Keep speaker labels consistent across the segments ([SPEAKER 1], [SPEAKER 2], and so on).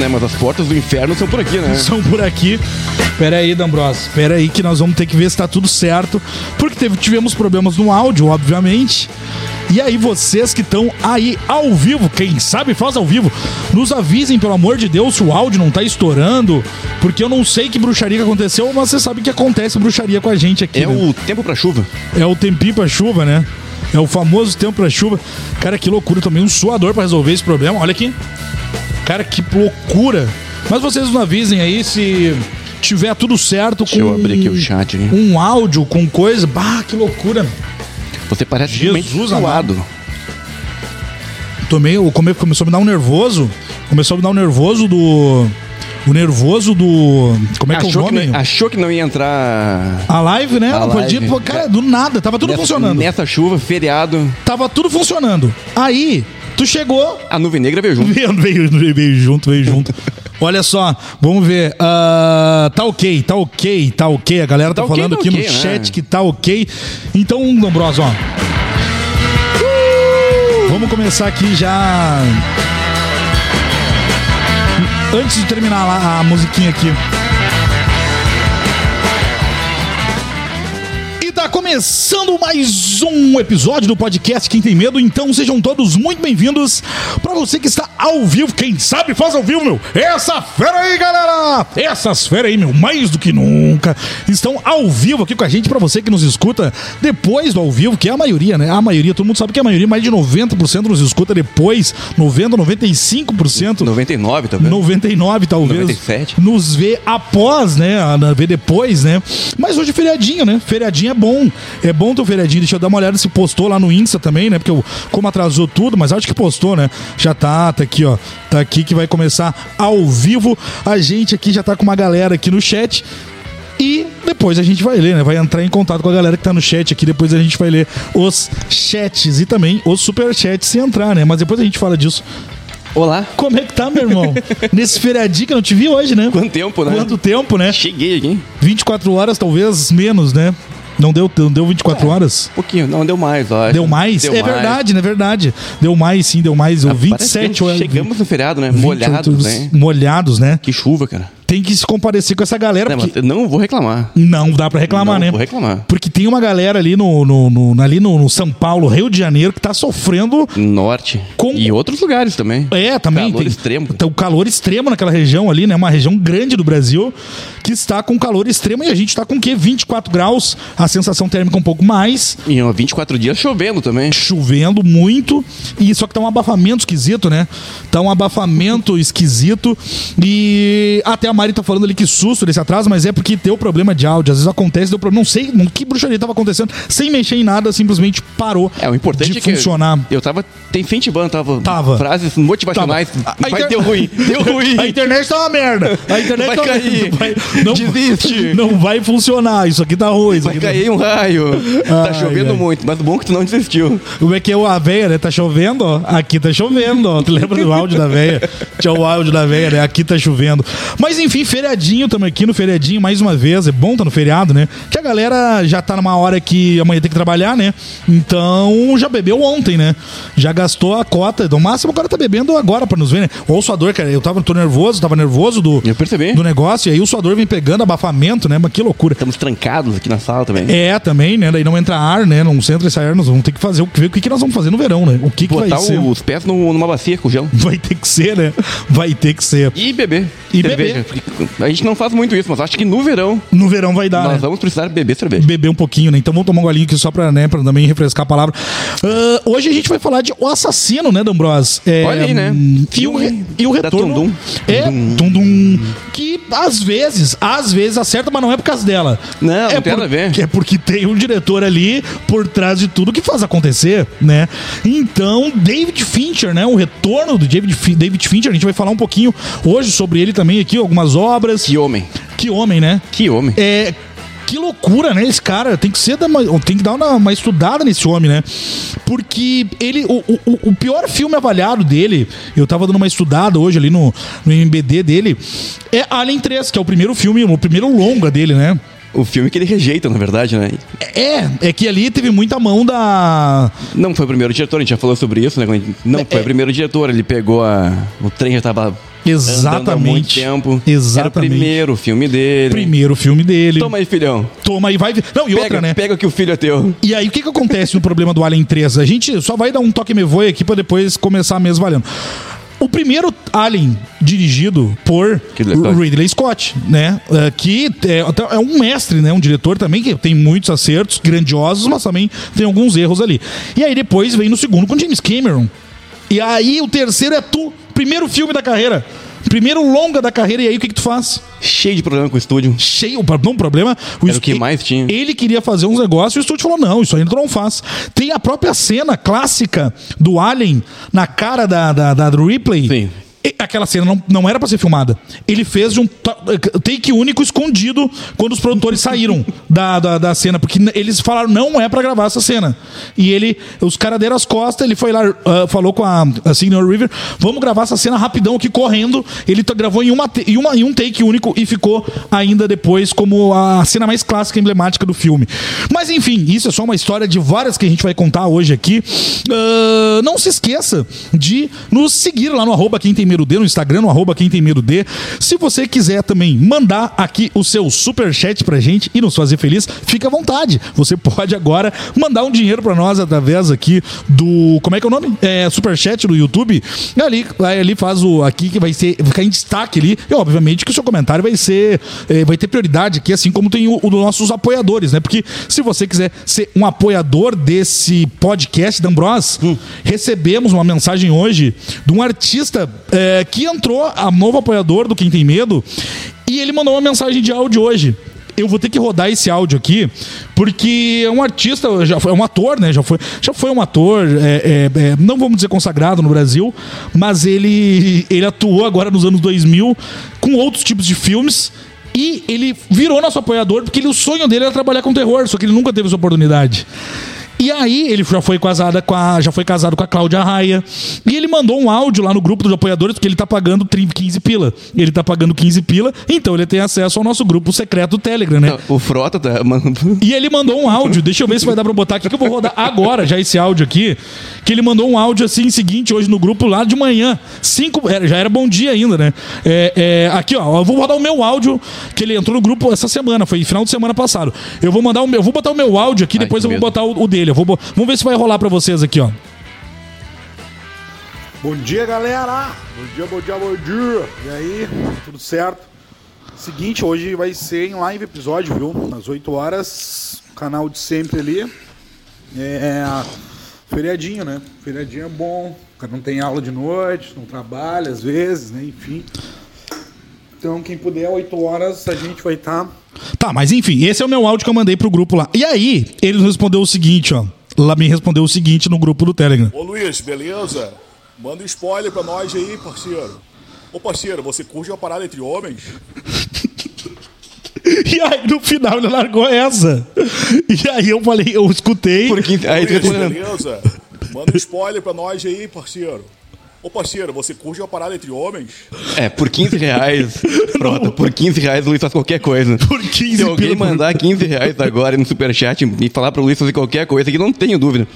[SPEAKER 1] né? Mas as portas do inferno são por aqui, né?
[SPEAKER 2] São por aqui. Pera aí, D'Ambrosio. Pera aí que nós vamos ter que ver se tá tudo certo. Porque teve, tivemos problemas no áudio, obviamente. E aí, vocês que estão aí ao vivo, quem sabe faz ao vivo, nos avisem, pelo amor de Deus, se o áudio não tá estourando. Porque eu não sei que bruxaria que aconteceu, mas você sabe que acontece bruxaria com a gente aqui.
[SPEAKER 1] É
[SPEAKER 2] né?
[SPEAKER 1] o tempo pra chuva.
[SPEAKER 2] É o tempinho pra chuva, né? É o famoso tempo pra chuva. Cara, que loucura. Tomei um suador pra resolver esse problema. Olha aqui. Cara, que loucura. Mas vocês nos avisem aí se tiver tudo certo com
[SPEAKER 1] Deixa eu abrir aqui o chat né? aqui.
[SPEAKER 2] um áudio, com coisa. Bah, que loucura.
[SPEAKER 1] Você parece
[SPEAKER 2] Jesus
[SPEAKER 1] realmente suado.
[SPEAKER 2] Tomei, o come- começou a me dar um nervoso. Começou a me dar um nervoso do... O nervoso do... Como é que é o
[SPEAKER 1] Achou que,
[SPEAKER 2] nome?
[SPEAKER 1] não, achou que não ia entrar
[SPEAKER 2] A live, né?
[SPEAKER 1] A
[SPEAKER 2] Não podia...
[SPEAKER 1] live.
[SPEAKER 2] pô, Cara, do nada. Tava tudo
[SPEAKER 1] nessa,
[SPEAKER 2] funcionando.
[SPEAKER 1] nessa chuva, feriado.
[SPEAKER 2] Tava tudo funcionando. Aí, tu chegou...
[SPEAKER 1] A nuvem negra veio junto.
[SPEAKER 2] Veio, veio, veio, veio junto, veio junto. Olha só, vamos ver. Ah, tá ok, tá ok, tá ok. A galera tá,
[SPEAKER 1] Tá ok,
[SPEAKER 2] falando
[SPEAKER 1] tá
[SPEAKER 2] aqui
[SPEAKER 1] ok,
[SPEAKER 2] no
[SPEAKER 1] né? Uh!
[SPEAKER 2] chat que tá ok. Então, Lombroso, ó. Vamos começar aqui já. Antes de terminar lá a musiquinha aqui. E tá começando mais um episódio do podcast Quem Tem Medo, então sejam todos muito bem-vindos. Pra você que está ao vivo, quem sabe faz ao vivo, meu. Essa fera aí, galera! Essas fera aí, meu, mais do que nunca, estão ao vivo aqui com a gente pra você que nos escuta depois do ao vivo, que é a maioria, né? A maioria, todo mundo sabe que a maioria, mais de 90% nos escuta depois, 90, 95%.
[SPEAKER 1] 99, tá vendo?
[SPEAKER 2] 99, talvez.
[SPEAKER 1] 97.
[SPEAKER 2] Nos vê após, né? a- na- Vê depois, né? Mas hoje é feriadinho, né? Feriadinho é bom. É bom ter o feriadinho. Deixa eu dar uma olhada se postou lá no Insta também, né? Porque eu, como atrasou tudo, mas acho que postou, né? Já tá, tá aqui, ó. Tá aqui que vai começar ao vivo. A gente aqui já tá com uma galera aqui no chat. E depois a gente vai ler, né? Vai entrar em contato com a galera que tá no chat aqui. Depois a gente vai ler os chats e também os superchats se entrar, né? Mas depois a gente fala disso.
[SPEAKER 1] Olá.
[SPEAKER 2] Como é que tá, meu irmão? Nesse feriadinho que eu não te vi hoje, né?
[SPEAKER 1] Quanto tempo, né?
[SPEAKER 2] Quanto tempo, né?
[SPEAKER 1] Cheguei aqui.
[SPEAKER 2] 24 horas, talvez menos, né? Não deu, não deu 24 horas?
[SPEAKER 1] Um pouquinho. Não, deu mais, ó.
[SPEAKER 2] Deu mais?
[SPEAKER 1] É. Deu
[SPEAKER 2] é
[SPEAKER 1] mais.
[SPEAKER 2] verdade, né? verdade. Deu mais, sim, deu mais. Eu,
[SPEAKER 1] Parece que
[SPEAKER 2] 27 horas.
[SPEAKER 1] Chegamos no feriado, né?
[SPEAKER 2] 28
[SPEAKER 1] Molhados, né?
[SPEAKER 2] Molhados, né?
[SPEAKER 1] Que chuva, cara.
[SPEAKER 2] Tem que se comparecer com essa galera,
[SPEAKER 1] Não, mas
[SPEAKER 2] porque
[SPEAKER 1] eu não vou reclamar.
[SPEAKER 2] não dá pra reclamar,
[SPEAKER 1] não
[SPEAKER 2] né?
[SPEAKER 1] vou reclamar.
[SPEAKER 2] Porque tem uma galera ali no, no, no- ali no, no São Paulo, Rio de Janeiro, que tá sofrendo
[SPEAKER 1] Norte.
[SPEAKER 2] Com-
[SPEAKER 1] E outros lugares também.
[SPEAKER 2] É, também.
[SPEAKER 1] Calor
[SPEAKER 2] tem,
[SPEAKER 1] extremo.
[SPEAKER 2] Tem o calor extremo naquela região ali, né? Uma região grande do Brasil que está com calor extremo e a gente está com o quê? 24 graus, a sensação térmica um pouco mais,
[SPEAKER 1] E ó, 24 dias chovendo também.
[SPEAKER 2] chovendo muito, e só que tá um abafamento esquisito, né? Tá um abafamento esquisito. E até a Mari tá falando ali que susto desse atraso, mas é porque tem o problema de áudio. Às vezes acontece, deu problema. Não sei não- que bruxaria tava acontecendo, sem mexer em nada, simplesmente parou
[SPEAKER 1] É, o importante
[SPEAKER 2] de
[SPEAKER 1] é que
[SPEAKER 2] funcionar.
[SPEAKER 1] eu tava tem fim de banda, tava,
[SPEAKER 2] Tava.
[SPEAKER 1] frases motivacionais,
[SPEAKER 2] Tava. é- A- a
[SPEAKER 1] mas
[SPEAKER 2] inter-
[SPEAKER 1] deu ruim, deu ruim.
[SPEAKER 2] A internet tá uma merda. A internet
[SPEAKER 1] Vai
[SPEAKER 2] tá uma
[SPEAKER 1] cair.
[SPEAKER 2] merda. Vai- não,
[SPEAKER 1] Desiste.
[SPEAKER 2] Não vai funcionar. Isso aqui tá ruim. Isso
[SPEAKER 1] Vai
[SPEAKER 2] aqui tá-
[SPEAKER 1] cair um raio.
[SPEAKER 2] Ai,
[SPEAKER 1] tá chovendo
[SPEAKER 2] ai.
[SPEAKER 1] muito, mas o bom é que tu não desistiu.
[SPEAKER 2] Como é que é o a véia, né? Tá chovendo, ó. Aqui tá chovendo, ó. Tu lembra do áudio da véia? Tinha o áudio da véia, né? Aqui tá chovendo. Mas enfim, feriadinho, tamo aqui no feriadinho mais uma vez. É bom tá no feriado, né? Que a galera já tá numa hora que amanhã tem que trabalhar, né? Então já bebeu ontem, né? Já gastou a cota. No máximo o cara tá bebendo agora pra nos ver, né? Ou sua dor, cara. Eu tava, tô nervoso, tava nervoso do,
[SPEAKER 1] Eu percebi.
[SPEAKER 2] do negócio. E aí o suador vem pegando abafamento, né? Mas que loucura.
[SPEAKER 1] Estamos trancados aqui na sala também.
[SPEAKER 2] É, também, né? Daí não entra ar, né? Não entra esse ar, nós vamos ter que fazer o que, ver o que que nós vamos fazer no verão, né? O que, que vai
[SPEAKER 1] Botar
[SPEAKER 2] ser?
[SPEAKER 1] tá os pés no- numa bacia com gelo.
[SPEAKER 2] Vai ter que ser, né? Vai ter que ser.
[SPEAKER 1] E beber.
[SPEAKER 2] E
[SPEAKER 1] cerveja. Porque A gente não faz muito isso, mas acho que no verão
[SPEAKER 2] No verão vai dar, né?
[SPEAKER 1] nós vamos precisar beber cerveja.
[SPEAKER 2] beber um pouquinho, né? Então vamos tomar um golinho aqui só pra, né, pra também refrescar a palavra. Ah, hoje a gente vai falar de O Assassino, né, D'Ambros? É,
[SPEAKER 1] Olha aí, né?
[SPEAKER 2] hum, E o, re- e o
[SPEAKER 1] Da
[SPEAKER 2] retorno...
[SPEAKER 1] Tundum.
[SPEAKER 2] É, Tundum. Que às vezes, às vezes acerta, mas não é por causa dela.
[SPEAKER 1] Não, não
[SPEAKER 2] é
[SPEAKER 1] tem nada a ver.
[SPEAKER 2] É porque tem um diretor ali por trás de tudo que faz acontecer, né? Então, David Fincher, né? O retorno do David, Fi- David Fincher. A gente vai falar um pouquinho hoje sobre ele também aqui, algumas obras.
[SPEAKER 1] Que homem.
[SPEAKER 2] que homem, né?
[SPEAKER 1] Que homem.
[SPEAKER 2] É. Que loucura, né? Esse cara tem que ser da, ma- tem que dar uma, uma estudada nesse homem, né? Porque ele o, o, o pior filme avaliado dele, eu tava dando uma estudada hoje ali no, no MBD dele, é Alien 3, que é o primeiro filme, o primeiro longa dele, né?
[SPEAKER 1] O filme que ele rejeita, na verdade, né?
[SPEAKER 2] É, é que ali teve muita mão da É.
[SPEAKER 1] Não foi o primeiro diretor, a gente já falou sobre isso, né? Quando a gente- Não foi o primeiro diretor, ele pegou a. O trem já tava Andando há muito
[SPEAKER 2] Exatamente.
[SPEAKER 1] tempo. Era o
[SPEAKER 2] Exatamente.
[SPEAKER 1] primeiro filme dele.
[SPEAKER 2] Primeiro filme dele.
[SPEAKER 1] Toma aí, filhão.
[SPEAKER 2] Toma e vai. ver. Não, e
[SPEAKER 1] Pega,
[SPEAKER 2] outra, né?
[SPEAKER 1] pega que o filho é teu.
[SPEAKER 2] E aí, o que, que acontece no problema do Alien 3? A gente só vai dar um toque me voe aqui pra depois começar mesmo valendo. O primeiro Alien dirigido por
[SPEAKER 1] Ridley Scott.
[SPEAKER 2] Ridley Scott, né? É, que é, até é um mestre, né? Um diretor também que tem muitos acertos grandiosos, mas também tem alguns erros ali. E aí depois vem no segundo com James Cameron. E aí o terceiro é tu, primeiro filme da carreira, primeiro longa da carreira. E aí o que, que tu faz?
[SPEAKER 1] Cheio de problema com o estúdio.
[SPEAKER 2] cheio, não problema.
[SPEAKER 1] Era o que
[SPEAKER 2] estu-
[SPEAKER 1] mais tinha.
[SPEAKER 2] Ele queria fazer uns negócios e o estúdio falou: não, isso aí tu não faz. Tem a própria cena clássica do Alien na cara da, da, da do Ripley.
[SPEAKER 1] Sim.
[SPEAKER 2] E Aquela cena não, não era pra ser filmada. Ele fez de um ta- take único escondido quando os produtores saíram da, da, da cena, porque n- eles falaram não é pra gravar essa cena. E ele, os caras deram as costas, ele foi lá, ah, falou com a, a Signal River, vamos gravar essa cena rapidão aqui correndo. Ele tá- gravou em, uma, te- em, uma- em um take único e ficou ainda depois como a cena mais clássica e emblemática do filme. Mas enfim, isso é só uma história de várias que a gente vai contar hoje aqui. Ah, não se esqueça de nos seguir lá no arroba quem tem medo D, no Instagram, no arroba quem tem medo D. Se você quiser também mandar aqui o seu superchat pra gente e nos fazer feliz, fica à vontade. Você pode agora mandar um dinheiro pra nós através aqui do. Como é que é o nome? É, superchat do YouTube. E ali, aí ali faz o aqui que vai ser. vai Ficar em destaque ali. E obviamente que o seu comentário vai ser. eh, vai ter prioridade aqui, assim como tem o, o dos nossos apoiadores, né? Porque se você quiser ser um apoiador desse podcast da Ambrose, recebemos uma mensagem hoje de um artista eh, que entrou, a novo apoiador do Quem Tem Medo, e ele mandou uma mensagem de áudio hoje. Eu vou ter que rodar esse áudio aqui, porque é um artista, já foi, é um ator, né? Já foi, já foi um ator, é, é, é, não vamos dizer consagrado no Brasil, mas ele, ele atuou agora nos anos 2000 com outros tipos de filmes. E ele virou nosso apoiador porque ele- o sonho dele era trabalhar com terror, só que ele nunca teve essa oportunidade. E aí ele já foi casada com a, já foi casado com a Cláudia Raia. E ele mandou um áudio lá no grupo dos apoiadores porque ele tá pagando 30, 15 pila. Ele tá pagando 15 pila, então ele tem acesso ao nosso grupo secreto do Telegram, né?
[SPEAKER 1] O Frota tá mandando.
[SPEAKER 2] E ele mandou um áudio, deixa eu ver se vai dar pra botar aqui, que eu vou rodar agora já esse áudio aqui. Que ele mandou um áudio assim, seguinte, hoje no grupo lá de manhã. Cinco, era- já era bom dia ainda, né? É, é, aqui, ó, eu vou rodar o meu áudio, que ele entrou no grupo essa semana, foi final de semana passado. Eu vou mandar o meu, eu vou botar o meu áudio aqui,
[SPEAKER 1] Ai,
[SPEAKER 2] depois
[SPEAKER 1] que
[SPEAKER 2] eu vou
[SPEAKER 1] medo.
[SPEAKER 2] botar o, o dele. Eu vou bo- vamos ver se vai rolar pra vocês aqui, ó.
[SPEAKER 3] Bom dia, galera! Bom dia, bom dia, bom dia! E aí, tudo certo? Seguinte, hoje vai ser em live episódio, viu? Nas 8 horas, canal de sempre ali. É. Feriadinho, né? Feriadinho é bom. O cara não tem aula de noite, não trabalha às vezes, né? Enfim. Então, quem puder, 8 horas a gente vai estar.
[SPEAKER 2] Tá, mas enfim, esse é o meu áudio que eu mandei pro grupo lá. E aí, ele nos respondeu o seguinte, ó. Lá me respondeu o seguinte no grupo do Telegram.
[SPEAKER 4] Ô Luiz, beleza? Manda um spoiler pra nós aí, parceiro. Ô parceiro, você curte uma parada entre homens?
[SPEAKER 2] E aí, no final, ele largou essa. E aí eu falei, eu escutei.
[SPEAKER 1] Por quinze- Aí tu tá
[SPEAKER 4] Luiz,
[SPEAKER 1] respondendo.
[SPEAKER 4] beleza? Manda um spoiler pra nós aí, parceiro. Ô parceiro, você curte uma parada entre homens?
[SPEAKER 1] É, por 15 reais. Frota, por 15 reais o Luiz faz qualquer coisa.
[SPEAKER 2] Por 15
[SPEAKER 1] Se alguém
[SPEAKER 2] pila por-
[SPEAKER 1] mandar 15 reais agora no superchat e falar pro Luiz fazer qualquer coisa, que não tenho dúvida.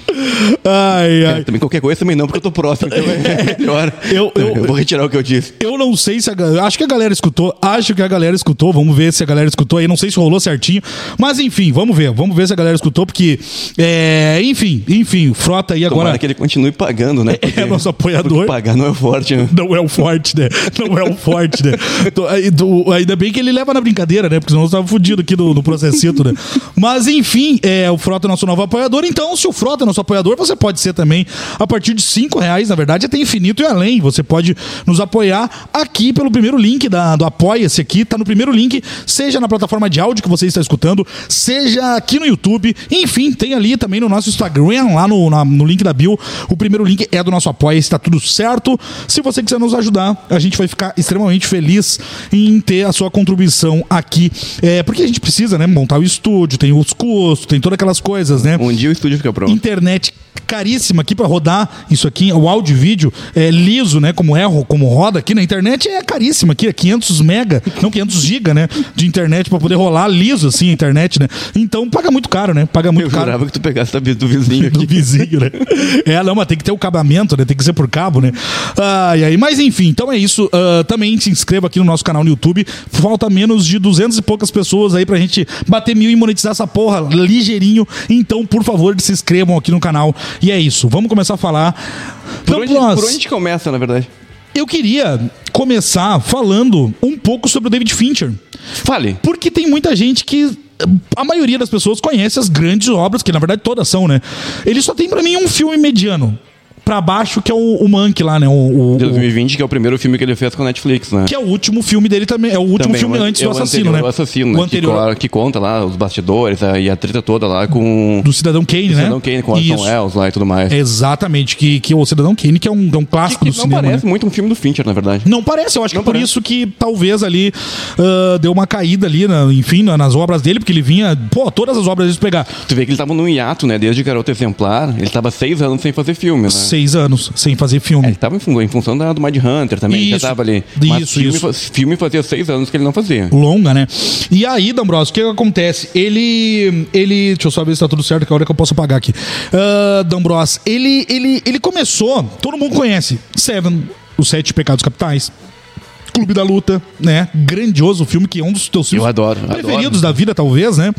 [SPEAKER 2] Ai, ai.
[SPEAKER 1] Também qualquer coisa também não, porque eu tô próximo, então é melhor.
[SPEAKER 2] Eu- eu-
[SPEAKER 1] vou retirar o que eu disse.
[SPEAKER 2] Eu não sei se a galera. Acho que a galera escutou. Acho que a galera escutou. Vamos ver se a galera escutou aí. Não sei se rolou certinho. Mas enfim, vamos ver. Vamos ver se a galera escutou, porque. É, enfim, enfim, frota aí
[SPEAKER 1] Tomara
[SPEAKER 2] agora.
[SPEAKER 1] que ele continue pagando, né? Porque-
[SPEAKER 2] É, nosso apoiador.
[SPEAKER 1] porque Pagar não é forte, né?
[SPEAKER 2] Não é o forte, né? Não é o forte, né? Tô- aí do- ainda bem que ele leva na brincadeira, né? Porque senão eu tava fudido aqui no, no processito, né? Mas enfim, é, o Frota é nosso novo apoiador. Então, se o Frota é nosso apoiador, você pode ser também a partir de cinco reais, na verdade, é até infinito e além. Você pode nos apoiar aqui pelo primeiro link da, do Apoia-se aqui. Tá no primeiro link, seja na plataforma de áudio que você está escutando, seja aqui no YouTube. Enfim, tem ali também no nosso Instagram, lá no, na- no link da bio. O primeiro link é do nosso apoia, está tudo certo. Se você quiser nos ajudar, a gente vai ficar extremamente feliz em ter a sua contribuição aqui. É, porque a gente precisa, né? Montar o estúdio, tem os custos, tem todas aquelas coisas, né?
[SPEAKER 1] Um dia o estúdio fica pronto.
[SPEAKER 2] internet caríssima aqui pra rodar isso aqui, o áudio e vídeo é liso, né, como erro, como roda aqui na internet é caríssima aqui, é 500 mega, não 500 giga, né, de internet pra poder rolar liso assim a internet, né? Então paga muito caro, né? Paga muito
[SPEAKER 1] Eu
[SPEAKER 2] caro
[SPEAKER 1] jurava que tu pegasse a vida do vizinho
[SPEAKER 2] do
[SPEAKER 1] aqui.
[SPEAKER 2] vizinho, né? É, não, mas tem que ter o cabamento, né? Tem que ser por cabo, né? Ai, ai. Mas enfim, então é isso. Ah, também se inscreva aqui no nosso canal no YouTube. Falta menos de 200 e poucas pessoas aí pra gente bater mil e monetizar essa porra ligeirinho. Então, por favor, se inscrevam aqui no canal. E é isso. Vamos começar a falar.
[SPEAKER 1] Por
[SPEAKER 2] Vamos
[SPEAKER 1] onde,
[SPEAKER 2] nós.
[SPEAKER 1] por onde a gente começa, na verdade?
[SPEAKER 2] Eu queria começar falando um pouco sobre o David Fincher.
[SPEAKER 1] Fale.
[SPEAKER 2] Porque tem muita gente que. eh, A maioria das pessoas conhece as grandes obras, que na verdade todas são, né? Ele só tem pra mim um filme mediano. Pra baixo, que é o, o Monkey lá, né? O, o-
[SPEAKER 1] De
[SPEAKER 2] o-
[SPEAKER 1] 2020, que é o primeiro filme que ele fez com a Netflix, né?
[SPEAKER 2] que é o último filme dele também. É o último
[SPEAKER 1] Também,
[SPEAKER 2] filme
[SPEAKER 1] o an-
[SPEAKER 2] antes
[SPEAKER 1] é
[SPEAKER 2] do
[SPEAKER 1] o
[SPEAKER 2] assassino,
[SPEAKER 1] anterior
[SPEAKER 2] né?
[SPEAKER 1] ao assassino,
[SPEAKER 2] o
[SPEAKER 1] né? Que,
[SPEAKER 2] anterior.
[SPEAKER 1] cola- que conta lá os bastidores a- e a treta toda lá com
[SPEAKER 2] Do Cidadão Kane, né?
[SPEAKER 1] Cidadão Kane, com o Orson
[SPEAKER 2] Isso. É,
[SPEAKER 1] Welles lá e tudo mais.
[SPEAKER 2] Exatamente, que, que o Cidadão Kane, que é um, é um
[SPEAKER 1] Que-
[SPEAKER 2] clássico
[SPEAKER 1] que
[SPEAKER 2] do
[SPEAKER 1] não
[SPEAKER 2] cinema. né?
[SPEAKER 1] parece muito um filme do Fincher, na verdade.
[SPEAKER 2] Não parece, eu acho
[SPEAKER 1] Não
[SPEAKER 2] que é por
[SPEAKER 1] parece.
[SPEAKER 2] isso que talvez ali ah, deu uma caída ali, na- enfim, na- nas obras dele, porque ele vinha, pô, todas as obras dele se pegar
[SPEAKER 1] Tu vê que ele tava num hiato, né? Desde Garota Exemplar, ele tava seis anos sem fazer filme, né?
[SPEAKER 2] seis anos sem fazer
[SPEAKER 1] É,
[SPEAKER 2] filme.
[SPEAKER 1] Ele tava em, fun- em função da, do Mad Hunter também, ele
[SPEAKER 2] Isso,
[SPEAKER 1] já tava ali.
[SPEAKER 2] isso,
[SPEAKER 1] filme,
[SPEAKER 2] isso.
[SPEAKER 1] fa- filme fazia seis anos que ele não fazia.
[SPEAKER 2] Longa, né? E aí, D'Ambrosio, o que acontece? Ele. Ele. Deixa eu só ver se tá tudo certo, que é a hora que eu posso apagar aqui. Ah, D'Ambrosio, ele, ele, ele começou, todo mundo conhece. Seven, Os Sete Pecados Capitais. Clube da Luta, né? Grandioso filme, que é um dos teus filmes
[SPEAKER 1] adoro,
[SPEAKER 2] preferidos
[SPEAKER 1] adoro.
[SPEAKER 2] da vida, talvez, né?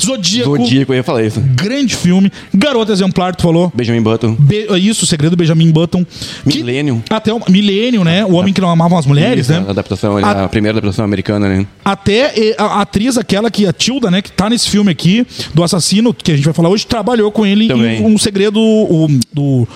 [SPEAKER 2] Zodíaco,
[SPEAKER 1] Zodíaco, eu ia falar isso.
[SPEAKER 2] grande filme. Garota Exemplar, tu falou.
[SPEAKER 1] Benjamin Button.
[SPEAKER 2] Be- isso, o segredo do Benjamin Button. Que-
[SPEAKER 1] Millennium.
[SPEAKER 2] Até o Milênio, né? O homem que não amava as mulheres, né?
[SPEAKER 1] A adaptação,
[SPEAKER 2] A-
[SPEAKER 1] a... primeira adaptação americana, né?
[SPEAKER 2] Até eh, a a atriz, aquela que a Tilda, né, que tá nesse filme aqui, do assassino, que a gente vai falar hoje, trabalhou com ele
[SPEAKER 1] Também.
[SPEAKER 2] em um segredo o- do.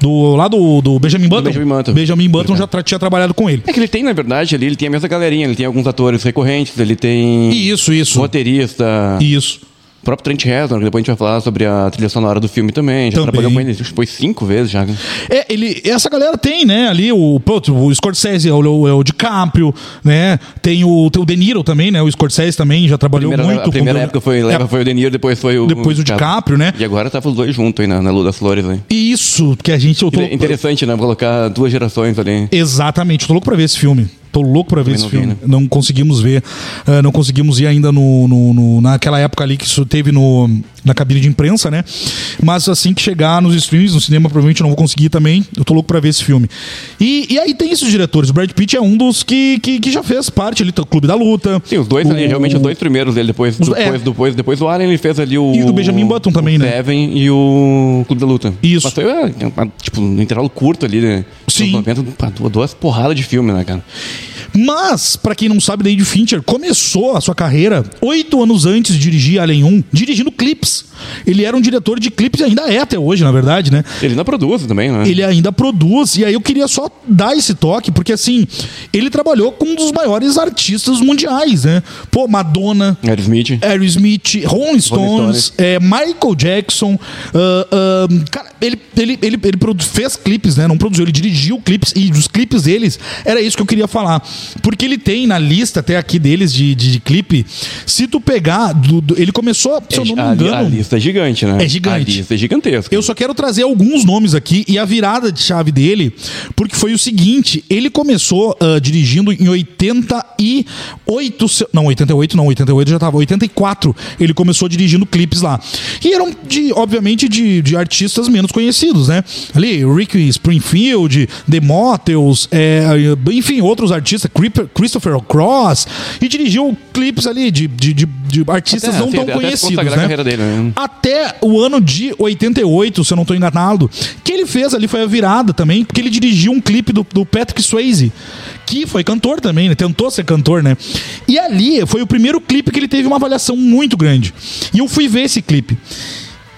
[SPEAKER 2] do lá do, do Benjamin Button.
[SPEAKER 1] Benjamin Button.
[SPEAKER 2] Benjamin Button já tra- tinha trabalhado com ele.
[SPEAKER 1] É que ele tem, na verdade, ali, ele tem a mesma galerinha, ele tem alguns atores recorrentes, ele tem
[SPEAKER 2] Isso, isso.
[SPEAKER 1] roteirista,
[SPEAKER 2] Isso.
[SPEAKER 1] o próprio Trent Reznor, que depois a gente vai falar sobre a trilha sonora do filme também, já
[SPEAKER 2] Também.
[SPEAKER 1] trabalhou com ele, acho que foi cinco vezes já. né?
[SPEAKER 2] É, ele, essa galera tem, né, ali o, pô, o Scorsese, é o, o, o DiCaprio, né, tem o, tem o De Niro também, né, o Scorsese também já trabalhou
[SPEAKER 1] Primeira-
[SPEAKER 2] muito
[SPEAKER 1] a primeira
[SPEAKER 2] com...
[SPEAKER 1] época foi,
[SPEAKER 2] É,
[SPEAKER 1] foi o De Niro, depois foi o...
[SPEAKER 2] depois o DiCaprio, né?
[SPEAKER 1] E agora tava os dois juntos aí na, na Lua das Flores. Aí.
[SPEAKER 2] Isso, que a gente... Eu tô,
[SPEAKER 1] Inter- Interessante, né? Colocar duas gerações ali.
[SPEAKER 2] Exatamente, tô louco pra ver esse filme. Tô louco pra ver esse
[SPEAKER 1] não vi,
[SPEAKER 2] filme.
[SPEAKER 1] né?
[SPEAKER 2] Não conseguimos ver. ah, não conseguimos ir ainda no, no- no- naquela época ali que isso teve no, na cabine de imprensa, né? Mas assim que chegar nos streams, no cinema, provavelmente eu não vou conseguir também. Eu tô louco pra ver esse filme. E, e aí tem esses diretores. O Brad Pitt é um dos que, que, que já fez parte ali do Clube da Luta.
[SPEAKER 1] Sim, os dois ali, realmente os dois primeiros dele, depois,
[SPEAKER 2] Os-
[SPEAKER 1] depois,
[SPEAKER 2] é.
[SPEAKER 1] depois, depois o Alien ele fez ali o...
[SPEAKER 2] E o Benjamin Button também,
[SPEAKER 1] o
[SPEAKER 2] né?
[SPEAKER 1] Seven e o Clube da Luta.
[SPEAKER 2] Isso.
[SPEAKER 1] Mas foi, é, é, é, tipo, um intervalo curto ali, né?
[SPEAKER 2] Sim.
[SPEAKER 1] Nos 90, pá, duas- duas porradas de filme, né, cara?
[SPEAKER 2] Mas, pra quem não sabe, David Fincher começou a sua carreira oito anos antes de dirigir Alien 1, dirigindo clipes. Ele era um diretor de clipes e ainda é até hoje, na verdade, né?
[SPEAKER 1] Ele não produz também, né?
[SPEAKER 2] ele ainda produz. E aí eu queria só dar esse toque, porque assim, ele trabalhou com um dos maiores artistas mundiais, né? Pô, Madonna. É,
[SPEAKER 1] Aerosmith.
[SPEAKER 2] Aerosmith, Rolling Stones,
[SPEAKER 1] Stones.
[SPEAKER 2] é, Michael Jackson. ah, ah, cara, ele, ele, ele, ele produ- fez clipes, né? Não produziu, ele dirigiu clipes e os clipes deles, era isso que eu queria falar. Porque ele tem na lista até aqui deles de, de, de clipe, se tu pegar, do- do- ele começou, se eu não me
[SPEAKER 1] a,
[SPEAKER 2] engano.
[SPEAKER 1] a lista é gigante, né?
[SPEAKER 2] É gigante.
[SPEAKER 1] A lista é gigantesca.
[SPEAKER 2] Eu só quero trazer alguns nomes aqui e a virada de chave dele, porque foi o seguinte: ele começou ah, dirigindo em 88. se- Não, 88, não, 88 já tava, 84. Ele começou dirigindo clipes lá. E eram, de, obviamente, de, de artistas menos conhecidos, né? Ali, Rick Springfield, The Motels, é, enfim, outros artistas, Creeper- Christopher Cross, e dirigiu clipes ali de, de, de- de artistas
[SPEAKER 1] Até,
[SPEAKER 2] não
[SPEAKER 1] assim,
[SPEAKER 2] tão
[SPEAKER 1] até
[SPEAKER 2] conhecidos.
[SPEAKER 1] consagrar a
[SPEAKER 2] né?
[SPEAKER 1] carreira dele, né?
[SPEAKER 2] até o ano de 88, se eu não tô enganado, que ele fez ali foi a virada também, porque ele dirigiu um clipe do, do Patrick Swayze, que foi cantor também, né? Tentou ser cantor, né? E ali foi o primeiro clipe que ele teve uma avaliação muito grande. E eu fui ver esse clipe.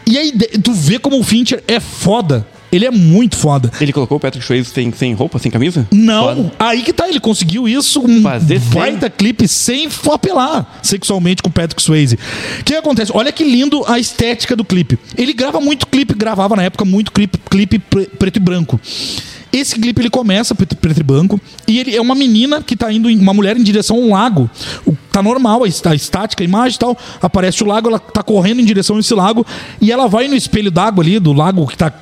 [SPEAKER 2] E aí de- tu vê como o Fincher é foda. Ele é muito foda.
[SPEAKER 1] Ele colocou o Patrick Swayze sem, sem roupa, sem camisa?
[SPEAKER 2] Não,
[SPEAKER 1] Foda.
[SPEAKER 2] aí que tá, ele conseguiu isso, um
[SPEAKER 1] Fazer sem.
[SPEAKER 2] baita clipe sem apelar sexualmente com o Patrick Swayze. O que acontece? Olha que lindo a estética do clipe. Ele grava muito clipe, gravava na época muito clipe, clipe pre- preto e branco. Esse clipe ele começa preto, preto e branco e ele é uma menina que tá indo, em- uma mulher em direção a um lago. O- tá normal a, est- a estática, a imagem e tal. Aparece o lago, ela tá correndo em direção a esse lago e ela vai no espelho d'água ali, do lago que tá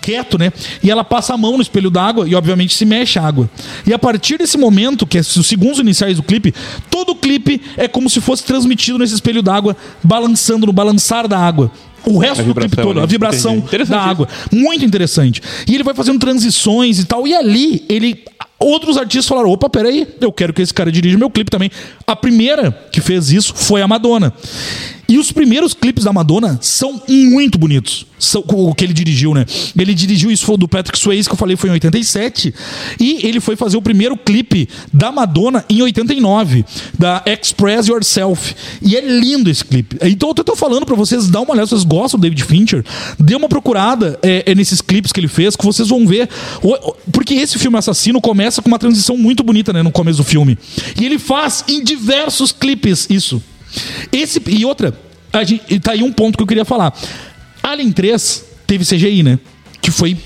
[SPEAKER 2] quieto, né? E ela passa a mão no espelho d'água e, obviamente, se mexe a água. E a partir desse momento, que é os segundos iniciais do clipe, todo o clipe é como se fosse transmitido nesse espelho d'água, balançando no balançar da água. O resto do
[SPEAKER 1] vibração,
[SPEAKER 2] clipe todo,
[SPEAKER 1] né?
[SPEAKER 2] a vibração
[SPEAKER 1] Entendi. Interessante
[SPEAKER 2] da
[SPEAKER 1] isso.
[SPEAKER 2] Então, água. Muito interessante. E ele vai fazendo transições e tal. E ali, ele. Outros artistas falaram: opa, peraí, eu quero que esse cara dirija meu clipe também. A primeira que fez isso foi a Madonna. E os primeiros clipes da Madonna são muito bonitos. São, o que ele dirigiu, né? Ele dirigiu isso foi o do Patrick Swayze, que eu falei foi em 87. E ele foi fazer o primeiro clipe da Madonna em 89, da Express Yourself. E é lindo esse clipe. Então eu tô falando pra vocês, dá uma olhada, se vocês gostam do David Fincher, dê uma procurada é, é nesses clipes que ele fez, que vocês vão ver. O- o- Porque esse filme Assassino começa com uma transição muito bonita, né? No começo do filme. E ele faz em diversos clipes isso. Esse, e outra, a gente, e tá aí um ponto que eu queria falar. Alien 3 teve CGI, né? Que foi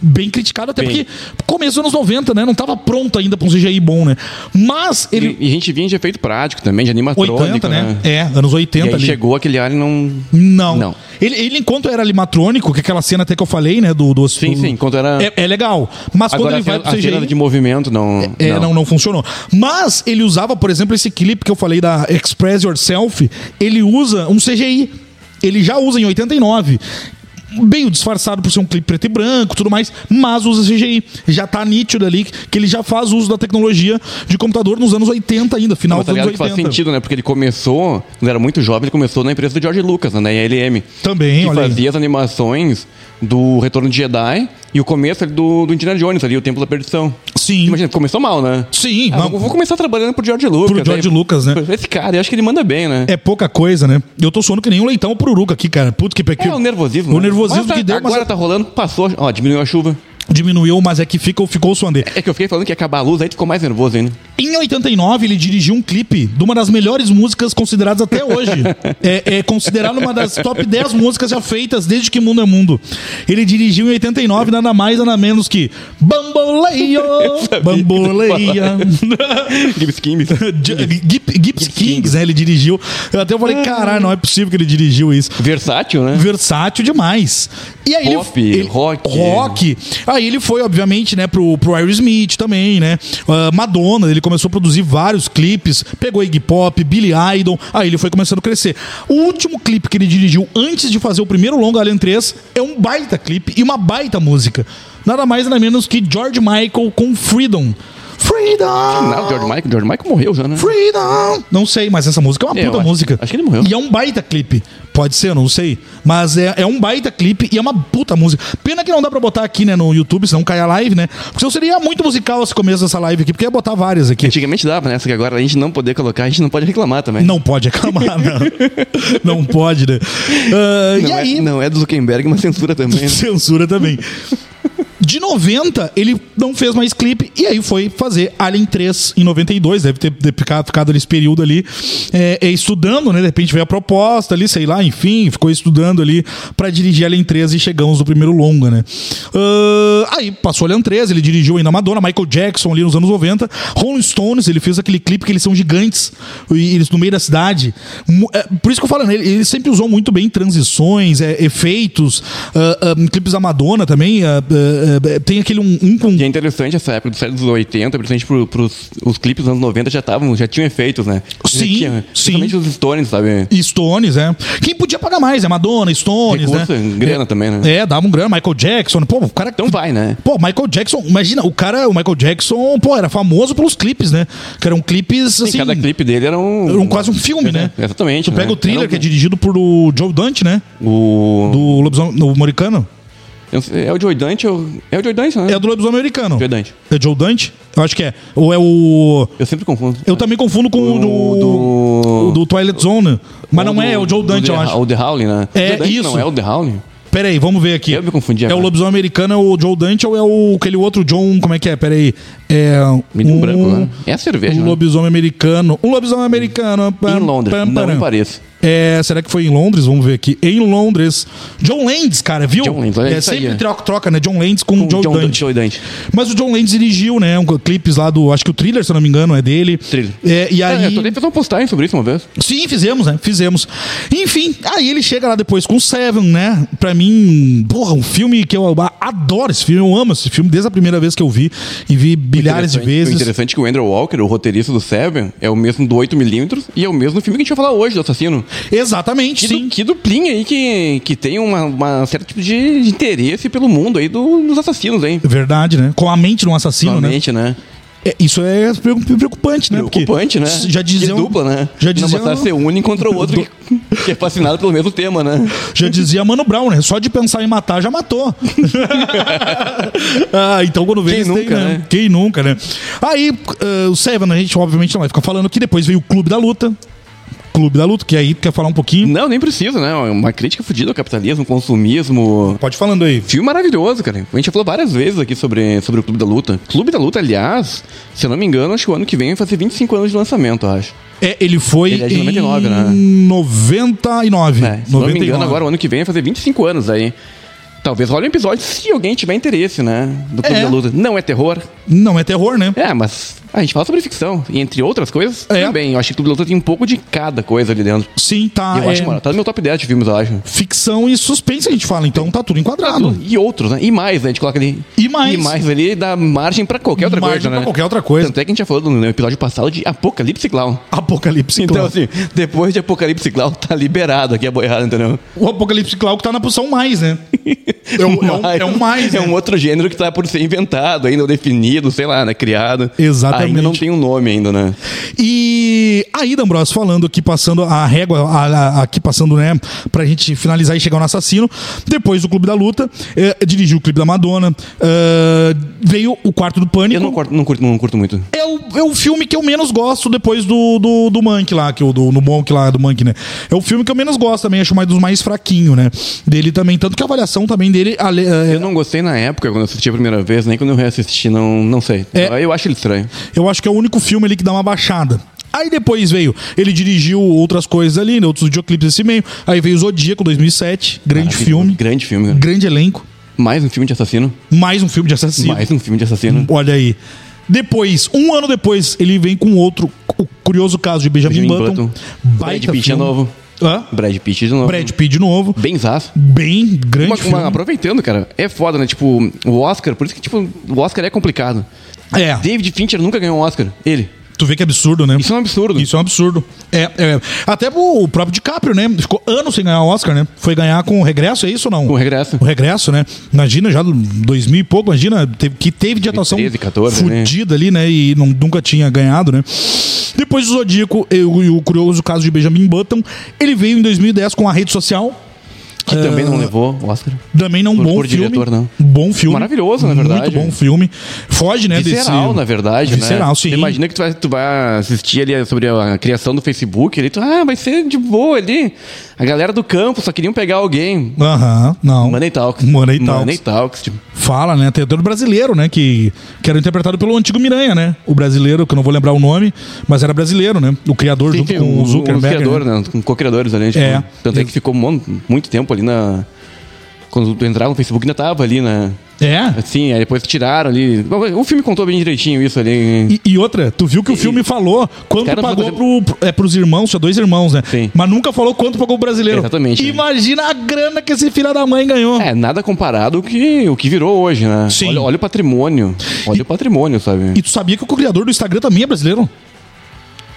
[SPEAKER 2] bem criticado, até
[SPEAKER 1] Bem.
[SPEAKER 2] porque começo dos anos 90, né? Não tava pronto ainda pra um CGI bom, né? Mas
[SPEAKER 1] E,
[SPEAKER 2] ele.
[SPEAKER 1] e a gente vinha de efeito prático também, de animatrônico.
[SPEAKER 2] 80, né? É, anos
[SPEAKER 1] E
[SPEAKER 2] 80
[SPEAKER 1] aí
[SPEAKER 2] ali.
[SPEAKER 1] chegou aquele alien não.
[SPEAKER 2] Não.
[SPEAKER 1] Não.
[SPEAKER 2] Ele, ele, enquanto era animatrônico, que aquela cena até que eu falei, né? Do, do,
[SPEAKER 1] Sim,
[SPEAKER 2] do-
[SPEAKER 1] sim, enquanto era-
[SPEAKER 2] É, é legal. Mas quando
[SPEAKER 1] Agora
[SPEAKER 2] ele
[SPEAKER 1] a
[SPEAKER 2] vai
[SPEAKER 1] cena,
[SPEAKER 2] pro
[SPEAKER 1] a
[SPEAKER 2] CGI.
[SPEAKER 1] cena de movimento não.
[SPEAKER 2] É, não. não, funcionou. Mas ele usava, por exemplo, esse clipe que eu falei da Express Yourself, ele usa um CGI. Ele já usa em 89. Meio disfarçado por ser um clipe preto e branco tudo mais, mas usa CGI. Já tá nítido ali que ele já faz uso da tecnologia de computador nos anos 80 ainda, final
[SPEAKER 1] Mas tá
[SPEAKER 2] dos
[SPEAKER 1] ligado que
[SPEAKER 2] anos
[SPEAKER 1] faz
[SPEAKER 2] 80.
[SPEAKER 1] sentido, né? Porque ele começou, quando era muito jovem, ele começou na empresa do George Lucas, né? Na ILM.
[SPEAKER 2] Também,
[SPEAKER 1] que
[SPEAKER 2] olha aí.
[SPEAKER 1] fazia as animações do Retorno de Jedi e o começo ali do, do Indiana Jones, ali, o Templo da Perdição.
[SPEAKER 2] Sim.
[SPEAKER 1] Imagina, começou mal, né?
[SPEAKER 2] Sim,
[SPEAKER 1] Ah,
[SPEAKER 2] mas-
[SPEAKER 1] vou, vou começar trabalhando pro George Lucas.
[SPEAKER 2] Pro George
[SPEAKER 1] aí-
[SPEAKER 2] Lucas, né?
[SPEAKER 1] Esse cara, eu acho que ele manda bem, né?
[SPEAKER 2] É pouca coisa, né? Eu tô soando que nem um leitão pururuca aqui, cara. Puto que
[SPEAKER 1] É,
[SPEAKER 2] pequeno.
[SPEAKER 1] o nervosismo.
[SPEAKER 2] O
[SPEAKER 1] né?
[SPEAKER 2] nervosismo
[SPEAKER 1] Mas tá-
[SPEAKER 2] que deu, mas
[SPEAKER 1] Agora tá rolando, passou, ó, diminuiu a chuva.
[SPEAKER 2] diminuiu, mas é que fica, ficou o suandê.
[SPEAKER 1] É que eu fiquei falando que ia acabar a luz, aí tu ficou mais nervoso ainda.
[SPEAKER 2] Em 89, ele dirigiu um clipe de uma das melhores músicas consideradas até hoje. é, é considerado uma das top 10 músicas já feitas desde que mundo é mundo. Ele dirigiu em 89, nada mais, nada menos que Bamboleia,
[SPEAKER 1] é
[SPEAKER 2] Bamboleia.
[SPEAKER 1] Gibbs Kimbs.
[SPEAKER 2] Gip- Gips Kings, né? Ele dirigiu. Eu até
[SPEAKER 1] Ah.
[SPEAKER 2] falei, caralho, não é possível que ele dirigiu isso.
[SPEAKER 1] Versátil, né?
[SPEAKER 2] versátil demais. E aí
[SPEAKER 1] Pop,
[SPEAKER 2] ele, ele-
[SPEAKER 1] rock.
[SPEAKER 2] rock. Aí ele foi, obviamente, né, pro, pro Aerosmith também, né? Ah, Madonna, ele começou a produzir vários clipes, pegou Iggy Pop, Billy Idol, aí ele foi começando a crescer. O último clipe que ele dirigiu antes de fazer o primeiro longa Alien 3 é um baita clipe e uma baita música. Nada mais nada menos que George Michael com Freedom. Freedom!
[SPEAKER 1] Não, o George Michael, George Michael morreu já, né?
[SPEAKER 2] Freedom! Não sei, mas essa música é uma
[SPEAKER 1] Eu
[SPEAKER 2] puta
[SPEAKER 1] acho-
[SPEAKER 2] música.
[SPEAKER 1] acho que ele morreu.
[SPEAKER 2] E é um baita clipe. Pode ser, não sei. Mas é, é um baita clipe e é uma puta música. Pena que não dá pra botar aqui, né, no YouTube, senão cai a live, né? Porque senão seria muito musical esse começo dessa live aqui, porque ia botar várias aqui.
[SPEAKER 1] Antigamente dava, né? Só que agora a gente não poder colocar, a gente não pode reclamar também.
[SPEAKER 2] Não pode reclamar, não. não pode, né? Ah,
[SPEAKER 1] Não
[SPEAKER 2] e
[SPEAKER 1] é-
[SPEAKER 2] aí,
[SPEAKER 1] não é do Zuckerberg, mas censura também. né?
[SPEAKER 2] Censura também. De 90, ele não fez mais clipe e aí foi fazer Alien 3 em 92. Deve ter, ter fica- ficado nesse período ali é, é, estudando, né? De repente veio a proposta ali, sei lá, enfim, ficou estudando ali pra dirigir Alien 3 e chegamos no primeiro longa, né? Ah, aí passou Alien 3, ele dirigiu ainda Madonna, Michael Jackson ali nos anos 90. Rolling Stones, ele fez aquele clipe que eles são gigantes e eles no meio da cidade. Mu- é, Por isso que eu falo, né? ele, ele sempre usou muito bem transições, é, efeitos, ah, ah, clipes da Madonna também. ah, ah, ah, tem aquele um, um com.
[SPEAKER 1] E é interessante essa época dos anos 80, principalmente pro, pros os clipes dos anos 90 já estavam, já tinham efeitos, né?
[SPEAKER 2] Sim,
[SPEAKER 1] já tinha,
[SPEAKER 2] sim.
[SPEAKER 1] Principalmente os Stones, sabe?
[SPEAKER 2] e Stones, né? Quem podia pagar mais, né? Madonna, Stones,
[SPEAKER 1] Recurso,
[SPEAKER 2] né?
[SPEAKER 1] grana
[SPEAKER 2] é,
[SPEAKER 1] também, né?
[SPEAKER 2] É, dava um grana, Michael Jackson. Pô, o cara.
[SPEAKER 1] Então vai, né?
[SPEAKER 2] Pô, Michael Jackson, imagina, o cara, o Michael Jackson, pô, era famoso pelos clipes, né? Que eram clipes, assim.
[SPEAKER 1] Sim, cada clipe dele era um.
[SPEAKER 2] Era um- quase um filme, né?
[SPEAKER 1] Exatamente.
[SPEAKER 2] Tu pega
[SPEAKER 1] né?
[SPEAKER 2] o thriller
[SPEAKER 1] Era um-
[SPEAKER 2] que é dirigido por o Joe Dante, né?
[SPEAKER 1] O.
[SPEAKER 2] Do lobisomem do Moricano.
[SPEAKER 1] eu não sei, É o Joe Dante? ou- É o Joe Dante, né?
[SPEAKER 2] É do lobisomem americano.
[SPEAKER 1] Joe Dante.
[SPEAKER 2] É Joe Dante? Eu acho que é. Ou é o.
[SPEAKER 1] Eu sempre confundo.
[SPEAKER 2] Eu também confundo com o do.
[SPEAKER 1] O
[SPEAKER 2] o do Twilight Zone. Mas não é, é o Joe Dante,
[SPEAKER 1] do
[SPEAKER 2] eu
[SPEAKER 1] The-
[SPEAKER 2] acho.
[SPEAKER 1] O The Howling, né?
[SPEAKER 2] É,
[SPEAKER 1] Joe Dante
[SPEAKER 2] isso.
[SPEAKER 1] Não é o The Howling?
[SPEAKER 2] Pera aí, vamos ver aqui.
[SPEAKER 1] Eu me confundi
[SPEAKER 2] É o
[SPEAKER 1] agora.
[SPEAKER 2] lobisomem americano, é o Joe Dante ou é o aquele outro John. Como é que é? Pera aí. É.
[SPEAKER 1] Me deu um branco, né? É a cerveja,
[SPEAKER 2] Um
[SPEAKER 1] né?
[SPEAKER 2] lobisomem americano. Um lobisomem americano.
[SPEAKER 1] Em Londres, não me parece.
[SPEAKER 2] É, será que foi em Londres? Vamos ver aqui. Em Londres. John Landis, cara, viu?
[SPEAKER 1] John Landis, olha
[SPEAKER 2] é
[SPEAKER 1] isso aí,
[SPEAKER 2] sempre
[SPEAKER 1] é.
[SPEAKER 2] troca, troca, né? John Landis com, o Joe
[SPEAKER 1] John
[SPEAKER 2] Dante.
[SPEAKER 1] Joe Dante.
[SPEAKER 2] Mas o John Landis dirigiu, né? Um clipes lá do. Acho que o thriller, se eu não me engano, é dele.
[SPEAKER 1] Thriller.
[SPEAKER 2] É, e aí.
[SPEAKER 1] É, eu nem fiz uma postagem sobre isso uma vez.
[SPEAKER 2] Sim, fizemos, né? Fizemos. Enfim, aí ele chega lá depois com Seven, né? Pra mim, porra, um filme que eu adoro esse filme, eu amo esse filme desde a primeira vez que eu vi e vi bilhares de
[SPEAKER 1] Interessante- O
[SPEAKER 2] vezes.
[SPEAKER 1] interessante é que o Andrew Walker, o roteirista do Seven, é o mesmo do 8mm e é o mesmo filme que a gente vai falar hoje, do Assassino.
[SPEAKER 2] Exatamente,
[SPEAKER 1] Que,
[SPEAKER 2] sim.
[SPEAKER 1] du, que duplinha aí que, que tem uma, uma certo tipo de, de interesse pelo mundo aí do- dos assassinos, hein?
[SPEAKER 2] Verdade, né? Com a mente de um assassino, né?
[SPEAKER 1] Realmente, né?
[SPEAKER 2] É, isso é preocu- preocupante, né? Porque
[SPEAKER 1] Preocupante, né?
[SPEAKER 2] Já dizia
[SPEAKER 1] que dupla,
[SPEAKER 2] um-
[SPEAKER 1] né?
[SPEAKER 2] Já
[SPEAKER 1] Não
[SPEAKER 2] dizia,
[SPEAKER 1] basta ser um e encontra o outro que, que é fascinado pelo mesmo tema, né?
[SPEAKER 2] já dizia Mano Brown, né? Só de pensar em matar, já matou. ah, então quando vê
[SPEAKER 1] Quem
[SPEAKER 2] eles têm,
[SPEAKER 1] nunca, né?
[SPEAKER 2] Quem nunca, né? Aí, eh, o Seven, a gente obviamente não vai ficar falando que depois veio o Clube da Luta. Clube da Luta, que aí tu quer falar um pouquinho?
[SPEAKER 1] Não, nem precisa, né? Uma crítica fodida ao capitalismo, consumismo.
[SPEAKER 2] Pode falando aí.
[SPEAKER 1] Filme maravilhoso, cara. A gente já falou várias vezes aqui sobre, sobre o Clube da Luta. Clube da Luta, aliás, se eu não me engano, acho que o ano que vem vai fazer 25 anos de lançamento, eu acho.
[SPEAKER 2] É, ele foi
[SPEAKER 1] Ele é de 99,
[SPEAKER 2] em
[SPEAKER 1] né?
[SPEAKER 2] 99.
[SPEAKER 1] É, se eu não me
[SPEAKER 2] um.
[SPEAKER 1] engano, agora o ano que vem vai fazer 25 anos aí. Talvez role um episódio se alguém tiver interesse, né? Do Clube
[SPEAKER 2] É.
[SPEAKER 1] da Luta. Não é terror.
[SPEAKER 2] Não é terror, né?
[SPEAKER 1] É, mas a gente fala sobre ficção. E entre outras coisas,
[SPEAKER 2] É.
[SPEAKER 1] também. Eu acho que o Clube da Luta tem um pouco de cada coisa ali dentro.
[SPEAKER 2] Sim, tá.
[SPEAKER 1] E eu
[SPEAKER 2] é
[SPEAKER 1] acho, mano, tá no meu top 10 de filmes, eu acho.
[SPEAKER 2] Ficção e suspense a gente fala, então tá tudo enquadrado.
[SPEAKER 1] E outros, né? E mais, né? A gente coloca ali.
[SPEAKER 2] E mais.
[SPEAKER 1] E mais ali dá margem pra qualquer outra
[SPEAKER 2] Margem
[SPEAKER 1] coisa,
[SPEAKER 2] pra
[SPEAKER 1] né?
[SPEAKER 2] qualquer outra coisa.
[SPEAKER 1] Tanto é que a gente já falou no episódio passado de Apocalipse Clown.
[SPEAKER 2] Apocalipse
[SPEAKER 1] Então,
[SPEAKER 2] Clown.
[SPEAKER 1] assim, depois de Apocalipse Clown, tá liberado aqui a boiada, entendeu?
[SPEAKER 2] o Apocalipse Clown que tá na posição mais, né? É um, é um- é um mais,
[SPEAKER 1] É
[SPEAKER 2] né?
[SPEAKER 1] um outro gênero que tá por ser inventado, ainda ou definido, sei lá, né? Criado.
[SPEAKER 2] Exatamente.
[SPEAKER 1] Ainda não tem um nome ainda, né?
[SPEAKER 2] E aí, D'Ambrosio, falando aqui, passando a régua, a- a- aqui passando, né, pra gente finalizar e chegar no assassino. Depois do Clube da Luta, eh, dirigiu o Clube da Madonna, eh, veio o Quarto do
[SPEAKER 1] Eu
[SPEAKER 2] Pânico.
[SPEAKER 1] não curto, não curto, não curto muito.
[SPEAKER 2] É o, é o filme que eu menos gosto depois do, do, do Monk lá, que o do, no Monk lá, do Monk, né? É o filme que eu menos gosto também, acho mais dos mais fraquinhos, né? Dele também, tanto que a avaliação também dele. ale-
[SPEAKER 1] Eu
[SPEAKER 2] eh,
[SPEAKER 1] não gostei na época, quando eu assisti a primeira vez, nem quando eu reassisti, não, não sei.
[SPEAKER 2] É.
[SPEAKER 1] Eu acho ele estranho.
[SPEAKER 2] Eu acho que é o único filme ali que dá uma baixada. Aí depois veio, ele dirigiu outras coisas ali, né? Outros videoclipes desse meio. Aí veio Zodíaco 2007, grande filme,
[SPEAKER 1] um Grande filme. cara.
[SPEAKER 2] grande elenco,
[SPEAKER 1] Mais um filme de assassino.
[SPEAKER 2] mais um filme de assassino.
[SPEAKER 1] Mais um filme de assassino.
[SPEAKER 2] Olha aí. Depois, um ano depois, ele vem com outro, o curioso caso de Benjamin,
[SPEAKER 1] Benjamin
[SPEAKER 2] Button.
[SPEAKER 1] Button. Brad
[SPEAKER 2] Baita
[SPEAKER 1] Pitt de
[SPEAKER 2] filme.
[SPEAKER 1] novo.
[SPEAKER 2] Hã?
[SPEAKER 1] Brad Pitt de novo.
[SPEAKER 2] Brad Pitt de novo.
[SPEAKER 1] Bem zaço.
[SPEAKER 2] Bem grande
[SPEAKER 1] Uma-
[SPEAKER 2] filme.
[SPEAKER 1] uma- aproveitando, cara, é foda, né? Tipo, o Oscar, por isso que, tipo, o Oscar é complicado.
[SPEAKER 2] É,
[SPEAKER 1] David Fincher nunca ganhou um Oscar. Ele.
[SPEAKER 2] tu vê que absurdo, né?
[SPEAKER 1] Isso é um absurdo.
[SPEAKER 2] Isso é um absurdo. É, é. Até o próprio DiCaprio, né? Ficou anos sem ganhar o Oscar, né? Foi ganhar com o regresso, é isso ou não?
[SPEAKER 1] Com o regresso.
[SPEAKER 2] O regresso, né? Imagina, já 2000 e pouco, imagina, teve, que teve de atuação
[SPEAKER 1] 13, 14, né?
[SPEAKER 2] fudida ali, né? E não- nunca tinha ganhado, né? Depois do Zodíaco e o, e o curioso caso de Benjamin Button, ele veio em 2010 com a rede social.
[SPEAKER 1] Que também
[SPEAKER 2] é-
[SPEAKER 1] não levou o Oscar.
[SPEAKER 2] Também não um
[SPEAKER 1] Por-
[SPEAKER 2] bom
[SPEAKER 1] por
[SPEAKER 2] filme.
[SPEAKER 1] diretor, não.
[SPEAKER 2] Bom filme.
[SPEAKER 1] Maravilhoso, na verdade. né?
[SPEAKER 2] Muito bom filme. Foge, né?
[SPEAKER 1] Visceral,
[SPEAKER 2] desse...
[SPEAKER 1] na verdade,
[SPEAKER 2] Visceral,
[SPEAKER 1] né?
[SPEAKER 2] sim.
[SPEAKER 1] Tu Imagina que tu vai, tu vai assistir ali sobre a criação do Facebook, ali tu, ah, vai ser de boa ali. A galera do campo só queriam pegar alguém.
[SPEAKER 2] Aham, não.
[SPEAKER 1] Money Talks.
[SPEAKER 2] Money Talks.
[SPEAKER 1] Money Talks, tipo.
[SPEAKER 2] Fala, né? Tem ator brasileiro, né? Que, que era interpretado pelo antigo Miranha, né? O brasileiro, que eu não vou lembrar o nome, mas era brasileiro, né? O criador junto
[SPEAKER 1] Sim,
[SPEAKER 2] com o
[SPEAKER 1] os
[SPEAKER 2] Zuckerberg.
[SPEAKER 1] criadores,
[SPEAKER 2] né?
[SPEAKER 1] né? Com co-criadores ali. Tipo,
[SPEAKER 2] É.
[SPEAKER 1] Tanto é que ficou mon- muito tempo ali na. Quando tu entrava no Facebook ainda tava ali, né?
[SPEAKER 2] É.
[SPEAKER 1] Assim, aí depois tiraram ali. O filme contou bem direitinho isso ali.
[SPEAKER 2] E, e outra, tu viu que o filme falou quanto
[SPEAKER 1] Cara,
[SPEAKER 2] pagou
[SPEAKER 1] fazer-
[SPEAKER 2] pro, pro- é, pros irmãos, tinha dois irmãos, né?
[SPEAKER 1] Sim.
[SPEAKER 2] Mas nunca falou quanto pagou o brasileiro.
[SPEAKER 1] Exatamente, né?
[SPEAKER 2] Imagina a grana que esse filho da mãe ganhou.
[SPEAKER 1] É, nada comparado o que, o que virou hoje, né?
[SPEAKER 2] Sim.
[SPEAKER 1] Olha, olha o patrimônio. Olha o patrimônio, sabe?
[SPEAKER 2] E tu sabia que o criador do Instagram também é brasileiro?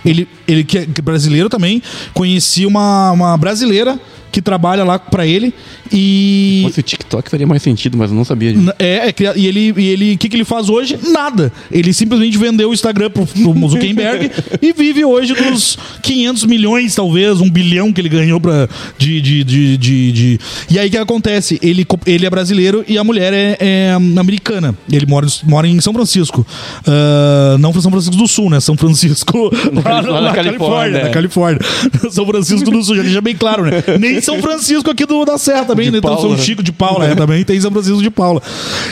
[SPEAKER 2] Ele, ele que é que é brasileiro também, conheci uma, uma brasileira que trabalha lá pra ele e.
[SPEAKER 1] Nossa, o TikTok faria mais sentido, mas eu não sabia disso.
[SPEAKER 2] N- É, é cria- e ele, e ele, o que, que ele faz hoje? Nada. Ele simplesmente vendeu o Instagram pro, pro Zuckerberg e vive hoje dos 500 milhões, talvez, um bilhão que ele ganhou pra, de, de, de, de- de- E aí o que acontece? Ele, co- ele é brasileiro e a mulher é, é americana. Ele mora, em- mora em São Francisco. Ah, não São Francisco do Sul, né? São Francisco
[SPEAKER 1] Lá
[SPEAKER 2] lá,
[SPEAKER 1] na Califórnia,
[SPEAKER 2] na Califórnia. né?
[SPEAKER 1] é.
[SPEAKER 2] Na Califórnia. São Francisco do Sul, já deixa bem claro, né? Nem São Francisco aqui do, da Serra também,
[SPEAKER 1] De
[SPEAKER 2] né? Então
[SPEAKER 1] Paula,
[SPEAKER 2] São
[SPEAKER 1] né?
[SPEAKER 2] Chico de Paula, é, também tem São Francisco de Paula.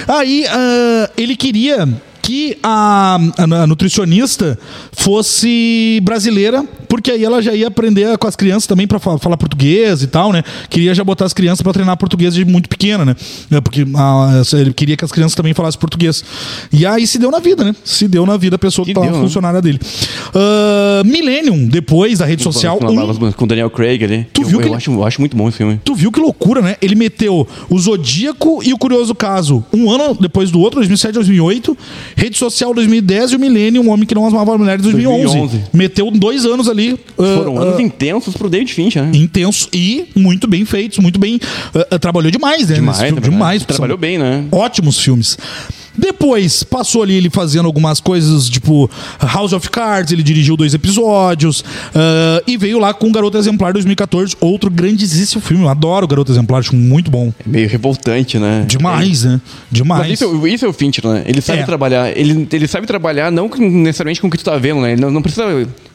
[SPEAKER 2] Aí ah, ele queria que a, a nutricionista fosse brasileira, porque aí ela já ia aprender com as crianças também para falar português e tal, né? Queria já botar as crianças para treinar português de muito pequena, né? É, Porque ah, ele queria que as crianças também falassem português. E aí se deu na vida, né? Se deu na vida a pessoa que,
[SPEAKER 1] Que
[SPEAKER 2] estava
[SPEAKER 1] deu, né?
[SPEAKER 2] funcionária dele. Ah, Millennium, depois da rede social.
[SPEAKER 1] Falando
[SPEAKER 2] um-
[SPEAKER 1] lá, mas com o Daniel Craig ali.
[SPEAKER 2] Tu
[SPEAKER 1] eu,
[SPEAKER 2] viu
[SPEAKER 1] eu
[SPEAKER 2] que ele-
[SPEAKER 1] acho, eu acho muito bom esse filme.
[SPEAKER 2] Tu viu que loucura, né? Ele meteu o Zodíaco e o Curioso Caso um ano depois do outro, 2007, 2008. Rede Social 2010 e o Milênio, um homem que não amava a mulher de 2011.
[SPEAKER 1] 2011.
[SPEAKER 2] Meteu dois anos ali. ah,
[SPEAKER 1] Foram
[SPEAKER 2] ah,
[SPEAKER 1] anos intensos pro David Fincher, né?
[SPEAKER 2] intensos e muito bem feitos, muito bem. ah, ah, trabalhou demais, né?
[SPEAKER 1] Demais,
[SPEAKER 2] nesse filme,
[SPEAKER 1] trabalhou-
[SPEAKER 2] demais. porque
[SPEAKER 1] trabalhou
[SPEAKER 2] são
[SPEAKER 1] bem, né?
[SPEAKER 2] Ótimos filmes. Depois passou ali ele fazendo algumas coisas, tipo House of Cards, ele dirigiu dois episódios. ah, e veio lá com Garota Exemplar 2014, outro grandíssimo filme. Eu adoro Garota Exemplar, acho muito bom.
[SPEAKER 1] É Meio revoltante, né?
[SPEAKER 2] Demais, né?
[SPEAKER 1] Mas
[SPEAKER 2] Demais.
[SPEAKER 1] isso, é o- isso é o Fincher, né? Ele sabe
[SPEAKER 2] É.
[SPEAKER 1] trabalhar. Ele, ele sabe trabalhar não com- necessariamente com o que tu tá vendo, né? Ele não, não precisa,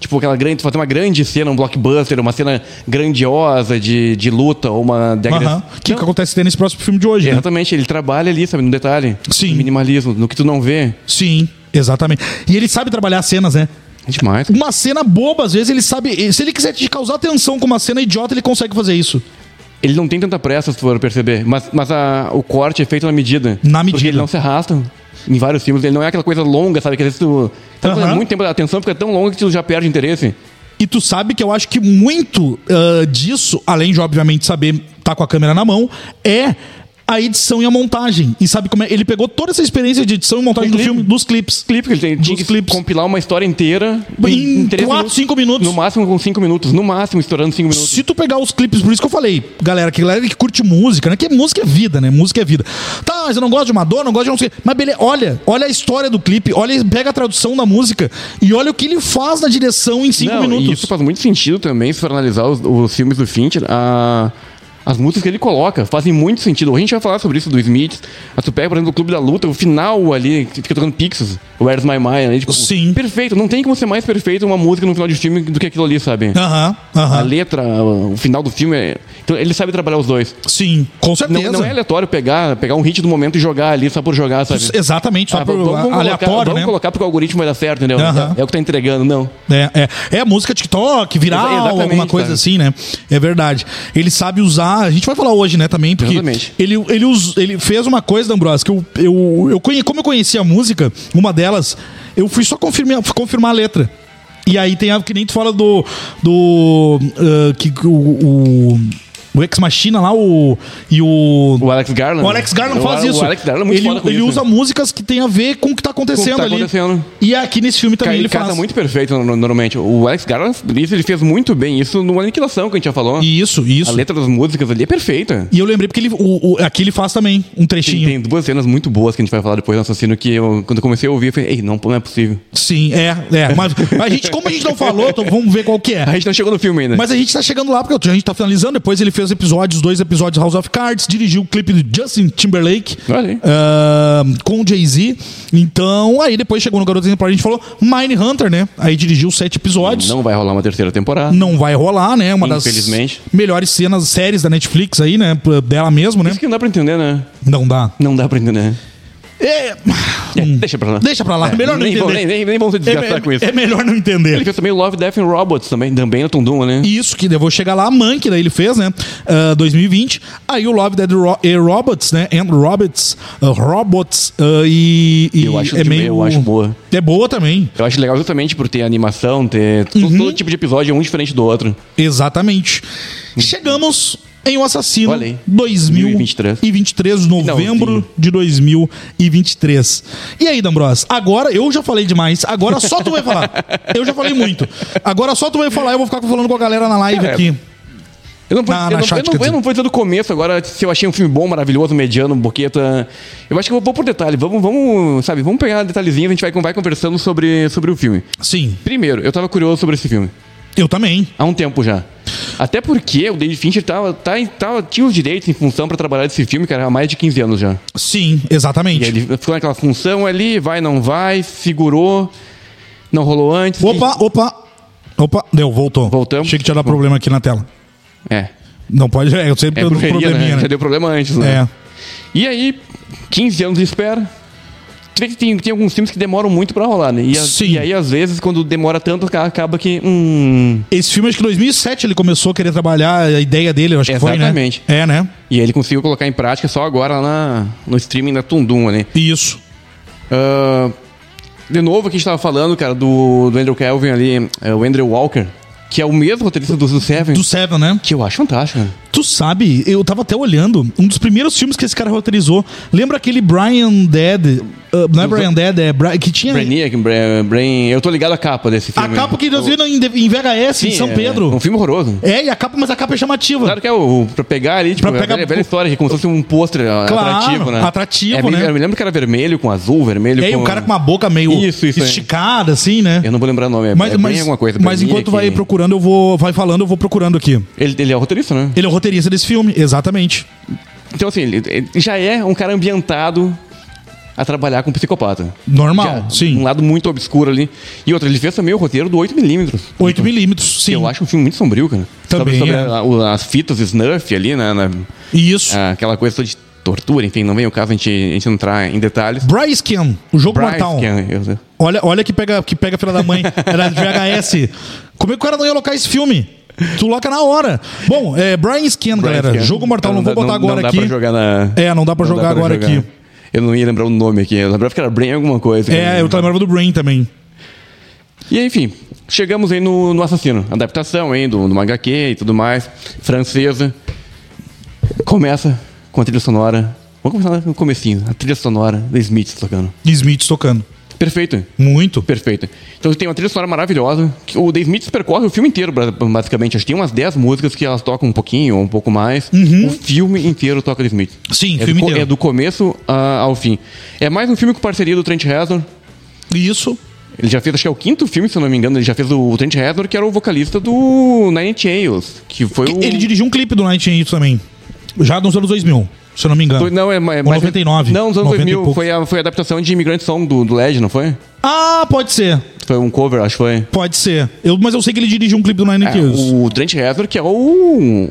[SPEAKER 1] tipo, aquela grande, fazer uma grande cena, um blockbuster, uma cena grandiosa de, de luta ou uma degradação.
[SPEAKER 2] Aham. Que acontece nesse próximo filme de hoje, né?
[SPEAKER 1] Exatamente, ele trabalha ali, sabe, no detalhe.
[SPEAKER 2] Sim.
[SPEAKER 1] No minimalismo, no que tu não vê.
[SPEAKER 2] Sim, exatamente. E ele sabe trabalhar as cenas, né?
[SPEAKER 1] É demais.
[SPEAKER 2] Uma cena boba, às vezes, ele sabe. Se ele quiser te causar atenção com uma cena idiota, ele consegue fazer isso.
[SPEAKER 1] Ele não tem tanta pressa, se tu for perceber, mas, mas a- o corte é feito na medida.
[SPEAKER 2] Na medida.
[SPEAKER 1] Porque ele não se arrasta em vários filmes, ele não é aquela coisa longa, sabe? Que às vezes tu. Tá
[SPEAKER 2] Aham.
[SPEAKER 1] muito tempo, a atenção fica tão longa que tu já perde interesse.
[SPEAKER 2] E tu sabe que eu acho que muito ah, disso, além de, obviamente, saber tá com a câmera na mão, é a edição e a montagem. E sabe como é? Ele pegou toda essa experiência de edição e montagem
[SPEAKER 1] Do
[SPEAKER 2] do
[SPEAKER 1] clipe.
[SPEAKER 2] filme, dos clipes.
[SPEAKER 1] Clipe que ele tem, tinha
[SPEAKER 2] Dos
[SPEAKER 1] que
[SPEAKER 2] clipes.
[SPEAKER 1] compilar uma história inteira
[SPEAKER 2] Em quatro, cinco minutos.
[SPEAKER 1] No máximo com cinco minutos. No máximo, estourando cinco minutos.
[SPEAKER 2] Se tu pegar os clipes, por isso que eu falei, galera, que galera que curte música, né? Que música é vida, né? Música é vida. Tá, mas eu não gosto de Madonna, não gosto de não sei. o quê. Mas beleza, olha, olha a história do clipe, olha, pega a tradução da música e olha o que ele faz na direção em cinco
[SPEAKER 1] Não,
[SPEAKER 2] minutos.
[SPEAKER 1] E isso faz muito sentido também, se for analisar os, os filmes do Fincher, a- as músicas que ele coloca fazem muito sentido. A gente vai falar sobre isso do Smith. A tu pega, por exemplo, o Clube da Luta, o final ali, que fica tocando Pixies, Where's My Mind, né? Tipo,
[SPEAKER 2] Sim.
[SPEAKER 1] Perfeito. Não tem como ser mais perfeito uma música no final de filme do que aquilo ali, sabe?
[SPEAKER 2] Aham,
[SPEAKER 1] A
[SPEAKER 2] aham.
[SPEAKER 1] letra, o final do filme. é- Então, ele sabe trabalhar os dois.
[SPEAKER 2] Sim, com certeza.
[SPEAKER 1] Não, não é aleatório pegar, pegar um hit do momento e jogar ali só por jogar, sabe?
[SPEAKER 2] Exatamente, só
[SPEAKER 1] Ah,
[SPEAKER 2] por
[SPEAKER 1] vamos, vamos colocar,
[SPEAKER 2] aleatório,
[SPEAKER 1] vamos
[SPEAKER 2] né?
[SPEAKER 1] colocar porque o algoritmo vai dar certo, entendeu?
[SPEAKER 2] Aham.
[SPEAKER 1] É o que tá entregando, não.
[SPEAKER 2] É, é, é música TikTok,
[SPEAKER 1] Exa-
[SPEAKER 2] viral,
[SPEAKER 1] exatamente,
[SPEAKER 2] alguma coisa
[SPEAKER 1] cara.
[SPEAKER 2] assim, né? É verdade. Ele sabe usar. A gente vai falar hoje, né, também, porque
[SPEAKER 1] Exatamente.
[SPEAKER 2] ele, ele, us- ele fez uma coisa, D'Ambrosio, que eu, eu, eu conhe- como eu conhecia a música, uma delas, eu fui só confirmar, confirmar a letra. E aí tem algo que nem tu fala do. do. ah, que, o, o, o Ex Machina lá, o. E o.
[SPEAKER 1] O Alex Garland.
[SPEAKER 2] O Alex Garland
[SPEAKER 1] O
[SPEAKER 2] faz
[SPEAKER 1] Al-
[SPEAKER 2] isso.
[SPEAKER 1] O Alex Garland é muito
[SPEAKER 2] ele
[SPEAKER 1] foda com
[SPEAKER 2] ele
[SPEAKER 1] isso.
[SPEAKER 2] usa músicas que tem a ver com o que tá acontecendo
[SPEAKER 1] tá
[SPEAKER 2] ali.
[SPEAKER 1] acontecendo.
[SPEAKER 2] E é aqui nesse filme também
[SPEAKER 1] Cara,
[SPEAKER 2] ele
[SPEAKER 1] ele casa
[SPEAKER 2] faz.
[SPEAKER 1] muito perfeito no- normalmente. O Alex Garland, isso ele fez muito bem. Isso numa aniquilação que a gente já falou.
[SPEAKER 2] Isso, isso.
[SPEAKER 1] A letra das músicas ali é perfeita.
[SPEAKER 2] E eu lembrei porque ele, o, o- aqui ele faz também um
[SPEAKER 1] Tem,
[SPEAKER 2] trechinho.
[SPEAKER 1] tem duas cenas muito boas que a gente vai falar depois do assassino que eu, quando eu comecei a ouvir, eu falei, ei, não, não é possível.
[SPEAKER 2] Sim, é, é. Mas a gente, como a gente não falou, então vamos ver qual que é.
[SPEAKER 1] A gente não chegou no filme ainda.
[SPEAKER 2] Mas a gente tá chegando lá, porque a gente tá finalizando. Depois ele fez episódios, dois episódios de House of Cards, dirigiu o clipe do Justin Timberlake
[SPEAKER 1] Olha aí.
[SPEAKER 2] ah, com o Jay-Z. Então, aí depois chegou no Garoto Exemplar, a gente falou Mine Hunter, né? Aí dirigiu sete episódios.
[SPEAKER 1] Não vai rolar uma terceira temporada.
[SPEAKER 2] Não vai rolar, né? Uma
[SPEAKER 1] Infelizmente.
[SPEAKER 2] das melhores cenas, séries da Netflix aí, né? Dela mesmo, né?
[SPEAKER 1] Isso que não dá pra entender, né?
[SPEAKER 2] Não dá.
[SPEAKER 1] Não dá pra entender.
[SPEAKER 2] É,
[SPEAKER 1] É, deixa pra lá.
[SPEAKER 2] deixa pra lá, é melhor não
[SPEAKER 1] nem, vão,
[SPEAKER 2] entender.
[SPEAKER 1] nem, nem, nem vão se
[SPEAKER 2] É,
[SPEAKER 1] desgastar
[SPEAKER 2] me-
[SPEAKER 1] com isso.
[SPEAKER 2] é melhor não entender.
[SPEAKER 1] Ele fez também Love, Death and Robots também, também no Tunduma, né?
[SPEAKER 2] Isso, que eu vou chegar lá, a Man, que daí ele fez, né? Ah, 2020. Aí o Love Dead Ro e Robots, né? And Robots. ah, robots. ah, e, e
[SPEAKER 1] Eu acho
[SPEAKER 2] é
[SPEAKER 1] que-
[SPEAKER 2] meio.
[SPEAKER 1] eu acho boa.
[SPEAKER 2] É boa também.
[SPEAKER 1] Eu acho legal justamente por ter animação, ter t- todo tipo de episódio, um diferente do outro.
[SPEAKER 2] Exatamente. Chegamos em O Assassino
[SPEAKER 1] Hum. Olha aí.
[SPEAKER 2] 2023.
[SPEAKER 1] 2023.
[SPEAKER 2] de novembro
[SPEAKER 1] Finalzinho.
[SPEAKER 2] de 2023. E aí, D'Ambros? Agora eu já falei demais. Agora só tu vai falar. Eu já falei muito. Agora só tu vai falar. Eu vou ficar falando com a galera na live
[SPEAKER 1] É.
[SPEAKER 2] aqui.
[SPEAKER 1] Eu não, vou,
[SPEAKER 2] Na-
[SPEAKER 1] eu,
[SPEAKER 2] na
[SPEAKER 1] não,
[SPEAKER 2] chat,
[SPEAKER 1] eu, não,
[SPEAKER 2] quer
[SPEAKER 1] eu
[SPEAKER 2] dizer.
[SPEAKER 1] não vou dizer do começo agora se eu achei um filme bom, maravilhoso, mediano, boqueta. Eu acho que eu vou por detalhe. Vamos, vamos sabe, vamos pegar detalhezinhos, a gente vai, vai conversando sobre, sobre o filme.
[SPEAKER 2] Sim,
[SPEAKER 1] Primeiro, eu tava curioso sobre esse filme.
[SPEAKER 2] eu também.
[SPEAKER 1] Há um tempo já. Até porque o David Fincher tava, tá, tava, tinha os direitos em função pra trabalhar esse filme, cara, há mais de 15 anos já.
[SPEAKER 2] Sim,
[SPEAKER 1] E aí
[SPEAKER 2] exatamente.
[SPEAKER 1] ele ficou naquela função ali, vai, não vai, segurou, não rolou antes.
[SPEAKER 2] Opa, opa. Opa, deu, voltou.
[SPEAKER 1] Voltamos.
[SPEAKER 2] Achei que tinha dado problema aqui na tela.
[SPEAKER 1] É.
[SPEAKER 2] Não pode, é, eu sempre
[SPEAKER 1] É
[SPEAKER 2] dou
[SPEAKER 1] bruxeria,
[SPEAKER 2] probleminha,
[SPEAKER 1] né? Já
[SPEAKER 2] né?
[SPEAKER 1] deu problema antes, né?
[SPEAKER 2] É.
[SPEAKER 1] E aí, 15 anos de espera. Tu vê que tem, tem alguns filmes que demoram muito pra rolar, né? E, a-
[SPEAKER 2] Sim.
[SPEAKER 1] e aí, às vezes, quando demora tanto, ca- acaba que. Hum.
[SPEAKER 2] Esse filme, acho que em 2007 ele começou a querer trabalhar a ideia dele, eu acho
[SPEAKER 1] Exatamente.
[SPEAKER 2] que foi, né? É, né?
[SPEAKER 1] E aí ele conseguiu colocar em prática só agora lá na, no streaming da Tundum, né?
[SPEAKER 2] Isso.
[SPEAKER 1] Ah, de novo que a gente tava falando, cara, do, do Andrew Kelvin ali, é, o Andrew Walker, que é o mesmo roteirista do, do Seven,
[SPEAKER 2] Do Seven, né?
[SPEAKER 1] que eu acho fantástico, cara.
[SPEAKER 2] Tu sabe, eu tava até olhando, um dos primeiros filmes que esse cara roteirizou, lembra aquele Brian Dead, uh, não é Brian Dead, é Bri- que tinha...
[SPEAKER 1] Brainiac, Bra- Brain... Eu tô ligado à capa desse
[SPEAKER 2] a
[SPEAKER 1] filme.
[SPEAKER 2] capa que nós vimos em D- em VHS,
[SPEAKER 1] Sim,
[SPEAKER 2] em São
[SPEAKER 1] é,
[SPEAKER 2] Pedro.
[SPEAKER 1] Um filme horroroso.
[SPEAKER 2] É, e a capa, mas a capa é chamativa.
[SPEAKER 1] Claro que é o, pra pegar ali, tipo,
[SPEAKER 2] Pra pegar-
[SPEAKER 1] a velha, velha história, que é como se fosse um pôster atrativo, né?
[SPEAKER 2] atrativo,
[SPEAKER 1] é, meio-
[SPEAKER 2] né?
[SPEAKER 1] Eu me lembro que era vermelho com azul, vermelho
[SPEAKER 2] E aí
[SPEAKER 1] com...
[SPEAKER 2] o cara com uma boca meio
[SPEAKER 1] Isso, isso aí.
[SPEAKER 2] esticada, assim, né?
[SPEAKER 1] Eu não vou lembrar o nome, é,
[SPEAKER 2] Mas,
[SPEAKER 1] é
[SPEAKER 2] mas,
[SPEAKER 1] bem alguma coisa.
[SPEAKER 2] mas
[SPEAKER 1] Brainiac,
[SPEAKER 2] enquanto vai procurando, eu vou. Vai falando, eu vou procurando aqui.
[SPEAKER 1] Ele, ele é o roteirista, né?
[SPEAKER 2] Ele é o roteirista desse filme, exatamente.
[SPEAKER 1] Então, assim, ele, ele já é um cara ambientado a trabalhar com psicopata.
[SPEAKER 2] Normal,
[SPEAKER 1] Já- Um
[SPEAKER 2] sim.
[SPEAKER 1] lado muito obscuro ali. E outra, ele fez também o roteiro do 8mm.
[SPEAKER 2] 8mm, sim.
[SPEAKER 1] Eu acho um filme muito sombrio, cara.
[SPEAKER 2] Também,
[SPEAKER 1] Sobre, sobre
[SPEAKER 2] é.
[SPEAKER 1] a- o- as fitas Snuff ali, né? na-
[SPEAKER 2] Isso.
[SPEAKER 1] ah, aquela coisa toda de tortura, enfim, não vem o caso a gente, a gente entrar em detalhes.
[SPEAKER 2] Bryce Ken, o jogo
[SPEAKER 1] Bryce,
[SPEAKER 2] mortal.
[SPEAKER 1] que é- eu-
[SPEAKER 2] Olha, olha que pega, que pega a filha da mãe. Era de VHS. Como é que o cara não ia alocar esse filme? Tu loca na hora. Bom, é Brian Skin, galera.
[SPEAKER 1] Bryce, que é-
[SPEAKER 2] Jogo Mortal, não,
[SPEAKER 1] dá-
[SPEAKER 2] vou botar agora
[SPEAKER 1] não dá
[SPEAKER 2] aqui.
[SPEAKER 1] Pra jogar na,
[SPEAKER 2] É, não dá pra jogar agora aqui.
[SPEAKER 1] Eu não ia lembrar o nome aqui. Eu lembrava que era Brain alguma coisa. cara.
[SPEAKER 2] É, eu lembrava do Brain também.
[SPEAKER 1] E enfim, chegamos aí no, no Assassino. Adaptação, hein, do, do HQ e tudo mais. Francesa. Começa com a trilha sonora. Vamos começar no comecinho. A trilha sonora da Smith tocando.
[SPEAKER 2] Smith tocando.
[SPEAKER 1] Perfeito.
[SPEAKER 2] Muito.
[SPEAKER 1] Perfeito. Então tem uma trilha sonora maravilhosa. que O The Smiths percorre o filme inteiro, bra- basicamente. Acho que tem umas 10 músicas que elas tocam um pouquinho ou um pouco mais. O filme inteiro toca The Smith.
[SPEAKER 2] Uhum. Sim,
[SPEAKER 1] é
[SPEAKER 2] filme
[SPEAKER 1] do, co-
[SPEAKER 2] inteiro.
[SPEAKER 1] É do começo ah, ao fim. É mais um filme com parceria do Trent Reznor.
[SPEAKER 2] Isso.
[SPEAKER 1] Ele já fez, acho que é o quinto filme, se eu não me engano. Ele já fez o, o Trent Reznor, que era o vocalista do Nine Inch Nails. Que foi o...
[SPEAKER 2] Ele dirigiu um clipe do Night Inch também. Já nos anos 2000, se eu não me engano.
[SPEAKER 1] Foi- Não, é, ma- é
[SPEAKER 2] Ou
[SPEAKER 1] mais-
[SPEAKER 2] 99,
[SPEAKER 1] Não, nos anos
[SPEAKER 2] 90 e
[SPEAKER 1] 2000.
[SPEAKER 2] poucos.
[SPEAKER 1] Foi a, foi a adaptação de Immigrant Song do, do Led, não foi?
[SPEAKER 2] Ah, pode ser.
[SPEAKER 1] Foi um cover, acho que foi.
[SPEAKER 2] Pode ser. Eu, mas eu sei que ele dirigiu um clipe do Nine Inch
[SPEAKER 1] É,
[SPEAKER 2] Nails.
[SPEAKER 1] o Trent Reznor, que é o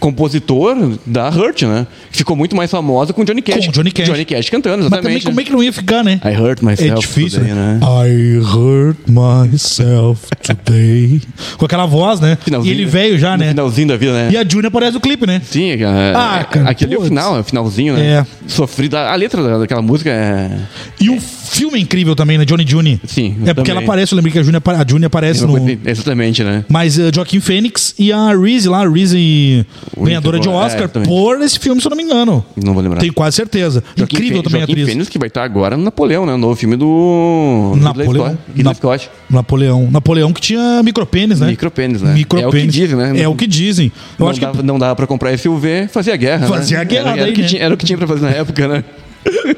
[SPEAKER 1] compositor da Hurt, né? Ficou muito mais famosa com o Johnny Cash.
[SPEAKER 2] Com o Johnny Cash.
[SPEAKER 1] Johnny Cash cantando,
[SPEAKER 2] Mas também
[SPEAKER 1] exatamente.
[SPEAKER 2] como é que não ia ficar, né?
[SPEAKER 1] I Hurt
[SPEAKER 2] É
[SPEAKER 1] Myself.
[SPEAKER 2] difícil,
[SPEAKER 1] today,
[SPEAKER 2] né? I hurt myself today. Com aquela voz, né?
[SPEAKER 1] Finalzinho,
[SPEAKER 2] e ele
[SPEAKER 1] né?
[SPEAKER 2] veio já,
[SPEAKER 1] No
[SPEAKER 2] né?
[SPEAKER 1] Finalzinho da vida, né?
[SPEAKER 2] E a Junior aparece no clipe, né?
[SPEAKER 1] Sim, é, é,
[SPEAKER 2] Ah, cara,
[SPEAKER 1] aquele é o
[SPEAKER 2] putz.
[SPEAKER 1] final, é o finalzinho, né? Sofrido. A a letra da- daquela música é.
[SPEAKER 2] E o filme é incrível também, né? Johnny Juni.
[SPEAKER 1] Sim,
[SPEAKER 2] É porque
[SPEAKER 1] também.
[SPEAKER 2] ela aparece, eu lembrei que a Junior, apa- a Junior aparece no...
[SPEAKER 1] Exatamente, né?
[SPEAKER 2] Mas eh, Joaquim Fênix e a Reese lá, a Reese ganhadora de
[SPEAKER 1] é,
[SPEAKER 2] Oscar,
[SPEAKER 1] também.
[SPEAKER 2] por esse filme, se eu não me engano.
[SPEAKER 1] Não vou lembrar.
[SPEAKER 2] Tenho quase certeza.
[SPEAKER 1] Joaquim
[SPEAKER 2] Incrível
[SPEAKER 1] Fe-
[SPEAKER 2] também a
[SPEAKER 1] Joaquim
[SPEAKER 2] atriz.
[SPEAKER 1] Fênix, que vai estar agora no Napoleão, né? O novo filme do. Ridley
[SPEAKER 2] Napoleão.
[SPEAKER 1] Scott. Ridley
[SPEAKER 2] Na-
[SPEAKER 1] Scott.
[SPEAKER 2] Napoleão. Napoleão que tinha micropênis, né?
[SPEAKER 1] Micropênis, né?
[SPEAKER 2] Micropênis.
[SPEAKER 1] É o que dizem, né?
[SPEAKER 2] É o que dizem. Eu
[SPEAKER 1] não,
[SPEAKER 2] acho
[SPEAKER 1] dava,
[SPEAKER 2] que
[SPEAKER 1] não dava pra comprar SUV, fazia guerra. né?
[SPEAKER 2] Fazia guerra
[SPEAKER 1] Era, era,
[SPEAKER 2] daí,
[SPEAKER 1] o que
[SPEAKER 2] né?
[SPEAKER 1] tinha, era o que tinha pra fazer na época, né?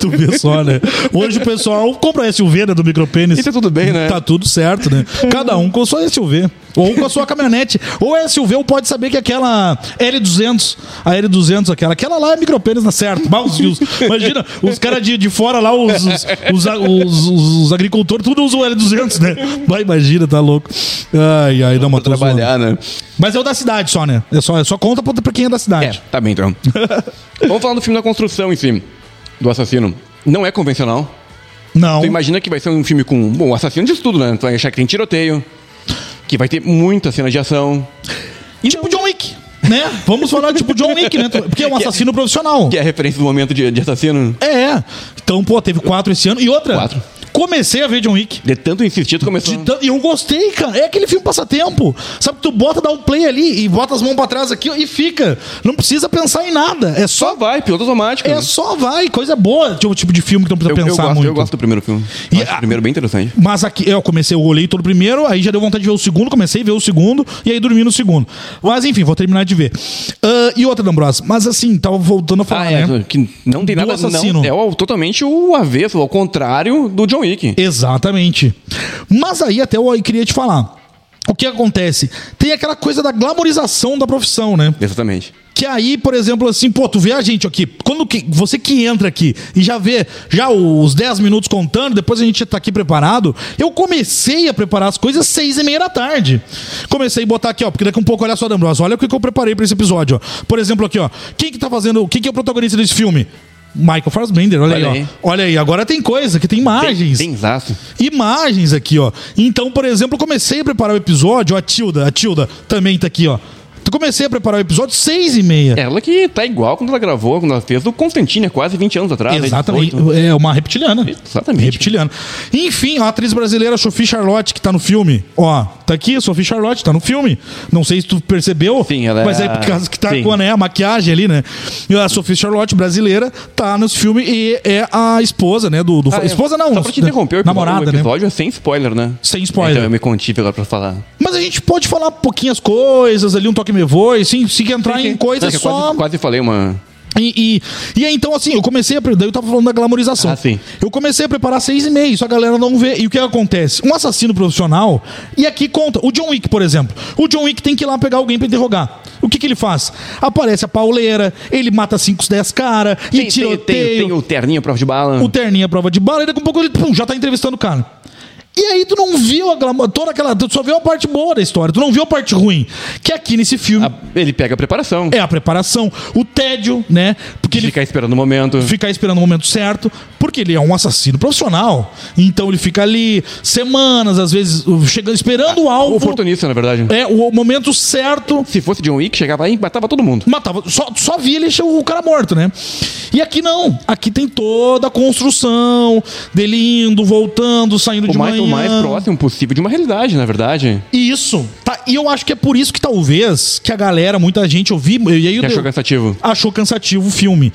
[SPEAKER 2] tu vê só, né? Hoje o pessoal compra SUV né, do micropênis.
[SPEAKER 1] E tá tudo bem, né?
[SPEAKER 2] Tá tudo certo, né? Cada um com a sua SUV. Ou com a sua caminhonete. Ou SUV, ou pode saber que aquela L200, a L200 aquela, aquela lá é micropênis, na certa. Mas os- os- Imagina, os caras de, de fora lá, os, os, os, os- os- os agricultores, tudo usam L200, né? Vai, imagina, tá louco. Ai, ai, dá uma tô zoando.
[SPEAKER 1] Trabalhar, né?
[SPEAKER 2] Mas é o da cidade só, né? É só, é só conta pra, pra quem é da
[SPEAKER 1] É,
[SPEAKER 2] cidade.
[SPEAKER 1] tá bem então. Vamos falar do filme da construção em si, do assassino. Não é convencional.
[SPEAKER 2] Não.
[SPEAKER 1] É. Tu imagina que vai ser um filme com. Bom, assassino de tudo, né? Tu vai achar que tem tiroteio, que vai ter muita cena de ação.
[SPEAKER 2] Tipo John Wick, né? Vamos falar tipo John Wick, né? Porque é um assassino profissional.
[SPEAKER 1] Que é a referência do momento de, de assassino.
[SPEAKER 2] É. Então, pô, teve quatro esse ano. E outra,
[SPEAKER 1] Quatro.
[SPEAKER 2] comecei a ver John Wick.
[SPEAKER 1] De tanto insistir, tu começou.
[SPEAKER 2] De tan- E eu gostei, cara. É aquele filme passatempo. Sabe, tu bota, dá um play ali e bota as mãos pra trás aqui ó, e fica. Não precisa pensar em nada. É
[SPEAKER 1] Só
[SPEAKER 2] só,
[SPEAKER 1] vai, piloto automático.
[SPEAKER 2] é só vai. Coisa boa. Tipo, tipo de filme que não
[SPEAKER 1] eu,
[SPEAKER 2] precisa
[SPEAKER 1] eu
[SPEAKER 2] pensar
[SPEAKER 1] gosto,
[SPEAKER 2] muito.
[SPEAKER 1] eu gosto do primeiro filme.
[SPEAKER 2] E
[SPEAKER 1] Eu acho
[SPEAKER 2] a-
[SPEAKER 1] o primeiro bem interessante.
[SPEAKER 2] Mas aqui, eu comecei, eu olhei todo o primeiro, aí já deu vontade de ver o segundo, comecei a ver o segundo, e aí dormi no segundo. Mas enfim, vou terminar de ver. Ah, e outra, D'Ambrosio, mas assim, tava voltando a falar,
[SPEAKER 1] Ah, é,
[SPEAKER 2] né?
[SPEAKER 1] que não tem
[SPEAKER 2] Do
[SPEAKER 1] nada
[SPEAKER 2] assassino.
[SPEAKER 1] Não, é o- totalmente o avesso, ao contrário do John Wick.
[SPEAKER 2] Exatamente. Mas aí até eu queria te falar. O que acontece? Tem aquela coisa da glamorização da profissão, né?
[SPEAKER 1] Exatamente.
[SPEAKER 2] Que aí, por exemplo, assim, pô, tu vê a gente aqui. Quando que, você que entra aqui e já vê já os 10 minutos contando, depois a gente tá aqui preparado. Eu comecei a preparar as coisas às 6 e meia da tarde. Comecei a botar aqui, ó, porque daqui a um pouco, olha só, D'Ambrosio, olha o que, que eu preparei pra esse episódio, ó. Por exemplo, aqui, ó, quem que tá fazendo, quem que é o protagonista desse filme? Michael Fassbender, olha,
[SPEAKER 1] Olha
[SPEAKER 2] aí,
[SPEAKER 1] aí.
[SPEAKER 2] ó. Olha aí, agora tem coisa, que tem imagens
[SPEAKER 1] Tem zaço.
[SPEAKER 2] imagens aqui, ó. Então, por exemplo, eu comecei a preparar o episódio, ó, a Tilda, a Tilda também tá aqui, ó. Eu comecei a preparar o episódio seis e meia.
[SPEAKER 1] Ela que tá igual quando ela gravou, quando ela fez do Constantine, há quase 20 anos atrás. né?
[SPEAKER 2] Exatamente.
[SPEAKER 1] 18.
[SPEAKER 2] É uma reptiliana.
[SPEAKER 1] Exatamente.
[SPEAKER 2] Reptiliana. Enfim, a atriz brasileira Sophie Charlotte, que tá no filme. Ó, tá aqui, a Sophie Charlotte, tá no filme. Não sei se tu percebeu.
[SPEAKER 1] Sim, ela é
[SPEAKER 2] Mas é
[SPEAKER 1] a-
[SPEAKER 2] por causa que tá
[SPEAKER 1] Sim.
[SPEAKER 2] com né, a maquiagem ali, né? E a Sophie Charlotte, brasileira, tá nos filmes e é a esposa, né? Do, do-
[SPEAKER 1] Ah, é.
[SPEAKER 2] esposa não. né,
[SPEAKER 1] Só pra te interromper, o episódio,
[SPEAKER 2] namorada,
[SPEAKER 1] o
[SPEAKER 2] né?
[SPEAKER 1] episódio é sem spoiler, né?
[SPEAKER 2] Sem spoiler.
[SPEAKER 1] Então eu me contive agora pra falar.
[SPEAKER 2] Mas a gente pode falar pouquinhas coisas ali, um toque me voe, sim, se que entrar Tá em
[SPEAKER 1] Não,
[SPEAKER 2] coisas
[SPEAKER 1] É que eu
[SPEAKER 2] só.
[SPEAKER 1] Quase, quase falei uma...
[SPEAKER 2] E, e, e aí, então, assim, eu comecei a. pre- Daí eu tava falando da glamorização.
[SPEAKER 1] Ah, sim.
[SPEAKER 2] Eu comecei a preparar seis e meio, só a galera não vê. E o que acontece? Um assassino profissional, e aqui conta, o John Wick, por exemplo. O John Wick tem que ir lá pegar alguém pra interrogar. O que que ele faz? Aparece a pauleira, ele mata 5, 10 cara, e
[SPEAKER 1] tem, tem, tem
[SPEAKER 2] tiroteio,
[SPEAKER 1] o terninho, prova de bala.
[SPEAKER 2] o terninho à prova de bala, e daqui a pouco ele pum, já tá entrevistando o cara. E aí tu não viu a glamour, toda aquela. Tu só viu a parte boa da história, tu não viu a parte ruim. Que aqui nesse filme
[SPEAKER 1] A- ele pega a preparação.
[SPEAKER 2] é a preparação, o tédio, né? Porque
[SPEAKER 1] de
[SPEAKER 2] ele
[SPEAKER 1] ficar esperando o momento.
[SPEAKER 2] ficar esperando o momento certo, porque ele é um assassino profissional. Então ele fica ali semanas, às vezes, chegando, esperando o
[SPEAKER 1] O
[SPEAKER 2] alvo.
[SPEAKER 1] oportunista, na verdade.
[SPEAKER 2] É, o momento certo.
[SPEAKER 1] Se fosse John Wick, chegava aí e matava todo mundo.
[SPEAKER 2] Matava, só, só via ele deixa o cara morto, né? E aqui não. Aqui tem toda a construção dele indo, voltando, saindo de
[SPEAKER 1] O mais,
[SPEAKER 2] manhã.
[SPEAKER 1] o mais próximo possível de uma realidade, na verdade.
[SPEAKER 2] Isso. Tá, e eu acho que é por isso que talvez que a galera, muita gente, eu vi. E aí eu
[SPEAKER 1] Que achou
[SPEAKER 2] dei-
[SPEAKER 1] cansativo.
[SPEAKER 2] achou cansativo o filme.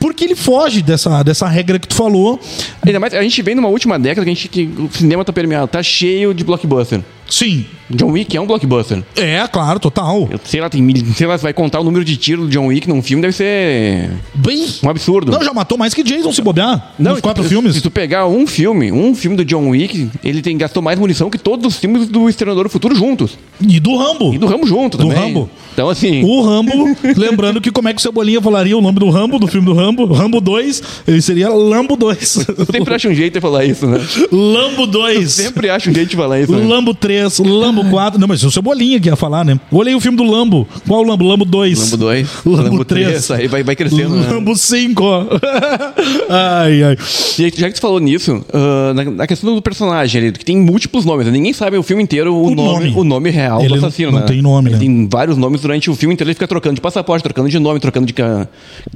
[SPEAKER 2] Porque ele foge dessa, dessa regra que tu falou.
[SPEAKER 1] Ainda mais, a gente vem numa última década que, a gente, que o cinema tá permeado, tá cheio de blockbuster.
[SPEAKER 2] Sim.
[SPEAKER 1] John Wick é um blockbuster.
[SPEAKER 2] É, claro, total.
[SPEAKER 1] Eu sei lá, tem mil- sei lá, se vai contar o número de tiro do John Wick num filme, deve ser
[SPEAKER 2] Bem.
[SPEAKER 1] um absurdo.
[SPEAKER 2] Não, já matou mais que Jason se bobear. nos
[SPEAKER 1] se-
[SPEAKER 2] quatro
[SPEAKER 1] se,
[SPEAKER 2] filmes.
[SPEAKER 1] Se tu pegar um filme, um filme do John Wick, ele tem, gastou mais munição que todos os filmes do Estrenador do Futuro juntos.
[SPEAKER 2] E do Rambo.
[SPEAKER 1] E do Rambo junto
[SPEAKER 2] Do
[SPEAKER 1] também.
[SPEAKER 2] Rambo.
[SPEAKER 1] Então, assim.
[SPEAKER 2] O Rambo, lembrando que como é que o Cebolinha falaria o nome do Rambo, do filme do Rambo? Rambo 2, ele seria Lambo 2.
[SPEAKER 1] Eu sempre acho um jeito de falar isso, né?
[SPEAKER 2] Lambo 2.
[SPEAKER 1] Sempre acho um jeito de falar isso. Né?
[SPEAKER 2] Lambo 3, Lambo 4. Não, mas o Cebolinha que ia falar, né? Olhei o filme do Lambo. Qual o Lambo? Lambo 2.
[SPEAKER 1] Lambo 2,
[SPEAKER 2] Lambo
[SPEAKER 1] Lambo
[SPEAKER 2] 3.
[SPEAKER 1] 3, aí vai- vai crescendo, né?
[SPEAKER 2] Lambo 5. ai, ai.
[SPEAKER 1] E aí, já que tu falou nisso, ah, na, na questão do personagem ali, que tem múltiplos nomes, né? ninguém sabe o filme inteiro o,
[SPEAKER 2] O
[SPEAKER 1] nome,
[SPEAKER 2] nome.
[SPEAKER 1] o nome real
[SPEAKER 2] Ele
[SPEAKER 1] do
[SPEAKER 2] não-
[SPEAKER 1] assassino,
[SPEAKER 2] não
[SPEAKER 1] né?
[SPEAKER 2] tem nome,
[SPEAKER 1] Ele
[SPEAKER 2] né?
[SPEAKER 1] Tem vários nomes durante o filme inteiro, ele fica trocando de passaporte, trocando de nome, trocando de ca-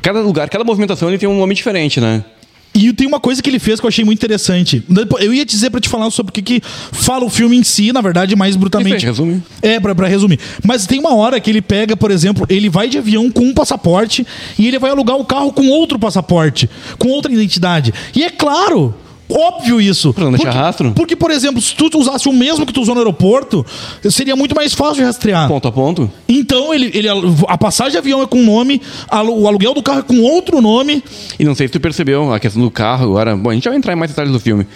[SPEAKER 1] cada lugar, cada movimentação ele tem um nome diferente, né?
[SPEAKER 2] E tem uma coisa que ele fez que eu achei muito interessante. Eu ia dizer pra te falar sobre o que, que fala o filme em si, na verdade, mais
[SPEAKER 1] Isso
[SPEAKER 2] brutamente.
[SPEAKER 1] aí, resume.
[SPEAKER 2] É, pra, pra resumir. Mas tem uma hora que ele pega, por exemplo, ele vai de avião com um passaporte e ele vai alugar o carro com outro passaporte, com outra identidade. E é claro. Óbvio isso.
[SPEAKER 1] Pra não deixar rastro.
[SPEAKER 2] Porque, por exemplo, se tu usasse o mesmo que tu usou no aeroporto, seria muito mais fácil de rastrear.
[SPEAKER 1] Ponto a ponto.
[SPEAKER 2] Então, ele, ele, a passagem de avião é com um nome, a- o aluguel do carro é com outro nome.
[SPEAKER 1] E não sei se tu percebeu a questão do carro agora. Bom, a gente já vai entrar em mais detalhes do filme.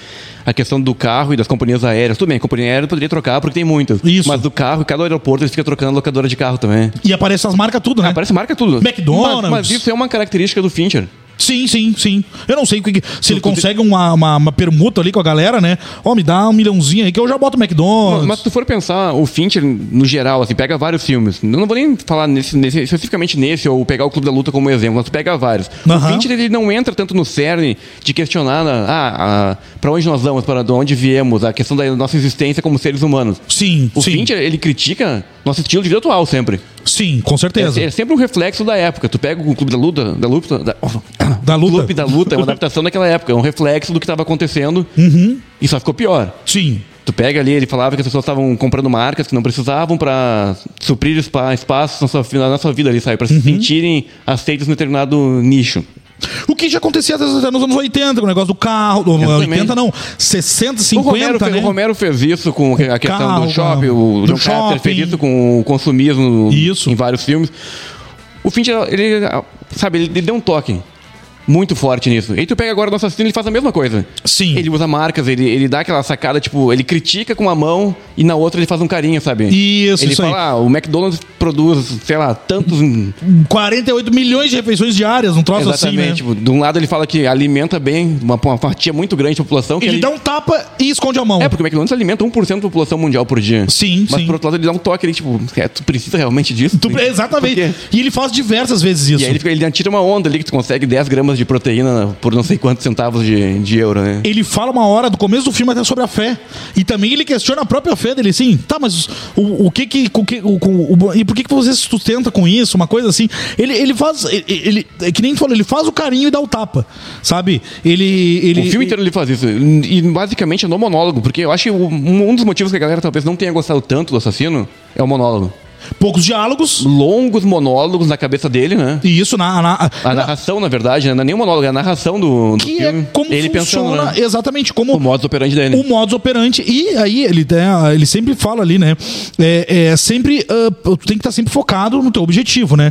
[SPEAKER 1] A questão do carro e das companhias aéreas. Tudo bem, a companhia aérea poderia trocar porque tem muitas.
[SPEAKER 2] Isso.
[SPEAKER 1] Mas do carro, cada aeroporto eles ficam trocando a locadora de carro também.
[SPEAKER 2] E aparece as marcas tudo, né?
[SPEAKER 1] Parece marca tudo.
[SPEAKER 2] McDonald's.
[SPEAKER 1] Mas, mas isso é uma característica do Fincher.
[SPEAKER 2] Sim, sim, sim. Eu não sei o que, que- se ele consegue uma, uma, uma permuta ali com a galera, né? Ó, me dá um milhãozinho aí que eu já boto o McDonald's.
[SPEAKER 1] Mas, mas se tu for pensar, o Fincher, no geral, assim, pega vários filmes. Eu não vou nem falar nesse, nesse- especificamente nesse, ou pegar o Clube da Luta como exemplo, mas tu pega vários.
[SPEAKER 2] Aham.
[SPEAKER 1] O Fincher, ele não entra tanto no cerne de questionar na- ah, a- pra onde nós vamos, para de onde viemos, a questão da nossa existência como seres humanos.
[SPEAKER 2] Sim,
[SPEAKER 1] O
[SPEAKER 2] sim.
[SPEAKER 1] Fincher, ele critica nosso estilo de vida atual sempre.
[SPEAKER 2] Sim, com certeza.
[SPEAKER 1] É, é sempre um reflexo da época. Tu pega o Clube da Luta, da Luta, da,
[SPEAKER 2] Da luta.
[SPEAKER 1] Clube da Luta, é uma adaptação daquela época, é um reflexo do que estava acontecendo
[SPEAKER 2] Uhum.
[SPEAKER 1] e só ficou pior.
[SPEAKER 2] Sim.
[SPEAKER 1] Tu pega ali, ele falava que as pessoas estavam comprando marcas que não precisavam para suprir espa- espaços na sua, na sua vida ali, sabe?
[SPEAKER 2] Uhum.
[SPEAKER 1] Para se sentirem aceitos em determinado nicho.
[SPEAKER 2] O que já acontecia às vezes, até nos anos 80, com o negócio do carro. do-
[SPEAKER 1] Exatamente.
[SPEAKER 2] 80 não, 60,
[SPEAKER 1] O
[SPEAKER 2] 50,
[SPEAKER 1] Romero, fez,
[SPEAKER 2] né?
[SPEAKER 1] o Romero fez isso com a questão
[SPEAKER 2] carro,
[SPEAKER 1] do shopping, o
[SPEAKER 2] do
[SPEAKER 1] John Carter fez
[SPEAKER 2] shopping.
[SPEAKER 1] isso com o consumismo
[SPEAKER 2] Isso.
[SPEAKER 1] em vários filmes. O Fincher, ele, sabe, ele, ele deu um toque muito forte nisso. E tu pega agora o nosso assassino, ele faz a mesma coisa.
[SPEAKER 2] Sim.
[SPEAKER 1] Ele usa marcas, ele, ele dá aquela sacada, tipo, ele critica com uma mão e na outra ele faz um carinho, sabe?
[SPEAKER 2] Isso,
[SPEAKER 1] ele
[SPEAKER 2] isso aí.
[SPEAKER 1] fala, ah, o McDonald's produz, sei lá, tantos...
[SPEAKER 2] 48 milhões de refeições diárias, um troço
[SPEAKER 1] Exatamente.
[SPEAKER 2] assim, né?
[SPEAKER 1] tipo, de um lado ele fala que alimenta bem uma, uma fatia muito grande da população. Que
[SPEAKER 2] Ele dá um tapa e esconde a mão.
[SPEAKER 1] É, porque o McDonald's alimenta 1% da população mundial por dia.
[SPEAKER 2] Sim,
[SPEAKER 1] Mas
[SPEAKER 2] sim.
[SPEAKER 1] por outro lado ele dá um toque ali, tipo, é, tu precisa realmente disso?
[SPEAKER 2] Tu-
[SPEAKER 1] Por quê?
[SPEAKER 2] exatamente. E ele faz diversas vezes isso.
[SPEAKER 1] E aí ele, fica- ele tira uma onda ali que tu consegue 10 gramas gramas de proteína por não sei quantos centavos de, de euro, né?
[SPEAKER 2] Ele fala uma hora do começo do filme até sobre a fé. E também ele questiona a própria fé dele, assim, tá, mas o, o que que. com que- o- com o- e por que, que você se sustenta com isso? Uma coisa assim. Ele, ele faz. Ele, ele- é que nem tu falou, ele faz o carinho e dá o tapa. Sabe? Ele. ele
[SPEAKER 1] O filme inteiro ele faz isso. E basicamente é no monólogo, porque eu acho que o- um dos motivos que a galera talvez não tenha gostado tanto do assassino é o monólogo.
[SPEAKER 2] Poucos diálogos.
[SPEAKER 1] Longos monólogos na cabeça dele, né?
[SPEAKER 2] E isso na. na-
[SPEAKER 1] A narração, na verdade, né? não é nem o monólogo, é a narração do, do
[SPEAKER 2] que
[SPEAKER 1] filme.
[SPEAKER 2] é como
[SPEAKER 1] ele
[SPEAKER 2] funciona
[SPEAKER 1] pensando, né?
[SPEAKER 2] exatamente como
[SPEAKER 1] o modus operandi dele.
[SPEAKER 2] o modus operandi. E aí ele, tem a- ele sempre fala ali, né? É, é sempre. ah, tu tem que estar sempre focado no teu objetivo, né?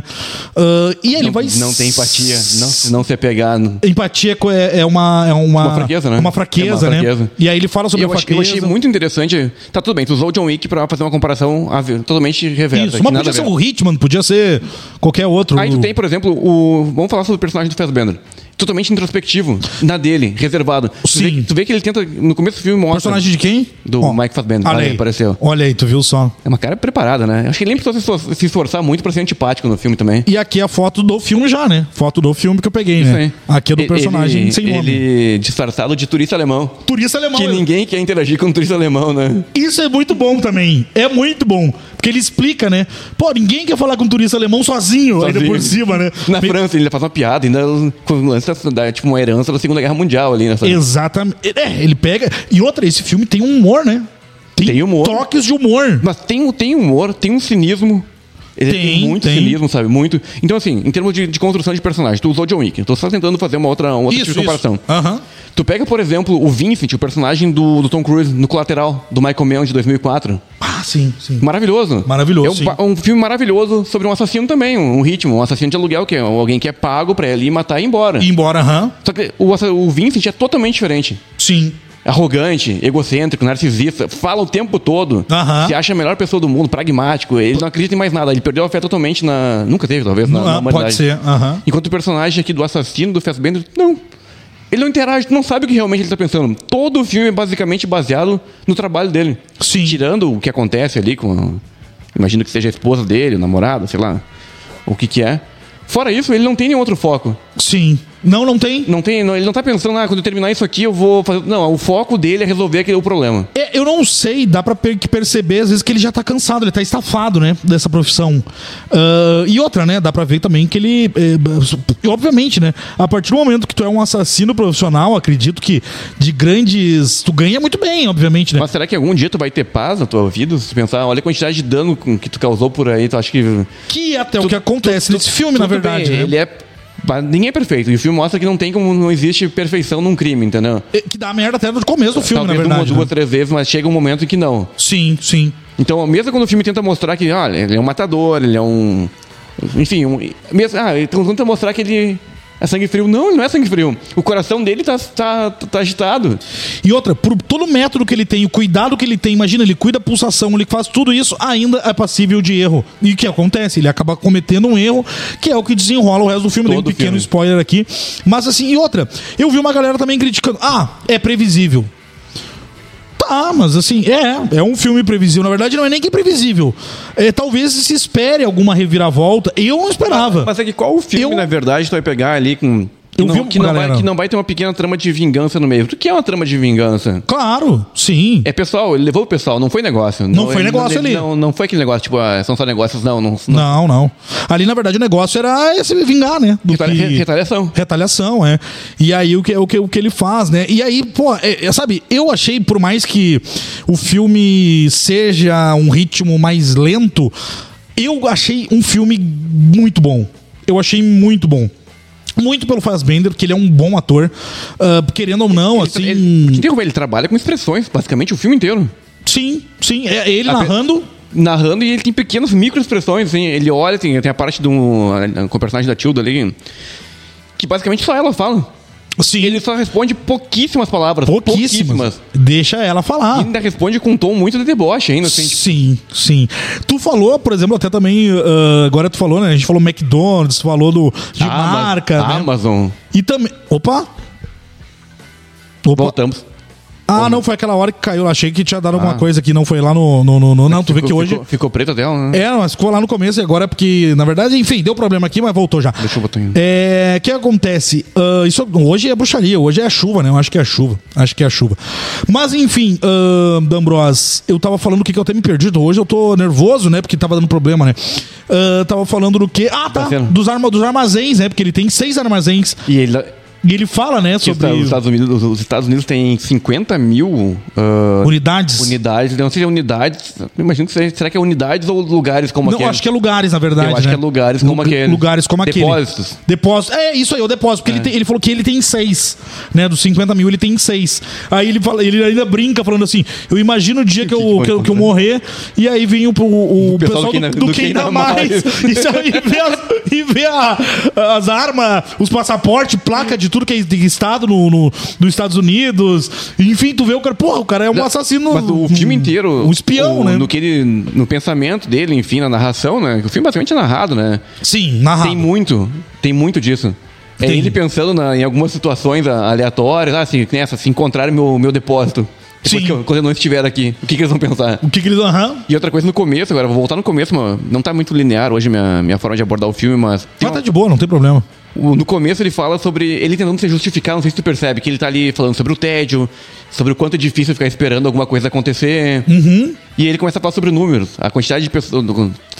[SPEAKER 2] Ah, e ele
[SPEAKER 1] não,
[SPEAKER 2] vai.
[SPEAKER 1] não tem empatia, não, se- não se apegar. no-
[SPEAKER 2] Empatia é co- é, é uma, é uma.
[SPEAKER 1] Uma fraqueza, né?
[SPEAKER 2] Uma fraqueza,
[SPEAKER 1] É uma
[SPEAKER 2] né?
[SPEAKER 1] fraqueza.
[SPEAKER 2] E aí ele fala sobre
[SPEAKER 1] Eu,
[SPEAKER 2] a
[SPEAKER 1] acho, eu
[SPEAKER 2] fraqueza.
[SPEAKER 1] achei muito interessante. Tá tudo bem, tu usou o John Wick pra fazer uma comparação a ver- totalmente reversa.
[SPEAKER 2] Isso,
[SPEAKER 1] que
[SPEAKER 2] mas
[SPEAKER 1] nada
[SPEAKER 2] podia
[SPEAKER 1] a
[SPEAKER 2] ser
[SPEAKER 1] ver.
[SPEAKER 2] um Hitman, podia ser qualquer outro.
[SPEAKER 1] Aí tu tem, por exemplo, o. Vamos falar sobre o personagem do Fassbender. Totalmente introspectivo, na dele, reservado. Tu vê,
[SPEAKER 2] Sim.
[SPEAKER 1] tu vê que ele tenta. No começo do filme mostra.
[SPEAKER 2] Personagem de quem?
[SPEAKER 1] Do Mike Fassbender,
[SPEAKER 2] olha
[SPEAKER 1] olha aí,
[SPEAKER 2] aí.
[SPEAKER 1] apareceu.
[SPEAKER 2] Olha aí, tu viu só.
[SPEAKER 1] É uma cara preparada, né? Eu Acho que ele nem precisou se esfor- se esforçar muito pra ser antipático no filme também.
[SPEAKER 2] E aqui é a foto do filme já, né? Foto do filme que eu peguei, né? Aqui é do
[SPEAKER 1] E-
[SPEAKER 2] personagem
[SPEAKER 1] ele,
[SPEAKER 2] sem nome.
[SPEAKER 1] Ele disfarçado de turista alemão.
[SPEAKER 2] Turista alemão.
[SPEAKER 1] Que
[SPEAKER 2] ele-
[SPEAKER 1] ninguém quer interagir com um turista alemão, né?
[SPEAKER 2] Isso é muito bom também. É muito bom. Porque ele explica, né? Pô, ninguém quer falar com um turista alemão sozinho, ainda
[SPEAKER 1] Sozinho.
[SPEAKER 2] por cima, né?
[SPEAKER 1] Na
[SPEAKER 2] Me-
[SPEAKER 1] França, ele faz uma piada, ainda com o lance da, da- tipo, uma herança da Segunda Guerra Mundial ali, né? sabe?
[SPEAKER 2] Exatamente. É, ele pega. E outra, esse filme tem um humor, né?
[SPEAKER 1] Tem humor.
[SPEAKER 2] Toques de humor.
[SPEAKER 1] Mas tem, tem humor, tem um cinismo. Ele tem,
[SPEAKER 2] Tem,
[SPEAKER 1] muito
[SPEAKER 2] tem.
[SPEAKER 1] cinismo, sabe? Muito. Então, assim, em termos de, de construção de personagem, tu usou John Wick. Eu tô só tentando fazer uma outra, um outro tipo de comparação.
[SPEAKER 2] Aham.
[SPEAKER 1] Tu pega, por exemplo, o Vincent, o personagem do, do Tom Cruise no Colateral, do Michael Mann de 2004.
[SPEAKER 2] Ah, sim, sim.
[SPEAKER 1] Maravilhoso.
[SPEAKER 2] Maravilhoso,
[SPEAKER 1] É um,
[SPEAKER 2] sim.
[SPEAKER 1] ba- um filme maravilhoso sobre um assassino também, um, um ritmo, um assassino de aluguel, que é alguém que é pago pra ele ir matar e ir embora.
[SPEAKER 2] E embora, aham.
[SPEAKER 1] Só que o, assa- o Vincent é totalmente diferente.
[SPEAKER 2] Sim.
[SPEAKER 1] Arrogante, egocêntrico, narcisista, fala o tempo todo.
[SPEAKER 2] Aham.
[SPEAKER 1] Se acha a melhor pessoa do mundo, pragmático. Ele não acredita em mais nada. Ele perdeu a fé totalmente na. Nunca teve, talvez, na, na
[SPEAKER 2] Ah,
[SPEAKER 1] humanidade.
[SPEAKER 2] pode ser. Aham.
[SPEAKER 1] Enquanto o personagem aqui do assassino, do Fassbender, não. Ele não interage, tu não sabe o que realmente ele tá pensando. Todo o filme é basicamente baseado no trabalho dele.
[SPEAKER 2] Sim.
[SPEAKER 1] Tirando o que acontece ali com. Imagino que seja a esposa dele, o namorado, sei lá. O que que é. Fora isso, ele não tem nenhum outro foco.
[SPEAKER 2] Sim. Não, não tem.
[SPEAKER 1] Não tem, não- ele não tá pensando, ah, quando eu terminar isso aqui eu vou fazer. Não, o foco dele é resolver aquele o problema.
[SPEAKER 2] É, eu não sei, dá pra per- perceber às vezes que ele já tá cansado, ele tá estafado, né, dessa profissão. Ah, e outra, né, dá pra ver também que ele, eh, b- obviamente, né, a partir do momento que tu é um assassino profissional, acredito que de grandes, tu ganha muito bem, obviamente, né.
[SPEAKER 1] Mas será que algum dia tu vai ter paz na tua vida? Se tu pensar, olha a quantidade de dano com- que tu causou por aí, tu acha que.
[SPEAKER 2] que é até o que acontece nesse filme,
[SPEAKER 1] Tudo
[SPEAKER 2] na verdade,
[SPEAKER 1] bem,
[SPEAKER 2] né?
[SPEAKER 1] Ele é. mas Ninguém é perfeito. E o filme mostra que não tem como. Não existe perfeição num crime, entendeu?
[SPEAKER 2] Eh, Que dá merda até no começo do filme, na
[SPEAKER 1] Talvez uma,
[SPEAKER 2] verdade.
[SPEAKER 1] duas,
[SPEAKER 2] né?
[SPEAKER 1] três vezes, mas chega um momento em que não.
[SPEAKER 2] Sim, sim.
[SPEAKER 1] Então, mesmo quando o filme tenta mostrar que, olha, ele é um matador, ele é um. Enfim, um, mesmo, ah, ele tenta mostrar que ele é sangue frio. Não, ele não é sangue frio. O coração dele tá, tá, tá agitado.
[SPEAKER 2] E outra, por todo o método que ele tem, o cuidado que ele tem, imagina, ele cuida da pulsação, ele faz tudo isso, ainda é passível de erro. E o que acontece? Ele acaba cometendo um erro, que é o que desenrola o resto do filme. Dei um
[SPEAKER 1] Todo
[SPEAKER 2] pequeno
[SPEAKER 1] filme.
[SPEAKER 2] spoiler aqui. Mas assim, e outra, eu vi uma galera também criticando. Ah, é previsível. Tá, mas assim, é, é um filme previsível. Na verdade, não é nem que é previsível. É, talvez se espere alguma reviravolta. Eu não esperava.
[SPEAKER 1] Mas é que qual o filme,
[SPEAKER 2] Eu-
[SPEAKER 1] na verdade, tu vai pegar ali com. Que
[SPEAKER 2] Eu
[SPEAKER 1] não,
[SPEAKER 2] vi uma
[SPEAKER 1] que, não vai,
[SPEAKER 2] galera-
[SPEAKER 1] que não vai ter uma pequena trama de vingança no meio. O que é uma trama de vingança?
[SPEAKER 2] Claro, sim.
[SPEAKER 1] É pessoal, ele levou o pessoal, não foi negócio.
[SPEAKER 2] Não foi
[SPEAKER 1] ele-
[SPEAKER 2] negócio
[SPEAKER 1] ele
[SPEAKER 2] ali.
[SPEAKER 1] Não, não foi aquele negócio, tipo, ah, são só negócios, não. não, não.
[SPEAKER 2] Não, não. Ali, na verdade, o negócio era se vingar, né? Do
[SPEAKER 1] Retali- re- Retaliação.
[SPEAKER 2] Retaliação, é. E aí o que, o que, o que ele faz, né? E aí, pô, é- é, sabe, eu achei, por mais que o filme seja um ritmo mais lento, eu achei um filme muito bom. Eu achei muito bom. Muito pelo Fassbender, porque ele é um bom ator. Ah, querendo ou não, assim.
[SPEAKER 1] Ele, te interrompo, ele trabalha com expressões, basicamente, o filme inteiro.
[SPEAKER 2] Sim, sim. É ele
[SPEAKER 1] Ape-
[SPEAKER 2] narrando.
[SPEAKER 1] narrando e ele tem pequenas microexpressões, assim, ele olha, tem, tem a parte do ah, com o personagem da Tilda ali, que basicamente só ela fala.
[SPEAKER 2] Sim,
[SPEAKER 1] Ele só responde pouquíssimas palavras,
[SPEAKER 2] pouquíssimas. Deixa ela falar.
[SPEAKER 1] E ainda responde com um tom muito de deboche ainda, assim, tipo,
[SPEAKER 2] Sim, sim. Tu falou, por exemplo, até também. ah, agora tu falou, né? A gente falou McDonald's, tu falou do, de
[SPEAKER 1] Ama- ah,
[SPEAKER 2] marca, né?
[SPEAKER 1] Amazon.
[SPEAKER 2] E também. Opa! Opa!
[SPEAKER 1] Voltamos.
[SPEAKER 2] Ah, não, foi aquela hora que caiu. Achei que tinha dado alguma coisa que não foi lá no. no, no- no- não, tu vê
[SPEAKER 1] Ah.
[SPEAKER 2] que
[SPEAKER 1] Ficou-
[SPEAKER 2] hoje.
[SPEAKER 1] Ficou, ficou preto a tela, né?
[SPEAKER 2] É, mas ficou lá no começo e agora é porque, na verdade, enfim, deu problema aqui, mas voltou já.
[SPEAKER 1] Deixa eu botar aí.
[SPEAKER 2] É, o que acontece? Ah, isso, hoje é bruxaria, hoje é a chuva, né? Eu acho que é a chuva. Acho que é a chuva. Mas enfim, ah, D'Ambros, eu tava falando o que, que eu até me perdido. Hoje eu tô nervoso, né? Porque tava dando problema, né? Ah, tava falando do que. Ah, tá!
[SPEAKER 1] Tá vendo?
[SPEAKER 2] Dos, arma, dos armazéns, né? Porque ele tem seis armazéns.
[SPEAKER 1] E ele.
[SPEAKER 2] E ele fala, né,
[SPEAKER 1] Que tá
[SPEAKER 2] sobre
[SPEAKER 1] os, Estados Unidos, os- os Estados Unidos têm 50 mil ah,
[SPEAKER 2] unidades.
[SPEAKER 1] unidades, não seja unidades, imagino que seja, será que é unidades ou lugares como
[SPEAKER 2] Não,
[SPEAKER 1] aquele?
[SPEAKER 2] acho que é lugares, na verdade.
[SPEAKER 1] Eu acho
[SPEAKER 2] né?
[SPEAKER 1] que é lugares como aquele.
[SPEAKER 2] Lugares como aquele.
[SPEAKER 1] Depósitos.
[SPEAKER 2] Depósito. É, isso aí, o depósito. Porque ele, tem- ele falou que ele tem seis. Né? Dos 50 mil, ele tem seis. Aí ele, fala, ele ainda brinca falando assim: eu imagino o dia que, tipo eu,
[SPEAKER 1] foi
[SPEAKER 2] que, eu, que
[SPEAKER 1] acontecer?
[SPEAKER 2] eu morrer, e aí vem o, o, o pessoal, do, do, Quem Dá Mais.
[SPEAKER 1] Mais.
[SPEAKER 2] Isso aí, e vê, as, e vê a- as armas, os passaportes, placa de tudo que é de estado no, no, dos Estados Unidos. Enfim, tu vê o cara. Porra, o cara é um assassino.
[SPEAKER 1] Mas o filme inteiro.
[SPEAKER 2] Um espião,
[SPEAKER 1] o-
[SPEAKER 2] né?
[SPEAKER 1] No, que ele, no pensamento dele, enfim, na narração, né? que O filme basicamente é narrado, né?
[SPEAKER 2] Sim, narrado.
[SPEAKER 1] Tem muito, tem muito disso. É
[SPEAKER 2] Tem.
[SPEAKER 1] ele pensando na- em algumas situações a- aleatórias, ah, se, nessa, se encontrarem meu, meu depósito. Depois
[SPEAKER 2] Sim.
[SPEAKER 1] Que eu, quando eu não estiver aqui, o que, que eles vão pensar?
[SPEAKER 2] O que, que eles. Aham.
[SPEAKER 1] E outra coisa no começo, agora, vou voltar no começo, mano. Não tá muito linear hoje minha, minha forma de abordar o filme, mas. tem
[SPEAKER 2] Mas tá
[SPEAKER 1] uma-
[SPEAKER 2] de boa, não tem problema.
[SPEAKER 1] o- no começo ele fala sobre. Ele tentando se justificar, não sei se tu percebe, que ele tá ali falando sobre o tédio, sobre o quanto é difícil ficar esperando alguma coisa acontecer. E ele começa a falar sobre números. A quantidade de pessoas.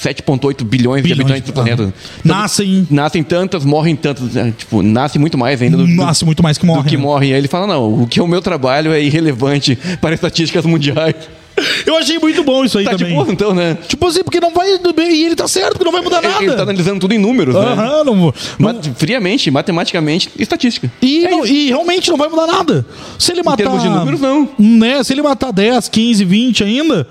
[SPEAKER 1] 7,8 bilhões, de
[SPEAKER 2] Bilhões,
[SPEAKER 1] habitantes do
[SPEAKER 2] ah.
[SPEAKER 1] planeta. Então,
[SPEAKER 2] Nascem.
[SPEAKER 1] Nascem tantas, morrem tantas. né? Tipo, nasce muito mais ainda do, do-
[SPEAKER 2] Nasce muito mais que
[SPEAKER 1] do
[SPEAKER 2] morre.
[SPEAKER 1] que
[SPEAKER 2] né?
[SPEAKER 1] morre. Aí ele fala, não, o que é o meu trabalho é irrelevante para estatísticas mundiais.
[SPEAKER 2] Eu achei muito bom isso aí
[SPEAKER 1] Tá de
[SPEAKER 2] também.
[SPEAKER 1] boa, então, né?
[SPEAKER 2] Tipo assim, porque não vai do bem e ele tá certo, porque não vai mudar
[SPEAKER 1] Ele- Ele tá
[SPEAKER 2] nada.
[SPEAKER 1] analisando tudo em números, né?
[SPEAKER 2] Aham, não, vou- não-
[SPEAKER 1] Mas, friamente, matematicamente, estatística.
[SPEAKER 2] e, não- e realmente não vai mudar nada. Se ele matar.
[SPEAKER 1] termos de números, não.
[SPEAKER 2] Né? Se ele matar 10, 15, 20 ainda,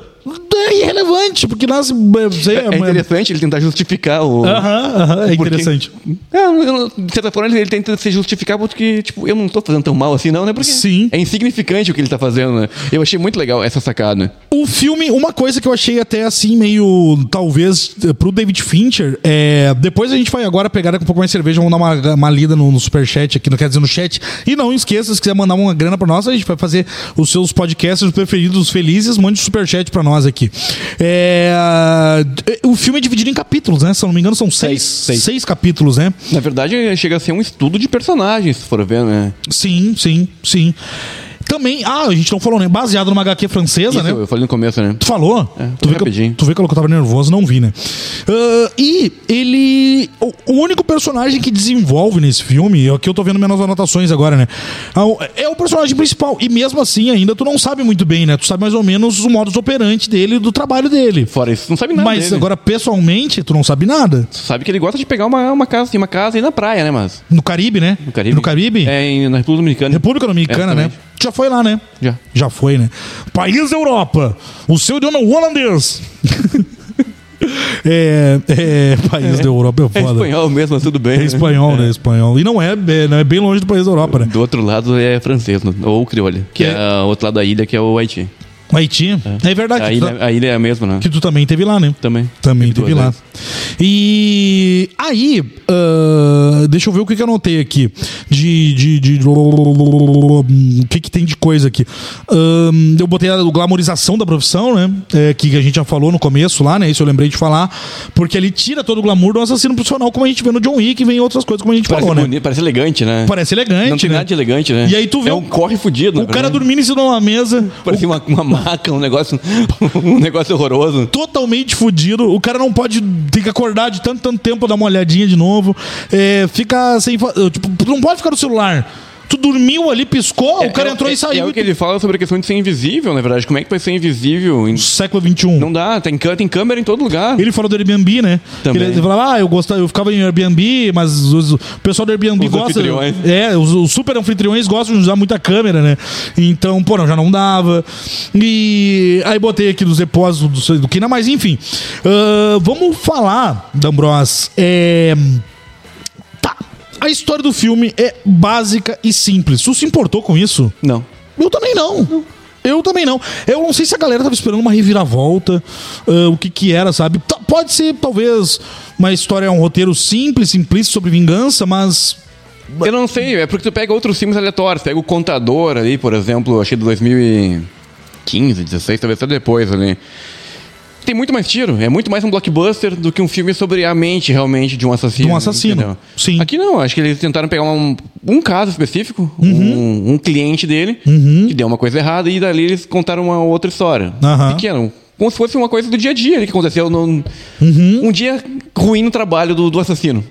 [SPEAKER 2] é irrelevante, porque nasce. é, sei,
[SPEAKER 1] É interessante ele tentar justificar o.
[SPEAKER 2] Aham, aham, é interessante.
[SPEAKER 1] É, eu- de certa forma, ele tenta se justificar porque, tipo, eu não tô fazendo tão mal assim, não, né? Porque
[SPEAKER 2] Sim.
[SPEAKER 1] é insignificante o que ele tá fazendo, né? Eu achei muito legal essa sacada. né?
[SPEAKER 2] O filme, uma coisa que eu achei até assim, meio, talvez, eh, pro David Fincher, é. Depois a gente vai agora pegar com um pouco mais de cerveja, vamos dar uma, uma lida no, no superchat aqui, não quer dizer no chat. E não esqueça, se quiser mandar uma grana pra nós, a gente vai fazer os seus podcasts preferidos felizes, mande um superchat pra nós aqui. É, O filme é dividido em capítulos, né? Se eu não me engano, são seis,
[SPEAKER 1] Seis, seis.
[SPEAKER 2] seis capítulos, né?
[SPEAKER 1] Na verdade, chega a ser um estudo de personagens, se for ver, né?
[SPEAKER 2] Sim, sim, sim. Também, ah, a gente não falou, né? Baseado numa HQ francesa,
[SPEAKER 1] Isso,
[SPEAKER 2] né?
[SPEAKER 1] eu falei no começo, né?
[SPEAKER 2] Tu falou? tu, vê que eu,
[SPEAKER 1] rapidinho.
[SPEAKER 2] tu vê que eu tava nervoso, não vi, né? Ah, e ele. O, o único personagem que desenvolve nesse filme, aqui eu tô vendo menos anotações agora, né? Ah, o- É o personagem principal. E mesmo assim, ainda tu não sabe muito bem, né? Tu sabe mais ou menos o modus operandi dele e do trabalho dele.
[SPEAKER 1] Fora isso, não sabe nada
[SPEAKER 2] Mas
[SPEAKER 1] dele.
[SPEAKER 2] agora, pessoalmente, tu não sabe nada.
[SPEAKER 1] Tu Sabe que ele gosta de pegar uma, uma casa, tem uma casa aí na praia, né, mas...
[SPEAKER 2] No Caribe, né?
[SPEAKER 1] No Caribe?
[SPEAKER 2] No Caribe?
[SPEAKER 1] É, em- na República Dominicana.
[SPEAKER 2] República Dominicana, né?
[SPEAKER 1] Exatamente.
[SPEAKER 2] Tu já foi lá, né?
[SPEAKER 1] Já.
[SPEAKER 2] Já foi, né? País da Europa. O seu idioma é o holandês. é, é, país da Europa é
[SPEAKER 1] É
[SPEAKER 2] foda.
[SPEAKER 1] espanhol mesmo, mas tudo bem.
[SPEAKER 2] É espanhol, né? É espanhol. E não é, é, não é bem longe do país da Europa, né?
[SPEAKER 1] Do outro lado é francês, né? ou criolho, que é,
[SPEAKER 2] É.
[SPEAKER 1] o outro lado da ilha, que é o Haiti.
[SPEAKER 2] Haiti. É, verdade.
[SPEAKER 1] A
[SPEAKER 2] que tu
[SPEAKER 1] ilha,
[SPEAKER 2] tá-
[SPEAKER 1] a ilha é a mesma, né?
[SPEAKER 2] Que tu também teve lá, né?
[SPEAKER 1] Também.
[SPEAKER 2] Também
[SPEAKER 1] Duas né?
[SPEAKER 2] teve lá.
[SPEAKER 1] vezes.
[SPEAKER 2] E aí, ah, deixa eu ver o que, que eu anotei aqui. De. de, de- o que, que tem de coisa aqui? Ahn, eu botei a glamorização da profissão, né? É, que a gente já falou no começo lá, né? Isso eu lembrei de falar. Porque ele tira todo o glamour do assassino profissional, como a gente vê no John Wick e vem outras coisas, como a gente
[SPEAKER 1] Parece,
[SPEAKER 2] falou, né?
[SPEAKER 1] bonito, parece elegante, né?
[SPEAKER 2] Parece elegante,
[SPEAKER 1] Não tem
[SPEAKER 2] né?
[SPEAKER 1] nada de elegante, né?
[SPEAKER 2] E aí tu vê
[SPEAKER 1] É
[SPEAKER 2] o-
[SPEAKER 1] um corre fudido,
[SPEAKER 2] O
[SPEAKER 1] né,
[SPEAKER 2] cara
[SPEAKER 1] né?
[SPEAKER 2] dormindo em cima de uma mesa,
[SPEAKER 1] Parecia uma, uma maca, um negócio, um negócio horroroso.
[SPEAKER 2] totalmente fudido. O cara não pode ter que acordar de tanto, tanto tempo, dar uma olhadinha de novo. É, fica sem. fa- Tipo, tu não pode ficar no celular. Tu dormiu ali, piscou, o cara
[SPEAKER 1] É-
[SPEAKER 2] entrou
[SPEAKER 1] é-
[SPEAKER 2] e saiu.
[SPEAKER 1] É o que ele fala sobre a questão de ser invisível, na verdade. Como é que vai ser invisível? em-
[SPEAKER 2] Século um. XXI.
[SPEAKER 1] Não dá, tem, cã- tem câmera em todo lugar.
[SPEAKER 2] Ele falou do Airbnb, né?
[SPEAKER 1] Também.
[SPEAKER 2] Ele falava, ah, eu gostava, eu ficava em Airbnb, mas os- o pessoal do Airbnb
[SPEAKER 1] Os
[SPEAKER 2] gosta.
[SPEAKER 1] anfitriões.
[SPEAKER 2] É, os, os super anfitriões gostam de usar muita câmera, né? Então, pô, não, já não dava. E aí botei aqui dos depósitos do, sei do Kina, mas enfim. Ahn, vamos falar, D'Ambros. É. Tá. A história do filme é básica e simples. Tu se importou com isso?
[SPEAKER 1] Não.
[SPEAKER 2] Eu também não. Eu também não. Eu não sei se a galera tava esperando uma reviravolta, ah, o que que era, sabe? Tá- pode ser, talvez, uma história, um roteiro simples, simplista sobre vingança, mas
[SPEAKER 1] Eu não sei, é porque tu pega outros filmes aleatórios. Pega o Contador ali, por exemplo, achei de 2015, 16, talvez até depois ali. Tem muito mais tiro, é muito mais um blockbuster do que um filme sobre a mente realmente de um assassino.
[SPEAKER 2] De um assassino, sim.
[SPEAKER 1] Aqui não, acho que eles tentaram pegar um, um caso específico, um, um cliente dele, que deu uma coisa errada, e dali eles contaram uma outra história.
[SPEAKER 2] Aham.
[SPEAKER 1] Pequeno. um, Como se fosse uma coisa do dia a dia ali que aconteceu num, um dia ruim no trabalho do, do assassino.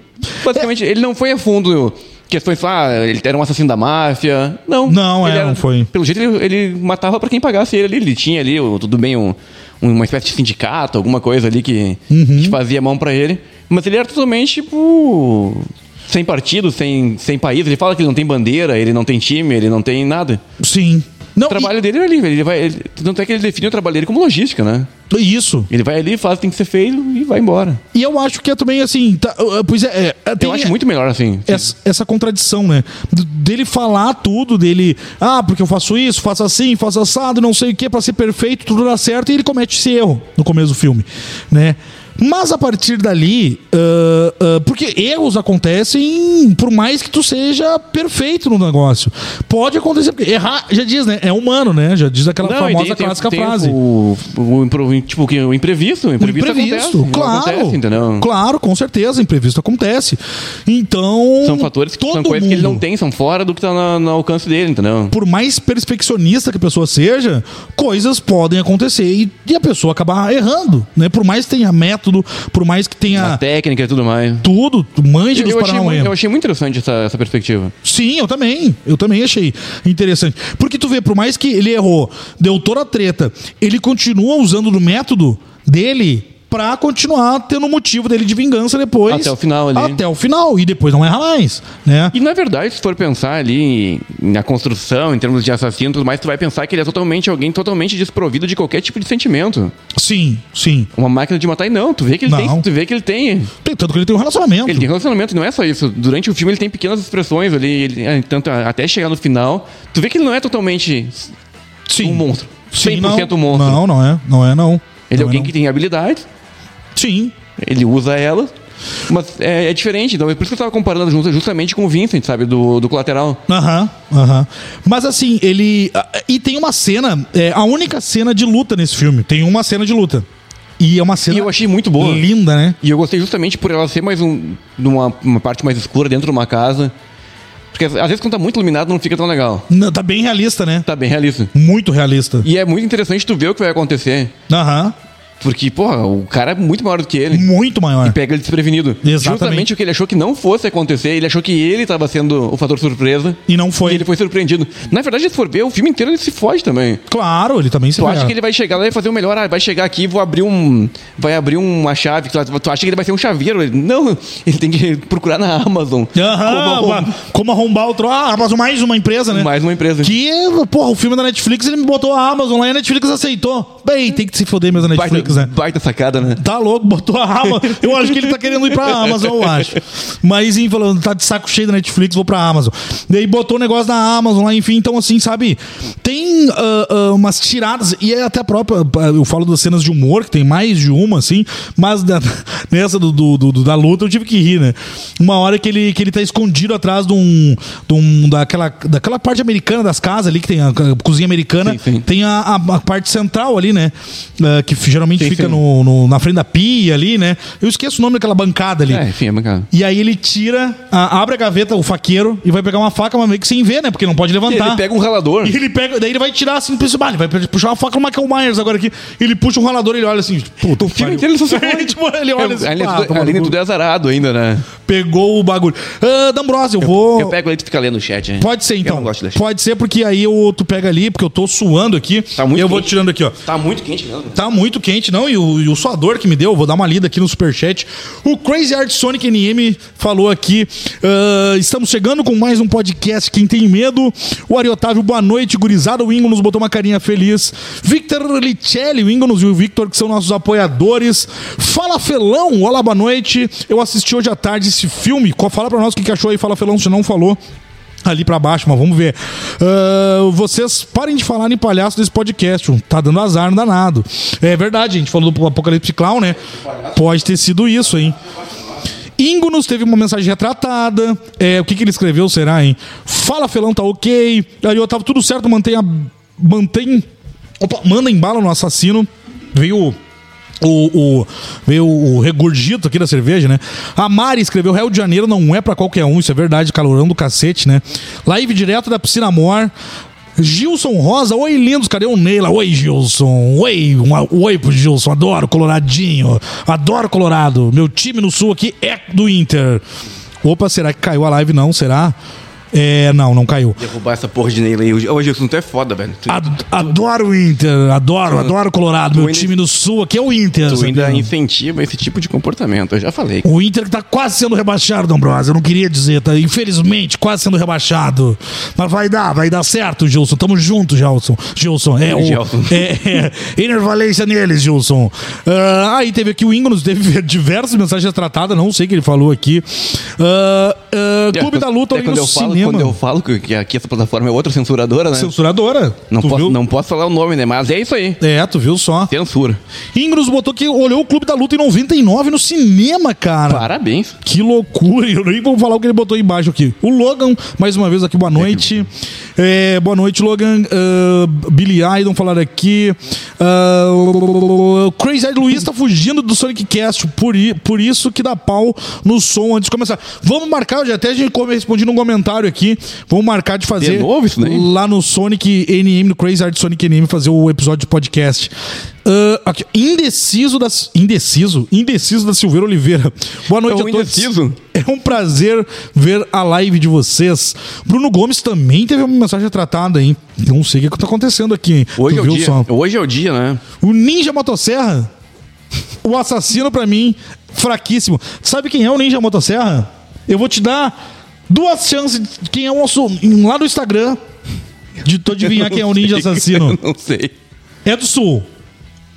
[SPEAKER 1] Basicamente, ele não foi a fundo questões, ah, ele era um assassino da máfia. Não.
[SPEAKER 2] Não,
[SPEAKER 1] ele
[SPEAKER 2] é, não foi.
[SPEAKER 1] Pelo jeito, ele, ele matava pra quem pagasse ele ali. Ele tinha ali, o- tudo bem, um- uma espécie de sindicato, alguma coisa ali que,
[SPEAKER 2] Uhum.
[SPEAKER 1] que fazia mão pra ele. Mas ele era totalmente, tipo. Sem partido, sem, sem país. Ele fala que ele não tem bandeira, ele não tem time, ele não tem nada.
[SPEAKER 2] Sim. Não,
[SPEAKER 1] O trabalho dele era ali, ele vai. Ele, tanto é que ele define o trabalho dele como logística, né?
[SPEAKER 2] e- isso.
[SPEAKER 1] Ele vai ali, faz o que tem que ser feito e vai embora.
[SPEAKER 2] E eu acho que é também assim. tá, uh, pois é, é, tem-
[SPEAKER 1] Eu acho muito melhor assim.
[SPEAKER 2] essa, essa contradição, né? D- dele falar tudo, dele, ah, porque eu faço isso, faço assim, faço assado, não sei o que, pra ser perfeito, tudo dá certo, e ele comete esse erro no começo do filme, né? Mas a partir dali, ah, ah, porque erros acontecem por mais que tu seja perfeito no negócio. Pode acontecer, porque errar, já diz, né? É humano, né? Já diz aquela
[SPEAKER 1] e
[SPEAKER 2] famosa
[SPEAKER 1] daí tem-
[SPEAKER 2] clássica
[SPEAKER 1] tem
[SPEAKER 2] frase.
[SPEAKER 1] O, o impro- tipo, que o imprevisto. O
[SPEAKER 2] O
[SPEAKER 1] imprevisto,
[SPEAKER 2] imprevisto,
[SPEAKER 1] acontece,
[SPEAKER 2] claro.
[SPEAKER 1] Acontece, entendeu?
[SPEAKER 2] Claro, com certeza, imprevisto acontece. Então.
[SPEAKER 1] São fatores que são
[SPEAKER 2] todo
[SPEAKER 1] coisas que ele não
[SPEAKER 2] mundo,
[SPEAKER 1] tem, são fora do que tá na- no, alcance dele, entendeu?
[SPEAKER 2] Por mais perfeccionista que a pessoa seja, coisas podem acontecer e, e a pessoa acabar errando, né? Por mais que tenha método, por mais que tenha
[SPEAKER 1] A técnica e tudo mais.
[SPEAKER 2] tudo, manje
[SPEAKER 1] Eu,
[SPEAKER 2] dos
[SPEAKER 1] eu achei,
[SPEAKER 2] Paranauê.
[SPEAKER 1] muito, eu achei muito interessante essa, essa perspectiva.
[SPEAKER 2] Sim, eu também. Eu também achei interessante. Porque tu vê, por mais que ele errou, deu toda a treta, ele continua usando do método dele pra continuar tendo motivo dele de vingança depois.
[SPEAKER 1] Até o final ali.
[SPEAKER 2] Até o final. E depois não erra mais, né?
[SPEAKER 1] E na verdade, se for pensar ali na construção, em termos de assassino e tudo mais, tu vai pensar que ele é totalmente alguém totalmente desprovido de qualquer tipo de sentimento.
[SPEAKER 2] Sim, sim.
[SPEAKER 1] Uma máquina de matar e não, tu vê que ele
[SPEAKER 2] Não.
[SPEAKER 1] tem, tu vê que ele tem.
[SPEAKER 2] Tem tanto que ele tem um relacionamento.
[SPEAKER 1] Ele tem relacionamento, e não é só isso. Durante o filme ele tem pequenas expressões ali, ele- ah, tanto a- até chegar no final. Tu vê que ele não é totalmente
[SPEAKER 2] sim.
[SPEAKER 1] um monstro.
[SPEAKER 2] Sim,
[SPEAKER 1] 100%
[SPEAKER 2] não.
[SPEAKER 1] um monstro.
[SPEAKER 2] Não, não é. Não é, não.
[SPEAKER 1] Ele é
[SPEAKER 2] Não
[SPEAKER 1] alguém
[SPEAKER 2] não.
[SPEAKER 1] que tem habilidades,
[SPEAKER 2] Sim.
[SPEAKER 1] ele usa elas, mas é, é diferente. Então, é por isso que eu tava comparando junto- justamente com o Vincent, sabe, do, do colateral.
[SPEAKER 2] Aham, aham. Mas assim, ele. ah, E tem uma cena, é, a única cena de luta nesse filme. Tem uma cena de luta. E é uma cena
[SPEAKER 1] E eu achei muito boa.
[SPEAKER 2] linda, né?
[SPEAKER 1] E eu gostei justamente por ela ser mais um, numa, uma parte mais escura dentro de uma casa. Porque às às vezes quando tá muito iluminado não fica tão legal.
[SPEAKER 2] Não, tá bem realista, né?
[SPEAKER 1] Tá bem realista.
[SPEAKER 2] Muito realista.
[SPEAKER 1] E é muito interessante tu ver o que vai acontecer.
[SPEAKER 2] Aham.
[SPEAKER 1] Porque, porra, o cara é muito maior do que ele.
[SPEAKER 2] Muito maior.
[SPEAKER 1] Pega ele desprevenido.
[SPEAKER 2] Exatamente.
[SPEAKER 1] Justamente o que ele achou que não fosse acontecer, ele achou que ele tava sendo o fator surpresa.
[SPEAKER 2] E não foi.
[SPEAKER 1] E ele foi surpreendido. Na verdade, se for ver, o filme inteiro ele se foge também.
[SPEAKER 2] Claro, ele também se
[SPEAKER 1] Tu
[SPEAKER 2] ferra.
[SPEAKER 1] acha que ele vai chegar lá e fazer o melhor? Ah, vai chegar aqui e vou abrir um. Vai abrir uma chave. Tu, tu acha que ele vai ser um chaveiro? Ele- não, ele tem que procurar na Amazon.
[SPEAKER 2] Aham,
[SPEAKER 1] Como-
[SPEAKER 2] como, arrombar outro. Ah, Amazon mais uma empresa, né?
[SPEAKER 1] mais um. uma empresa.
[SPEAKER 2] Que, porra, o filme da Netflix, ele me botou a Amazon lá e a Netflix aceitou. Bem, tem que se foder mesmo a
[SPEAKER 1] baita,
[SPEAKER 2] Netflix, né?
[SPEAKER 1] baita sacada, né?
[SPEAKER 2] Tá louco, botou a Amazon. Eu acho que ele tá querendo ir pra Amazon, eu acho. Mas, enfim, falando, tá de saco cheio da Netflix, vou pra Amazon. Daí botou o negócio na Amazon lá, enfim. Então, assim, sabe? Tem ah, ah, umas tiradas, e é até a própria. ah, Eu falo das cenas de humor, que tem mais de uma, assim. Mas da- nessa do, do- do- da luta eu tive que rir, né? Uma hora que ele, que ele tá escondido atrás de um. De um daquela, daquela parte americana das casas ali, que tem a, a cozinha americana.
[SPEAKER 1] Sim, sim.
[SPEAKER 2] Tem a, a- a parte central ali, né? Ah, que geralmente
[SPEAKER 1] Sim,
[SPEAKER 2] fica
[SPEAKER 1] sim.
[SPEAKER 2] no no- no- na frente da pia ali, né? Eu esqueço o nome daquela bancada ali.
[SPEAKER 1] É, enfim, é bancada.
[SPEAKER 2] E aí ele tira, a- abre a gaveta, o faqueiro, e vai pegar uma faca, mas meio que sem ver, né? Porque não pode levantar.
[SPEAKER 1] Ele pega um ralador.
[SPEAKER 2] E ele pega, daí ele vai tirar assim, pensa, "Ah, ele vai puxar uma faca no Michael Myers agora aqui. Ele puxa um ralador e ele olha assim, puta,
[SPEAKER 1] O filme inteiro ele só se fode.
[SPEAKER 2] Tipo, ele olha assim,
[SPEAKER 1] É, além,
[SPEAKER 2] "Ah,
[SPEAKER 1] de tudo,
[SPEAKER 2] toma no
[SPEAKER 1] além de
[SPEAKER 2] cu."
[SPEAKER 1] tudo é azarado ainda, né?
[SPEAKER 2] pegou o bagulho. Ah, D'Ambrosio, eu vou.
[SPEAKER 1] Eu pego ele e fica lendo o chat. né?
[SPEAKER 2] Pode ser
[SPEAKER 1] Eu
[SPEAKER 2] então.
[SPEAKER 1] não gosto de ler chat.
[SPEAKER 2] Pode ser porque aí eu, tu pega ali, porque eu tô suando aqui.
[SPEAKER 1] Tá muito
[SPEAKER 2] eu vou
[SPEAKER 1] quente.
[SPEAKER 2] tirando aqui, ó.
[SPEAKER 1] Tá muito quente mesmo.
[SPEAKER 2] Tá muito quente, não? E o, e o suador que me deu, vou dar uma lida aqui no superchat. O Crazy Art Sonic NM falou aqui: ah, estamos chegando com mais um podcast. Quem tem medo? O Ari Otávio, boa noite, gurizada. O Ingo nos botou uma carinha feliz. Victor Licelli, o Ingo nos e o Victor, que são nossos apoiadores. Fala Felão, olá, boa noite. Eu assisti hoje à tarde esse filme. Co- Fala pra nós o que que achou aí, Fala Felão, se não falou ali pra baixo, mas vamos ver. Ahn, vocês parem de falar em palhaço desse podcast. Tá dando azar danado. É verdade, a gente falou do Apocalipse Clown, né? Pode ter sido isso, hein? Ingonos teve uma mensagem retratada. É, o que, que ele escreveu, será, hein? Fala, Felão, tá ok. Aí eu tava tudo certo, mantém a. Mantém. Opa, manda embala no assassino. Veio. O, o, veio o regurgito aqui da cerveja, né? A Mari escreveu: Rio de Janeiro não é pra qualquer um, isso é verdade, calorão do cacete, né? Live direto da Piscina Mor. Gilson Rosa, oi lindos, cadê o Neila? Oi Gilson, oi, um, oi pro Gilson, adoro Coloradinho, adoro Colorado, meu time no sul aqui é do Inter. Opa, será que caiu a live? Não, será? É, não, não caiu.
[SPEAKER 1] Derrubar essa porra de Neila aí. Ô, Gilson, tu é foda, velho. Tu,
[SPEAKER 2] Ad- Adoro o Inter, adoro, adoro o Colorado. Meu
[SPEAKER 1] ainda-
[SPEAKER 2] time do Sul aqui é o Inter.
[SPEAKER 1] tu ainda
[SPEAKER 2] sabia?
[SPEAKER 1] incentiva esse tipo de comportamento. Eu já falei.
[SPEAKER 2] O Inter que tá quase sendo rebaixado, D'Ambrosio. Eu não queria dizer, tá infelizmente quase sendo rebaixado. Mas vai dar, vai dar certo, Gilson. Tamo junto, Gilson. Gilson, é o.
[SPEAKER 1] Gilson.
[SPEAKER 2] É, é, enervalência neles, Gilson. Ah, aí teve aqui o Ingnos, teve diversas mensagens retratadas, não sei o que ele falou aqui. Ah, ah, Clube
[SPEAKER 1] É,
[SPEAKER 2] da Luta,
[SPEAKER 1] é
[SPEAKER 2] ali
[SPEAKER 1] quando
[SPEAKER 2] no
[SPEAKER 1] eu falo,
[SPEAKER 2] cinema.
[SPEAKER 1] Quando eu falo que, que aqui essa plataforma é outra censuradora, né?
[SPEAKER 2] Censuradora.
[SPEAKER 1] Não
[SPEAKER 2] Tu
[SPEAKER 1] posso,
[SPEAKER 2] viu?
[SPEAKER 1] não posso falar o nome, né? Mas é isso aí.
[SPEAKER 2] É, tu viu só.
[SPEAKER 1] Censura.
[SPEAKER 2] Ingros botou que olhou o Clube da Luta em 99 no cinema, cara.
[SPEAKER 1] Parabéns.
[SPEAKER 2] Que loucura! Eu nem vou falar o que ele botou aí embaixo aqui. O Logan, mais uma vez aqui, boa noite. É, boa noite, Logan. Ah, Billy Idol falaram aqui. Ah, o Crazy Eyed Luiz tá fugindo do Sonic Cast, por, i- por isso que dá pau no som antes de começar. Vamos marcar, já até a gente come- respondi num comentário aqui. Vamos marcar de fazer
[SPEAKER 1] novo isso daí?
[SPEAKER 2] lá no Sonic NM, no Crazy Art Sonic NM, fazer o episódio de podcast. Ah, aqui, indeciso das. Indeciso? Indeciso da Silveira Oliveira. Boa noite
[SPEAKER 1] É um
[SPEAKER 2] a todos.
[SPEAKER 1] indeciso.
[SPEAKER 2] É um prazer ver a live de vocês. Bruno Gomes também teve uma mensagem tratada, hein? Não sei o que tá acontecendo aqui. hein?
[SPEAKER 1] Hoje
[SPEAKER 2] Tu
[SPEAKER 1] é o
[SPEAKER 2] viu
[SPEAKER 1] dia.
[SPEAKER 2] só?
[SPEAKER 1] Hoje é o dia, né?
[SPEAKER 2] O Ninja Motosserra? O assassino, pra mim, fraquíssimo. Sabe quem é o Ninja Motosserra? Eu vou te dar duas chances de quem é o nosso. lá no Instagram. De tu adivinhar quem é o ninja assassino.
[SPEAKER 1] Eu não sei.
[SPEAKER 2] É do sul.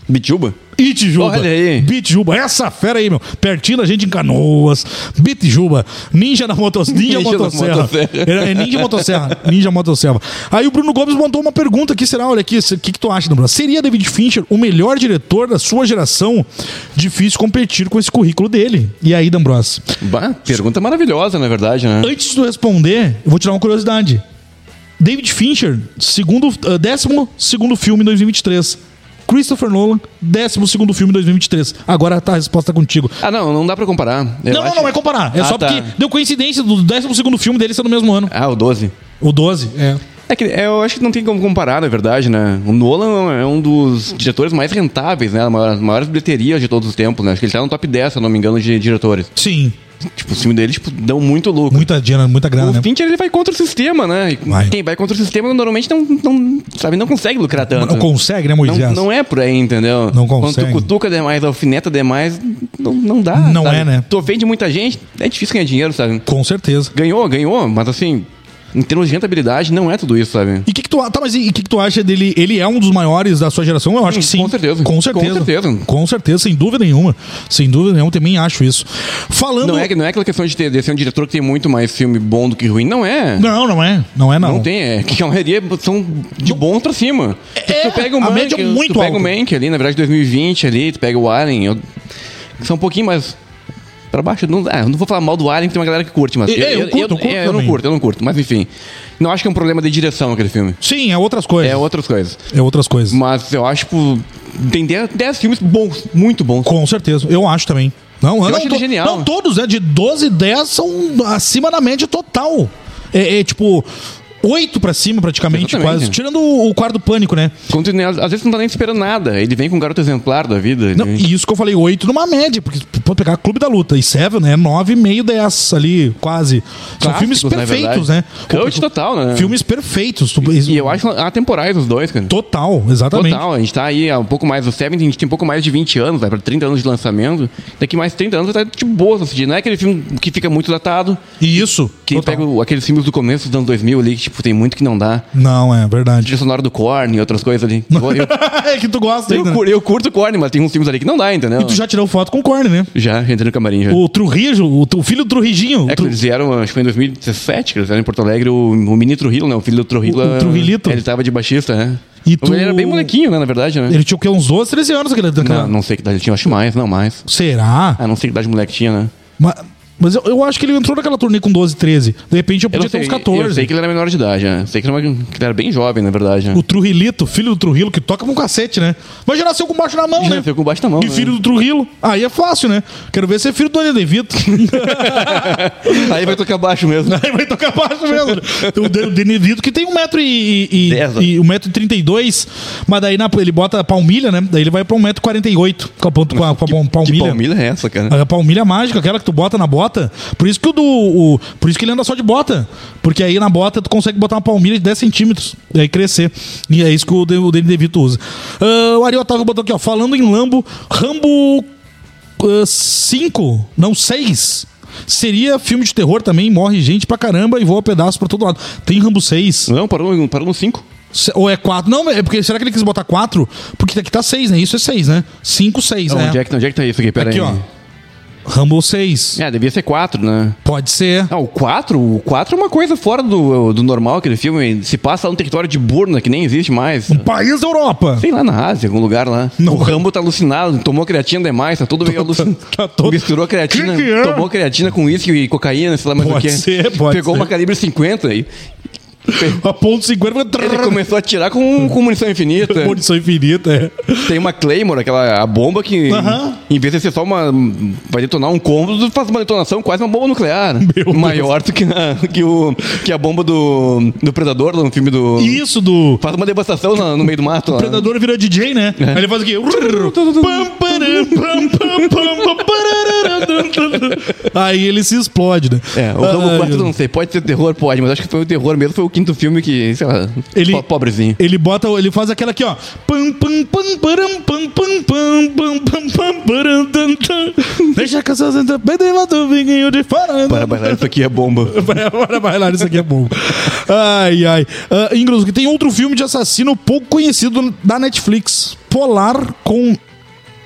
[SPEAKER 1] Bituba?
[SPEAKER 2] Itijuba.
[SPEAKER 1] Olha aí.
[SPEAKER 2] Bitijuba. Essa fera aí, meu. Pertinho da gente em Canoas. Bitijuba. Ninja na motos... Ninja,
[SPEAKER 1] Ninja na
[SPEAKER 2] motosserra.
[SPEAKER 1] motosserra.
[SPEAKER 2] Era- É ninja motosserra. Ninja motosserra. Aí o Bruno Gomes mandou uma pergunta aqui. Será, olha aqui, o que, que tu acha, Bruno? Seria David Fincher o melhor diretor da sua geração? Difícil competir com esse currículo dele. E aí, D'Ambros?
[SPEAKER 1] Bah, pergunta maravilhosa, na verdade, né?
[SPEAKER 2] Antes de eu responder, eu vou tirar uma curiosidade. David Fincher, segundo, ah, décimo segundo filme em 2023. Christopher Nolan, décimo segundo filme em 2023. Agora tá a resposta contigo.
[SPEAKER 1] Ah, não, não dá pra comparar. Eu
[SPEAKER 2] não,
[SPEAKER 1] acho-
[SPEAKER 2] não, não é comparar. É
[SPEAKER 1] Ah,
[SPEAKER 2] só
[SPEAKER 1] tá.
[SPEAKER 2] porque deu coincidência do décimo segundo filme dele ser no mesmo ano.
[SPEAKER 1] Ah, o 12.
[SPEAKER 2] O 12, é.
[SPEAKER 1] É que é, eu acho que não tem como comparar, na verdade, né? O Nolan é um dos diretores mais rentáveis, né? As maiores, maiores bilheterias de todos os tempos, né? Acho que ele tá no top 10, se eu não me engano, de diretores.
[SPEAKER 2] Sim.
[SPEAKER 1] Tipo, os filmes dele, tipo, dão muito lucro.
[SPEAKER 2] Muita grana, muita grana,
[SPEAKER 1] O
[SPEAKER 2] né?
[SPEAKER 1] Fincher, ele vai contra o sistema, né? E
[SPEAKER 2] Vai.
[SPEAKER 1] Quem vai contra o sistema normalmente não, não, sabe, não consegue lucrar tanto.
[SPEAKER 2] Não consegue, né,
[SPEAKER 1] Não,
[SPEAKER 2] Moisés?
[SPEAKER 1] não é por aí, entendeu?
[SPEAKER 2] Não
[SPEAKER 1] Quando
[SPEAKER 2] consegue.
[SPEAKER 1] tu cutuca demais, alfineta demais, não, não dá.
[SPEAKER 2] Não
[SPEAKER 1] sabe?
[SPEAKER 2] é, né?
[SPEAKER 1] Tu ofende muita gente, é difícil ganhar dinheiro, sabe?
[SPEAKER 2] Com certeza.
[SPEAKER 1] Ganhou, ganhou, mas assim, em termos de rentabilidade, não é tudo isso, sabe?
[SPEAKER 2] E o que, que tu a- tá, mas e o que, que tu acha dele? Ele é um dos maiores da sua geração? Eu acho que sim.
[SPEAKER 1] Hum, Com certeza.
[SPEAKER 2] Com certeza.
[SPEAKER 1] Com certeza.
[SPEAKER 2] Com certeza, sem dúvida nenhuma. Sem dúvida nenhuma, também acho isso. Falando.
[SPEAKER 1] Não é, que- não é aquela questão de, ter, de ser um diretor que tem muito mais filme bom do que ruim, não é.
[SPEAKER 2] Não, não é. Não é, não.
[SPEAKER 1] Não tem, é que a maioria são de bom pra cima.
[SPEAKER 2] É,
[SPEAKER 1] tu pega o
[SPEAKER 2] a
[SPEAKER 1] Mank,
[SPEAKER 2] média é muito
[SPEAKER 1] tu pega
[SPEAKER 2] alta.
[SPEAKER 1] o Mank ali, na verdade 2020 ali, tu pega o Alien, eu... são um pouquinho mais pra baixo. Não, ah, eu não vou falar mal do Alien, que tem uma galera que curte, mas
[SPEAKER 2] É, eu curto, eu curto
[SPEAKER 1] é, eu não
[SPEAKER 2] também.
[SPEAKER 1] curto, eu não curto, mas enfim. Não acho que é um problema de direção aquele filme.
[SPEAKER 2] Sim, é outras coisas.
[SPEAKER 1] É outras coisas.
[SPEAKER 2] É outras coisas.
[SPEAKER 1] Mas eu acho, tipo, tem 10 10 filmes bons, muito bons.
[SPEAKER 2] Com certeza. Eu acho também. Não, eu não,
[SPEAKER 1] acho ele
[SPEAKER 2] to-
[SPEAKER 1] genial.
[SPEAKER 2] não todos, né? De 12 e 10 são acima da média total. É, é, tipo. Oito pra cima, praticamente,
[SPEAKER 1] Exatamente.
[SPEAKER 2] quase. Tirando o o quarto pânico, né?
[SPEAKER 1] Quando, tu- né, às vezes tu não tá nem esperando nada. Ele vem com um garoto exemplar da vida. ele
[SPEAKER 2] Não,
[SPEAKER 1] vem-
[SPEAKER 2] e isso que eu falei, oito numa média, porque tu pode pegar Clube da Luta e Seven, né? Nove e meio, dez ali, quase. São
[SPEAKER 1] Clássicos,
[SPEAKER 2] filmes
[SPEAKER 1] na
[SPEAKER 2] perfeitos,
[SPEAKER 1] verdade.
[SPEAKER 2] né?
[SPEAKER 1] Cult total, né?
[SPEAKER 2] Filmes perfeitos. Tu-
[SPEAKER 1] E eu acho atemporais é os dois, cara.
[SPEAKER 2] Total, exatamente.
[SPEAKER 1] Total, a gente tá aí há um pouco mais do Seven, a gente tem um pouco mais de 20 anos, vai pra 30 anos de lançamento. Daqui mais 30 anos vai estar de boa, assim, não é aquele filme que fica muito datado,
[SPEAKER 2] E isso.
[SPEAKER 1] que
[SPEAKER 2] total.
[SPEAKER 1] pega o- aqueles filmes do começo dos anos 2000 ali, que tipo, tem muito que não dá.
[SPEAKER 2] Não, é verdade.
[SPEAKER 1] Trilha sonora do Korn e outras coisas ali. Eu, eu,
[SPEAKER 2] é que tu gosta
[SPEAKER 1] eu,
[SPEAKER 2] ainda. né?
[SPEAKER 1] cur- eu curto Korn, mas tem uns filmes ali que não dá, entendeu?
[SPEAKER 2] E tu já tirou foto com o Corne, né?
[SPEAKER 1] Já, entrei no camarim já.
[SPEAKER 2] O Trujillo, o, tu- o filho do Trujijinho.
[SPEAKER 1] É
[SPEAKER 2] o
[SPEAKER 1] que
[SPEAKER 2] Tru-
[SPEAKER 1] eles vieram, acho que foi em 2017, que eles vieram em Porto Alegre, o, o mini Trujillo, né? O filho do Trujillo.
[SPEAKER 2] O- o
[SPEAKER 1] é,
[SPEAKER 2] Trujillito.
[SPEAKER 1] Ele tava de baixista, né?
[SPEAKER 2] E tu-
[SPEAKER 1] Ele era bem molequinho, né, na verdade, né?
[SPEAKER 2] Ele tinha o quê? Uns 12, 13 anos aquele.
[SPEAKER 1] Não, É.
[SPEAKER 2] daquela-
[SPEAKER 1] não sei que idade ele tinha, acho mais, não mais.
[SPEAKER 2] Será?
[SPEAKER 1] Ah, não sei que idade o moleque tinha, né?
[SPEAKER 2] Mas, Mas eu, eu acho que ele entrou naquela turnê com 12, 13. De repente eu
[SPEAKER 1] Eu
[SPEAKER 2] podia
[SPEAKER 1] não
[SPEAKER 2] ter
[SPEAKER 1] sei,
[SPEAKER 2] uns
[SPEAKER 1] Eu
[SPEAKER 2] 14.
[SPEAKER 1] sei que ele era menor de idade, né? Sei que ele era, uma- que ele era bem jovem, na verdade. Né?
[SPEAKER 2] O Trujilito, filho do Trujillo, que toca com cacete, né? Mas já nasceu com baixo na mão,
[SPEAKER 1] Já
[SPEAKER 2] né?
[SPEAKER 1] nasceu com baixo na mão,
[SPEAKER 2] E
[SPEAKER 1] né?
[SPEAKER 2] filho do Trujillo. Aí é fácil, né? Quero ver se é filho do Daniel De Vito.
[SPEAKER 1] Aí vai tocar baixo mesmo. né?
[SPEAKER 2] Aí vai tocar baixo mesmo. Tem o Dan- o Denevito que tem 1,32m, e, e,
[SPEAKER 1] Dez, né? ó.
[SPEAKER 2] e, e um metro e trinta e dois, mas daí na- ele bota a palmilha, né? Daí ele vai pra 1,48m com a, ponta- com a, com a pal-
[SPEAKER 1] Que
[SPEAKER 2] palmilha.
[SPEAKER 1] palmilha é essa, cara?
[SPEAKER 2] A palmilha mágica, aquela que tu bota na bota. Por isso que o do. o- por isso que ele anda só de bota. Porque aí na bota tu consegue botar uma palmilha de 10 centímetros. E aí crescer. E é isso que o, De- o Danny DeVito usa. Ah, o Ari Otávio botou aqui, ó. Falando em Lambo, Rambo 5, não 6. Seria filme de terror também, morre gente pra caramba e voa pedaço pra todo lado. Tem Rambo 6.
[SPEAKER 1] Não, parou, no- parou no 5.
[SPEAKER 2] Ou é 4? Não, é porque será que ele quis botar 4? Porque aqui tá 6, né? Isso é 6, né? 5, 6, né?
[SPEAKER 1] Onde, é que, onde é que tá isso aqui? Pera
[SPEAKER 2] Aqui,
[SPEAKER 1] aí.
[SPEAKER 2] ó. Rambo 6.
[SPEAKER 1] É, devia ser 4, né?
[SPEAKER 2] Pode ser.
[SPEAKER 1] Ah, o 4? O 4 é uma coisa fora do, do normal, aquele filme. Se passa lá no território de Burna, que nem existe mais.
[SPEAKER 2] País da Europa.
[SPEAKER 1] Sei lá na Ásia, algum lugar lá.
[SPEAKER 2] Não. é.
[SPEAKER 1] O Rambo tá alucinado, tomou creatina demais, tá todo meio alucinado.
[SPEAKER 2] tá todo-
[SPEAKER 1] Misturou creatina,
[SPEAKER 2] Que que é?
[SPEAKER 1] tomou creatina com uísque e cocaína, sei lá mais o
[SPEAKER 2] Pode
[SPEAKER 1] que.
[SPEAKER 2] ser, pode
[SPEAKER 1] Pegou
[SPEAKER 2] ser.
[SPEAKER 1] uma calibre 50 e
[SPEAKER 2] A ponto 50
[SPEAKER 1] ele começou a atirar com, com munição infinita.
[SPEAKER 2] Condição infinita, é.
[SPEAKER 1] Tem uma Claymore, aquela a bomba que
[SPEAKER 2] Aham.
[SPEAKER 1] em vez de ser só uma. Vai detonar um combo, tu faz uma detonação quase uma bomba nuclear.
[SPEAKER 2] Deus.
[SPEAKER 1] Maior do que a, que, o, que a bomba do, do Predador lá no filme do.
[SPEAKER 2] Isso do.
[SPEAKER 1] Faz uma devastação na- no meio do mato lá.
[SPEAKER 2] O predador vira DJ, né?
[SPEAKER 1] É.
[SPEAKER 2] Aí ele faz aqui. Aí ele se explode, né?
[SPEAKER 1] É, o Rambo
[SPEAKER 2] Ai,
[SPEAKER 1] 4 eu
[SPEAKER 2] eu-
[SPEAKER 1] não sei, pode ser terror, pode, mas acho que foi o terror mesmo, foi o quinto filme que, sei lá,
[SPEAKER 2] Ele-
[SPEAKER 1] po- pobrezinho.
[SPEAKER 2] Ele bota, ele faz aquela aqui, ó. Pam, pam, pam, param, pam, pam, pam, pam, pam, pam, param, tan, tan. Deixa a casa sentar, pede lá do vinho de fora.
[SPEAKER 1] Para bailar, isso aqui é bomba.
[SPEAKER 2] Bora- Bora bailar, isso aqui é bom. Ai, ai. Uh, Ingros, que tem outro filme de assassino pouco conhecido da Netflix. Polar com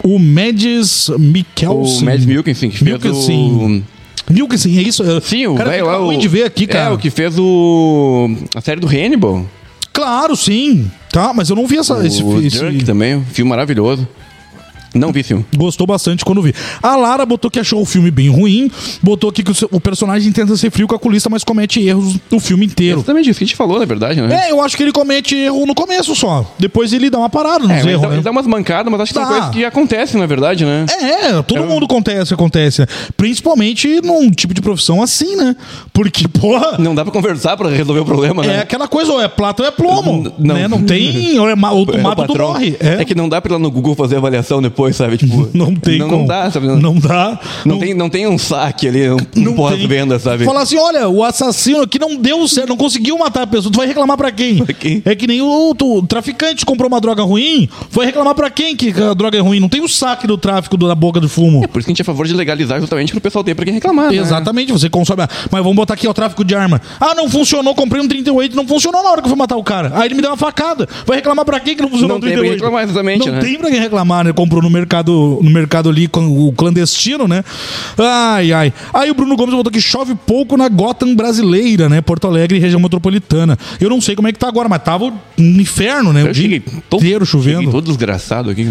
[SPEAKER 2] o Mads
[SPEAKER 1] O
[SPEAKER 2] Mikkelsen.
[SPEAKER 1] Mads Mikkelsen, que fez
[SPEAKER 2] um Mikkelsen.
[SPEAKER 1] o...
[SPEAKER 2] Mikkelsen, é isso?
[SPEAKER 1] Sim, o
[SPEAKER 2] cara,
[SPEAKER 1] velho
[SPEAKER 2] fica
[SPEAKER 1] lá,
[SPEAKER 2] ruim
[SPEAKER 1] o...
[SPEAKER 2] de ver aqui, cara.
[SPEAKER 1] É, o que fez o... a série do Hannibal.
[SPEAKER 2] Claro, sim. Tá, mas eu não vi essa, esse,
[SPEAKER 1] o
[SPEAKER 2] esse-
[SPEAKER 1] Jerk também, um filme maravilhoso. Não vi filme.
[SPEAKER 2] Gostou bastante quando vi. A Lara botou que achou o filme bem ruim, botou aqui que o, seu- o personagem tenta ser frio com a culista, mas comete erros o filme inteiro.
[SPEAKER 1] Exatamente isso que a gente falou, na verdade, né?
[SPEAKER 2] É, eu acho que ele comete erro no começo só. Depois ele dá uma parada nos
[SPEAKER 1] É, mas
[SPEAKER 2] erros,
[SPEAKER 1] dá,
[SPEAKER 2] né?
[SPEAKER 1] dá umas mancadas, mas acho que
[SPEAKER 2] Dá.
[SPEAKER 1] são coisas que acontecem, na verdade, né?
[SPEAKER 2] É, é, todo mundo acontece, acontece. né? Principalmente num tipo de profissão assim, né? Porque, porra,
[SPEAKER 1] Não dá pra conversar pra resolver o problema,
[SPEAKER 2] é
[SPEAKER 1] né?
[SPEAKER 2] aquela coisa, ou é plata ou é plomo.
[SPEAKER 1] Não.
[SPEAKER 2] né? não tem, ou, é ma- ou tu
[SPEAKER 1] É, o
[SPEAKER 2] mata ou tu
[SPEAKER 1] patrão.
[SPEAKER 2] morre.
[SPEAKER 1] É. que não dá pra ir lá no Google fazer avaliação depois, sabe? Tipo,
[SPEAKER 2] não tem
[SPEAKER 1] não,
[SPEAKER 2] como.
[SPEAKER 1] Não dá, tá sabe?
[SPEAKER 2] Não dá.
[SPEAKER 1] Não, tem, não tem um saque ali, um, um pós-venda, sabe?
[SPEAKER 2] Falar assim, olha, o assassino aqui não deu certo, não conseguiu matar a pessoa. Tu vai reclamar pra quem?
[SPEAKER 1] Pra quem?
[SPEAKER 2] É que nem o, tu- o traficante comprou uma droga ruim, vai reclamar pra quem que a droga é ruim? Não tem o saque do tráfico da boca do fumo.
[SPEAKER 1] É por isso que a gente é a favor de legalizar justamente pro pessoal ter pra quem reclamar, né?
[SPEAKER 2] Exatamente, você consome. a- Mas vamos botar aqui ó, o tráfico de arma. Ah, não funcionou, comprei um 38, não funcionou na hora que eu fui matar o cara. Aí ele me deu uma facada. Vai reclamar pra quê que não
[SPEAKER 1] Não
[SPEAKER 2] funcionou um
[SPEAKER 1] tem pra
[SPEAKER 2] 38?
[SPEAKER 1] quem reclamar, exatamente,
[SPEAKER 2] Não
[SPEAKER 1] né?
[SPEAKER 2] tem pra quem reclamar, né? Comprou no mercado, no mercado ali com o clandestino, né? Ai, ai. Aí o Bruno Gomes botou que chove pouco na Gotham brasileira, né? Porto Alegre e região metropolitana. Eu não sei como é que tá agora, mas tava um inferno, né? O
[SPEAKER 1] Eu
[SPEAKER 2] dia
[SPEAKER 1] cheguei todo,
[SPEAKER 2] inteiro
[SPEAKER 1] cheguei
[SPEAKER 2] chovendo.
[SPEAKER 1] todo desgraçado aqui.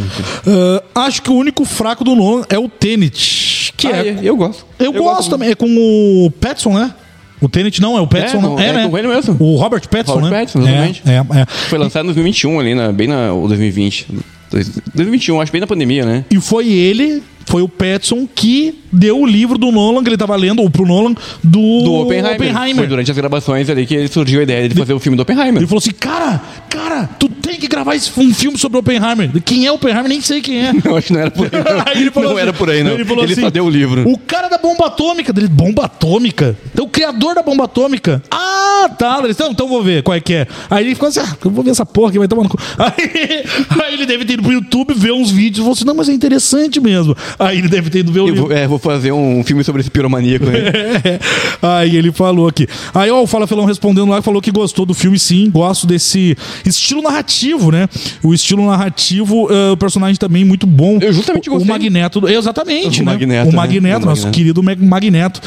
[SPEAKER 2] Ah, acho que o único fraco do Nolan é o Tenet, que
[SPEAKER 1] Ah,
[SPEAKER 2] é
[SPEAKER 1] eu gosto.
[SPEAKER 2] eu, gosto, também. É com o Petson, né? O Tenet não, é o Petson.
[SPEAKER 1] É,
[SPEAKER 2] não.
[SPEAKER 1] com- é com ele mesmo.
[SPEAKER 2] O Robert Petson,
[SPEAKER 1] Robert
[SPEAKER 2] né?
[SPEAKER 1] Pattinson, exatamente.
[SPEAKER 2] É, é, é.
[SPEAKER 1] Foi lançado em 2021 ali, na, bem na... ou 2020. Dois- 2021, acho bem na pandemia, né?
[SPEAKER 2] E foi ele, foi o Petson que deu o livro do Nolan, que ele tava lendo, ou pro Nolan, do,
[SPEAKER 1] Do Oppenheimer. Foi durante as gravações ali que ele surgiu a ideia de fazer o filme do Oppenheimer.
[SPEAKER 2] Ele falou assim, cara, cara, tu tem que gravar esse, um filme sobre Oppenheimer. Quem é Oppenheimer? Nem sei quem é.
[SPEAKER 1] Eu acho que não era por aí. Não,
[SPEAKER 2] Aí ele falou
[SPEAKER 1] não
[SPEAKER 2] assim-
[SPEAKER 1] era por aí, não.
[SPEAKER 2] Ele
[SPEAKER 1] Ele,
[SPEAKER 2] falou assim,
[SPEAKER 1] só deu o livro.
[SPEAKER 2] O cara da bomba atômica dele, bomba atômica? Então, o criador da bomba atômica. Ah, tá. Ele, então, então vou ver qual é que é. Aí ele ficou assim, ah, eu vou ver essa porra que vai tomar no cu. Aí, aí ele deve ter ido pro YouTube ver uns vídeos e falou assim, não, mas é interessante mesmo. Aí ele deve ter ido ver o
[SPEAKER 1] Eu
[SPEAKER 2] livro.
[SPEAKER 1] vou, é, vou fazer um filme sobre esse piromaníaco né?" aí.
[SPEAKER 2] É. Aí ele falou aqui. Aí ó, o Fala Felão respondendo lá, falou que gostou do filme, sim. Gosto desse estilo narrativo narrativo, né? O estilo narrativo, eh, o personagem também muito bom.
[SPEAKER 1] Eu justamente
[SPEAKER 2] o, o
[SPEAKER 1] gostei.
[SPEAKER 2] Magneto, exatamente,
[SPEAKER 1] O
[SPEAKER 2] né?
[SPEAKER 1] Magneto,
[SPEAKER 2] o
[SPEAKER 1] né?
[SPEAKER 2] Magneto,
[SPEAKER 1] O
[SPEAKER 2] nosso
[SPEAKER 1] Magneto.
[SPEAKER 2] querido Mag- Magneto.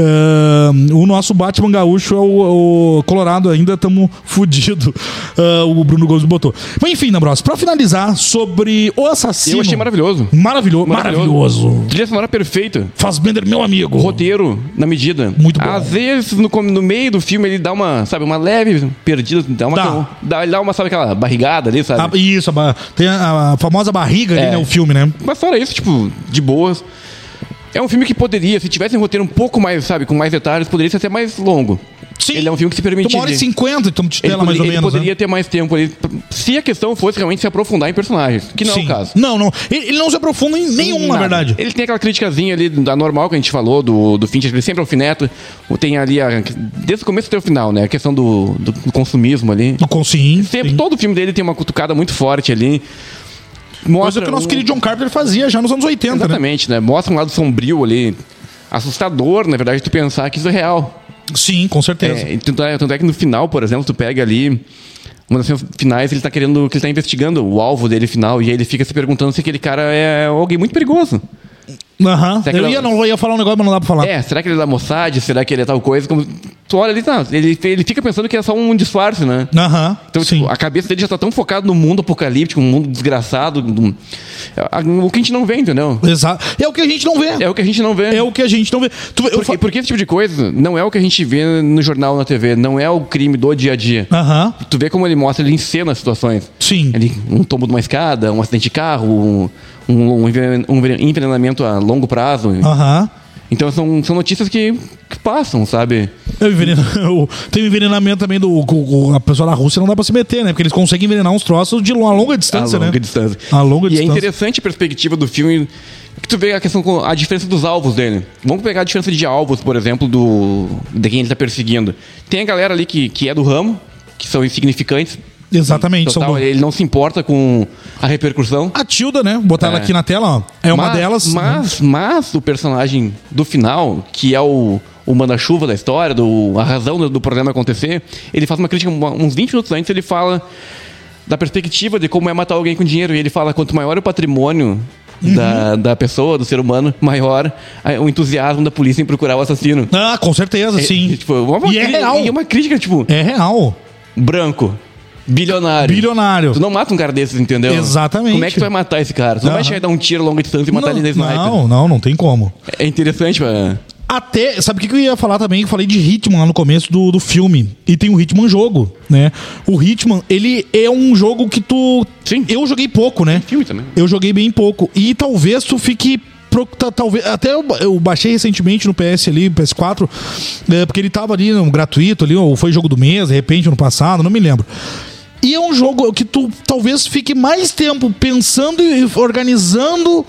[SPEAKER 2] Ah, o nosso Batman gaúcho é o, o Colorado, ainda estamos fudido. Ah, o Bruno Gomes botou. Mas enfim, Nambros, pra finalizar sobre o assassino.
[SPEAKER 1] Eu achei maravilhoso.
[SPEAKER 2] Maravilhoso, maravilhoso.
[SPEAKER 1] Trilha sonora perfeita.
[SPEAKER 2] Fassbender, meu amigo.
[SPEAKER 1] Roteiro na medida.
[SPEAKER 2] Muito bom.
[SPEAKER 1] Às vezes, no, com- no meio do filme, ele dá uma, sabe, uma leve perdida. Dá uma,
[SPEAKER 2] Dá.
[SPEAKER 1] dá- ele dá uma, sabe, aquela barrigada ali, sabe?
[SPEAKER 2] Ah, isso, a ba- tem a, a famosa barriga ali,
[SPEAKER 1] É.
[SPEAKER 2] né? O filme, né?
[SPEAKER 1] Mas fora isso, tipo, de boas. É um filme que poderia, se tivesse um roteiro um pouco mais, sabe, com mais detalhes, poderia ser até mais longo.
[SPEAKER 2] Sim.
[SPEAKER 1] Ele é um filme que se permite.
[SPEAKER 2] Uma hora e
[SPEAKER 1] de-
[SPEAKER 2] cinquenta, então de
[SPEAKER 1] Ele,
[SPEAKER 2] tela mais
[SPEAKER 1] poderia-
[SPEAKER 2] ou
[SPEAKER 1] ele
[SPEAKER 2] menos. né?
[SPEAKER 1] poderia ter mais tempo ali. Se a questão fosse realmente se aprofundar em personagens, que não é
[SPEAKER 2] Sim.
[SPEAKER 1] o caso.
[SPEAKER 2] Não, não. Ele, ele não se aprofunda em nenhum, na
[SPEAKER 1] Nada.
[SPEAKER 2] verdade.
[SPEAKER 1] Ele tem aquela criticazinha ali da normal que a gente falou, do, do Fincher, ele sempre é alfineta. Tem ali, a, desde o começo até o final, né? A questão do, do consumismo ali.
[SPEAKER 2] Do Consim.
[SPEAKER 1] Sempre,
[SPEAKER 2] sim.
[SPEAKER 1] todo filme dele tem uma cutucada muito forte ali.
[SPEAKER 2] Coisa que o nosso
[SPEAKER 1] um-
[SPEAKER 2] querido John Carpenter fazia já nos anos 80, né?
[SPEAKER 1] Exatamente, né? Mostra um lado sombrio ali. Assustador, na verdade, tu pensar que isso é real.
[SPEAKER 2] Sim, com certeza.
[SPEAKER 1] É, e tanto, é, tanto é que no final, por exemplo, tu pega ali. Uma das cenas finais, ele tá querendo. que ele tá investigando o alvo dele final. E aí ele fica se perguntando se aquele cara é alguém muito perigoso.
[SPEAKER 2] Aham.
[SPEAKER 1] Será que
[SPEAKER 2] Eu
[SPEAKER 1] ela-
[SPEAKER 2] ia, não, eu ia falar um negócio, mas não dá pra falar.
[SPEAKER 1] É, será que ele é da Mossad? Será que ele é tal coisa? Como, tu olha ali, tá, ele, ele fica pensando que é só um disfarce, né?
[SPEAKER 2] Aham.
[SPEAKER 1] Então,
[SPEAKER 2] sim.
[SPEAKER 1] tipo, a cabeça dele já tá tão focada no mundo apocalíptico, um mundo desgraçado. um- a- o que a gente não vê, entendeu?
[SPEAKER 2] Exato. É o que a gente não vê.
[SPEAKER 1] É o que a gente não vê.
[SPEAKER 2] É o que a gente não vê. Tu- eu
[SPEAKER 1] Porque,
[SPEAKER 2] fa-
[SPEAKER 1] porque esse tipo de coisa não é o que a gente vê no jornal, na TV, não é o crime do dia a dia.
[SPEAKER 2] Aham.
[SPEAKER 1] Tu vê como ele mostra, ele encena as situações.
[SPEAKER 2] Sim.
[SPEAKER 1] Ele, um tombo de uma escada, um acidente de carro, um, um envenen- um envenenamento a longo prazo.
[SPEAKER 2] Aham.
[SPEAKER 1] Então são, são notícias que, que passam, sabe?
[SPEAKER 2] É o envenena- o- Tem o envenenamento também do. o- o- a pessoa da Rússia não dá pra se meter, né? Porque eles conseguem envenenar uns troços de uma longa distância,
[SPEAKER 1] a longa
[SPEAKER 2] né?
[SPEAKER 1] distância.
[SPEAKER 2] A longa
[SPEAKER 1] e
[SPEAKER 2] distância.
[SPEAKER 1] é interessante a perspectiva do filme que tu vê a questão com a diferença dos alvos dele. Vamos pegar a diferença de alvos, por exemplo, do de quem ele tá perseguindo. Tem a galera ali que, que é do ramo, que são insignificantes.
[SPEAKER 2] Exatamente. são
[SPEAKER 1] Total, é.
[SPEAKER 2] do-
[SPEAKER 1] ele não se importa com a repercussão.
[SPEAKER 2] A Tilda, né? Botar ela
[SPEAKER 1] É.
[SPEAKER 2] aqui na tela, ó. É uma
[SPEAKER 1] Mas-
[SPEAKER 2] delas. né?
[SPEAKER 1] Mas, mas o personagem do final, que é o, o manda-chuva da história, do, a razão do, do problema acontecer, ele faz uma crítica uma- uns 20 minutos antes, ele fala da perspectiva de como é matar alguém com dinheiro. E ele fala: quanto maior o patrimônio.
[SPEAKER 2] Uhum.
[SPEAKER 1] Da, da pessoa, do ser humano, maior a- o entusiasmo da polícia em procurar o assassino.
[SPEAKER 2] Ah, com certeza, sim.
[SPEAKER 1] E, tipo, uma,
[SPEAKER 2] E é
[SPEAKER 1] crítica-
[SPEAKER 2] real.
[SPEAKER 1] e uma crítica, tipo,
[SPEAKER 2] É real.
[SPEAKER 1] branco, bilionário.
[SPEAKER 2] Bilionário.
[SPEAKER 1] Tu não mata um cara desses, entendeu?
[SPEAKER 2] Exatamente.
[SPEAKER 1] Como é que tu vai matar esse cara? Tu não vai
[SPEAKER 2] Aham.
[SPEAKER 1] chegar e dar um tiro a longa distância e matar ele na sniper.
[SPEAKER 2] não, não, não tem como.
[SPEAKER 1] É interessante, mano.
[SPEAKER 2] Até, sabe o que que eu ia falar também? Eu falei de Hitman lá no começo do, do filme. E tem o Hitman jogo, né? O Hitman, ele é um jogo que tu.
[SPEAKER 1] Sim.
[SPEAKER 2] Eu joguei pouco, né?
[SPEAKER 1] Filme também.
[SPEAKER 2] Eu joguei bem pouco. E talvez tu fique. pro- ta- Talvez, até eu, eu baixei recentemente no PS ali, PS4, é, porque ele tava ali no gratuito ali, ou foi jogo do mês, de repente, ano passado, não me lembro. E é um jogo que tu talvez fique mais tempo pensando e organizando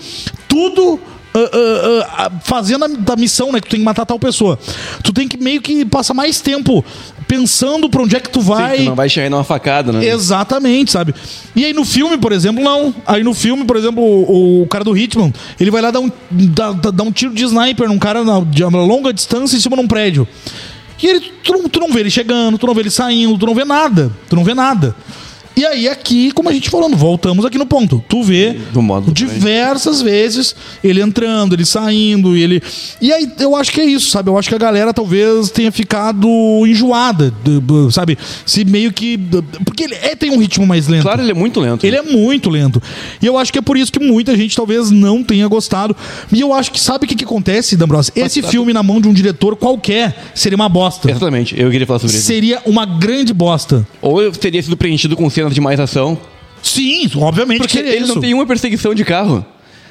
[SPEAKER 2] tudo. ah, ah, ah, fazendo a, da missão, né? Que tu tem que matar tal pessoa. Tu tem que meio que passar mais tempo pensando pra onde é que tu vai.
[SPEAKER 1] Tu não vai chegar e dar uma facada, né?
[SPEAKER 2] Exatamente, sabe? E aí no filme, por exemplo, não. Aí no filme, por exemplo, o, o cara do Hitman, ele vai lá dar um, dar, dar- dar um tiro de sniper num cara na, de uma longa distância em cima de um prédio. E ele, tu, não- tu não vê ele chegando, tu não vê ele saindo, tu não vê nada. Tu não vê nada. E aí aqui, como a gente falando, voltamos aqui no ponto. Tu vê
[SPEAKER 1] Do modo
[SPEAKER 2] de diversas vezes ele entrando, ele saindo, e ele. E aí eu acho que é isso, sabe? Eu acho que a galera talvez tenha ficado enjoada, d- b- sabe? Se meio que. d- Porque ele é, tem um ritmo mais lento.
[SPEAKER 1] Claro, ele é muito lento.
[SPEAKER 2] Ele é muito lento. E eu acho que é por isso que muita gente talvez não tenha gostado. E eu acho que sabe o que, que acontece, D'Ambrosio? Esse filme na mão de um diretor qualquer seria uma bosta.
[SPEAKER 1] Exatamente, eu queria falar tá É sobre isso.
[SPEAKER 2] Seria uma grande bosta.
[SPEAKER 1] Ou eu teria sido preenchido com cenas de mais ação.
[SPEAKER 2] Sim, obviamente
[SPEAKER 1] Porque
[SPEAKER 2] que seria
[SPEAKER 1] ele
[SPEAKER 2] é isso.
[SPEAKER 1] não tem uma perseguição de carro.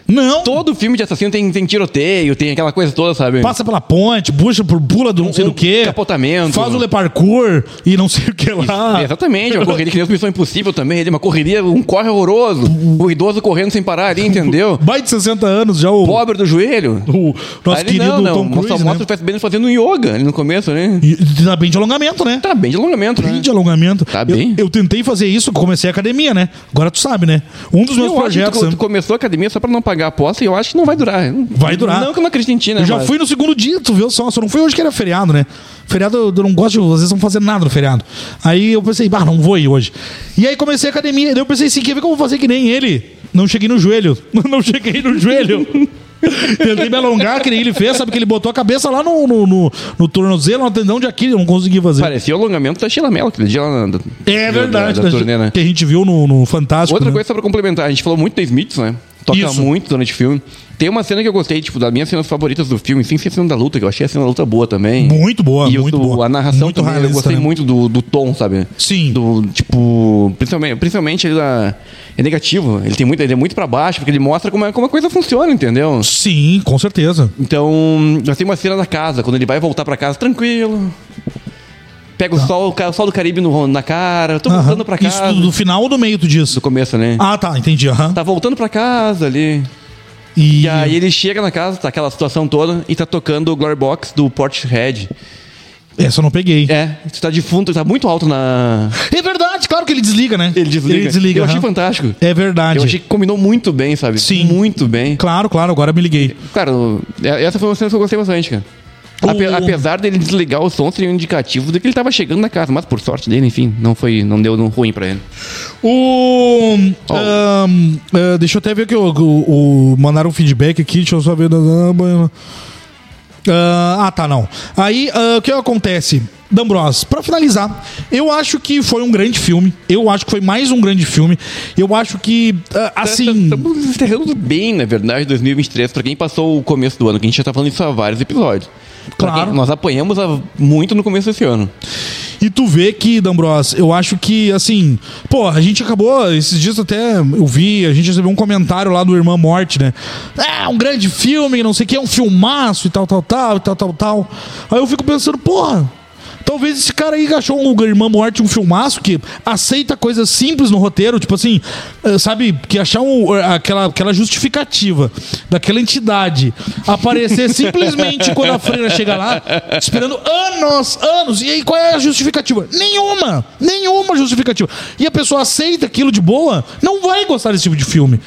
[SPEAKER 2] Não.
[SPEAKER 1] Todo filme de assassino tem, tem tiroteio, tem aquela coisa toda, sabe?
[SPEAKER 2] Passa pela ponte, puxa por pula do não sei
[SPEAKER 1] Um
[SPEAKER 2] do que.
[SPEAKER 1] capotamento.
[SPEAKER 2] Faz o le parkour e não sei o que lá.
[SPEAKER 1] É, Exatamente, uma correria que nem as Missão Impossível também. Ele é uma correria, um corre horroroso. O idoso correndo sem parar ali, entendeu?
[SPEAKER 2] Mais de 60 anos já o,
[SPEAKER 1] Pobre do joelho.
[SPEAKER 2] o nosso
[SPEAKER 1] Aí ele
[SPEAKER 2] querido Tom
[SPEAKER 1] Só
[SPEAKER 2] Cruise, né?
[SPEAKER 1] mostra o Fast Bender fazendo yoga ali no começo, né?
[SPEAKER 2] E e tá bem de alongamento, né?
[SPEAKER 1] Tá bem de alongamento, né?
[SPEAKER 2] Bem de alongamento.
[SPEAKER 1] Tá
[SPEAKER 2] Eu-
[SPEAKER 1] bem.
[SPEAKER 2] Eu, tentei fazer isso, comecei a academia, né? Agora tu sabe, né? Um dos meus
[SPEAKER 1] Eu acho que
[SPEAKER 2] projetos... né?
[SPEAKER 1] tu, tu começou a academia só pra não pagar a aposta e eu acho que não vai durar.
[SPEAKER 2] Vai durar.
[SPEAKER 1] Não que eu não acredite em ti, né?
[SPEAKER 2] Eu já
[SPEAKER 1] mas-
[SPEAKER 2] fui no segundo dia, tu viu só, só não fui hoje que era feriado, né? Feriado eu eu não gosto, de, às vezes não fazer nada no feriado. Aí eu pensei, bah, não vou ir hoje. E aí comecei a academia, daí eu pensei assim, quer ver como eu vou fazer que nem ele? Não cheguei no joelho, não cheguei no joelho. Tentei me alongar, que nem ele fez, sabe que ele botou a cabeça lá no, no, no, no tornozelo, no tendão de Aquiles, eu não consegui fazer.
[SPEAKER 1] Parecia o alongamento da Sheila Mello, aquele dia lá na,
[SPEAKER 2] É verdade,
[SPEAKER 1] da, da turnê, né?
[SPEAKER 2] que a gente viu no, no Fantástico.
[SPEAKER 1] Outra
[SPEAKER 2] né?
[SPEAKER 1] coisa só pra complementar, a gente falou muito da Smiths, né? Toca
[SPEAKER 2] Isso.
[SPEAKER 1] muito durante o filme. Tem uma cena que eu gostei, tipo, das minhas cenas favoritas do filme, sem ser a cena da luta, que eu achei a cena da luta boa também.
[SPEAKER 2] Muito boa,
[SPEAKER 1] E eu-
[SPEAKER 2] muito boa.
[SPEAKER 1] a narração
[SPEAKER 2] Muito
[SPEAKER 1] também, eu
[SPEAKER 2] realista,
[SPEAKER 1] gostei
[SPEAKER 2] né?
[SPEAKER 1] muito do, do tom, sabe?
[SPEAKER 2] Sim.
[SPEAKER 1] Do, tipo, principalmente, principalmente ele da- é negativo, ele tem muito, ele é muito pra baixo, porque ele mostra como, é, como a coisa funciona, entendeu?
[SPEAKER 2] Sim, com certeza.
[SPEAKER 1] Então, já tem uma cena da casa, quando ele vai voltar pra casa tranquilo. Pega o sol, o ca- o sol do Caribe no, na cara, eu tô
[SPEAKER 2] Tá. Aham.
[SPEAKER 1] voltando pra
[SPEAKER 2] Isso
[SPEAKER 1] casa.
[SPEAKER 2] do, do final ou do meio, tu diz?
[SPEAKER 1] Do começo, né?
[SPEAKER 2] Ah, tá, entendi. aham.
[SPEAKER 1] Tá voltando pra casa ali.
[SPEAKER 2] E,
[SPEAKER 1] E aí ele chega na casa, tá aquela situação toda, e tá tocando o Glory Box do Portishead.
[SPEAKER 2] Essa eu não peguei. É.
[SPEAKER 1] É, tu tá de fundo, tá muito alto na.
[SPEAKER 2] verdade, claro que ele desliga, né?
[SPEAKER 1] Ele desliga.
[SPEAKER 2] Ele desliga.
[SPEAKER 1] Eu achei
[SPEAKER 2] aham.
[SPEAKER 1] fantástico.
[SPEAKER 2] É verdade.
[SPEAKER 1] Eu achei que combinou muito bem, sabe?
[SPEAKER 2] Sim.
[SPEAKER 1] Muito bem.
[SPEAKER 2] Claro, claro, agora eu me liguei.
[SPEAKER 1] Cara, o- é- essa foi uma cena que eu gostei bastante, cara. Ape-
[SPEAKER 2] O-
[SPEAKER 1] Apesar dele desligar o som, seria um indicativo de que ele tava chegando na casa, mas por sorte dele, enfim, não foi, não deu ruim pra ele.
[SPEAKER 2] O. ahn, ah, deixa eu até ver que o, o, o- mandaram um feedback aqui, deixa eu só ver. Ah, ah, tá, não. Aí, ah, o que acontece? D'Ambrós, pra finalizar, eu acho que foi um grande filme. Eu acho que foi mais um grande filme. Eu acho que,
[SPEAKER 1] Tá,
[SPEAKER 2] ah, assim.
[SPEAKER 1] Estamos encerrando bem, na verdade, 2023, pra quem passou o começo do ano, que a gente já tá falando isso há vários episódios. Pra
[SPEAKER 2] Claro.
[SPEAKER 1] quem- Nós apanhamos a- muito no começo desse ano.
[SPEAKER 2] E tu vê que, D'Ambros, eu acho que, assim, pô, a gente acabou, esses dias até eu vi, a gente recebeu um comentário lá do Irmã Morte, né? É, um grande filme, não sei o que, é um filmaço e tal, tal, tal, e tal, tal, tal. Aí eu fico pensando, porra. Talvez esse cara aí achou o Irmã Morte um filmaço que aceita coisas simples no roteiro, tipo assim, eh, sabe, que achar um- aquela, aquela justificativa daquela entidade aparecer simplesmente quando a freira chega lá, esperando anos, anos. E aí qual é a justificativa? Nenhuma! Nenhuma justificativa. E a pessoa aceita aquilo de boa, não vai gostar desse tipo de filme.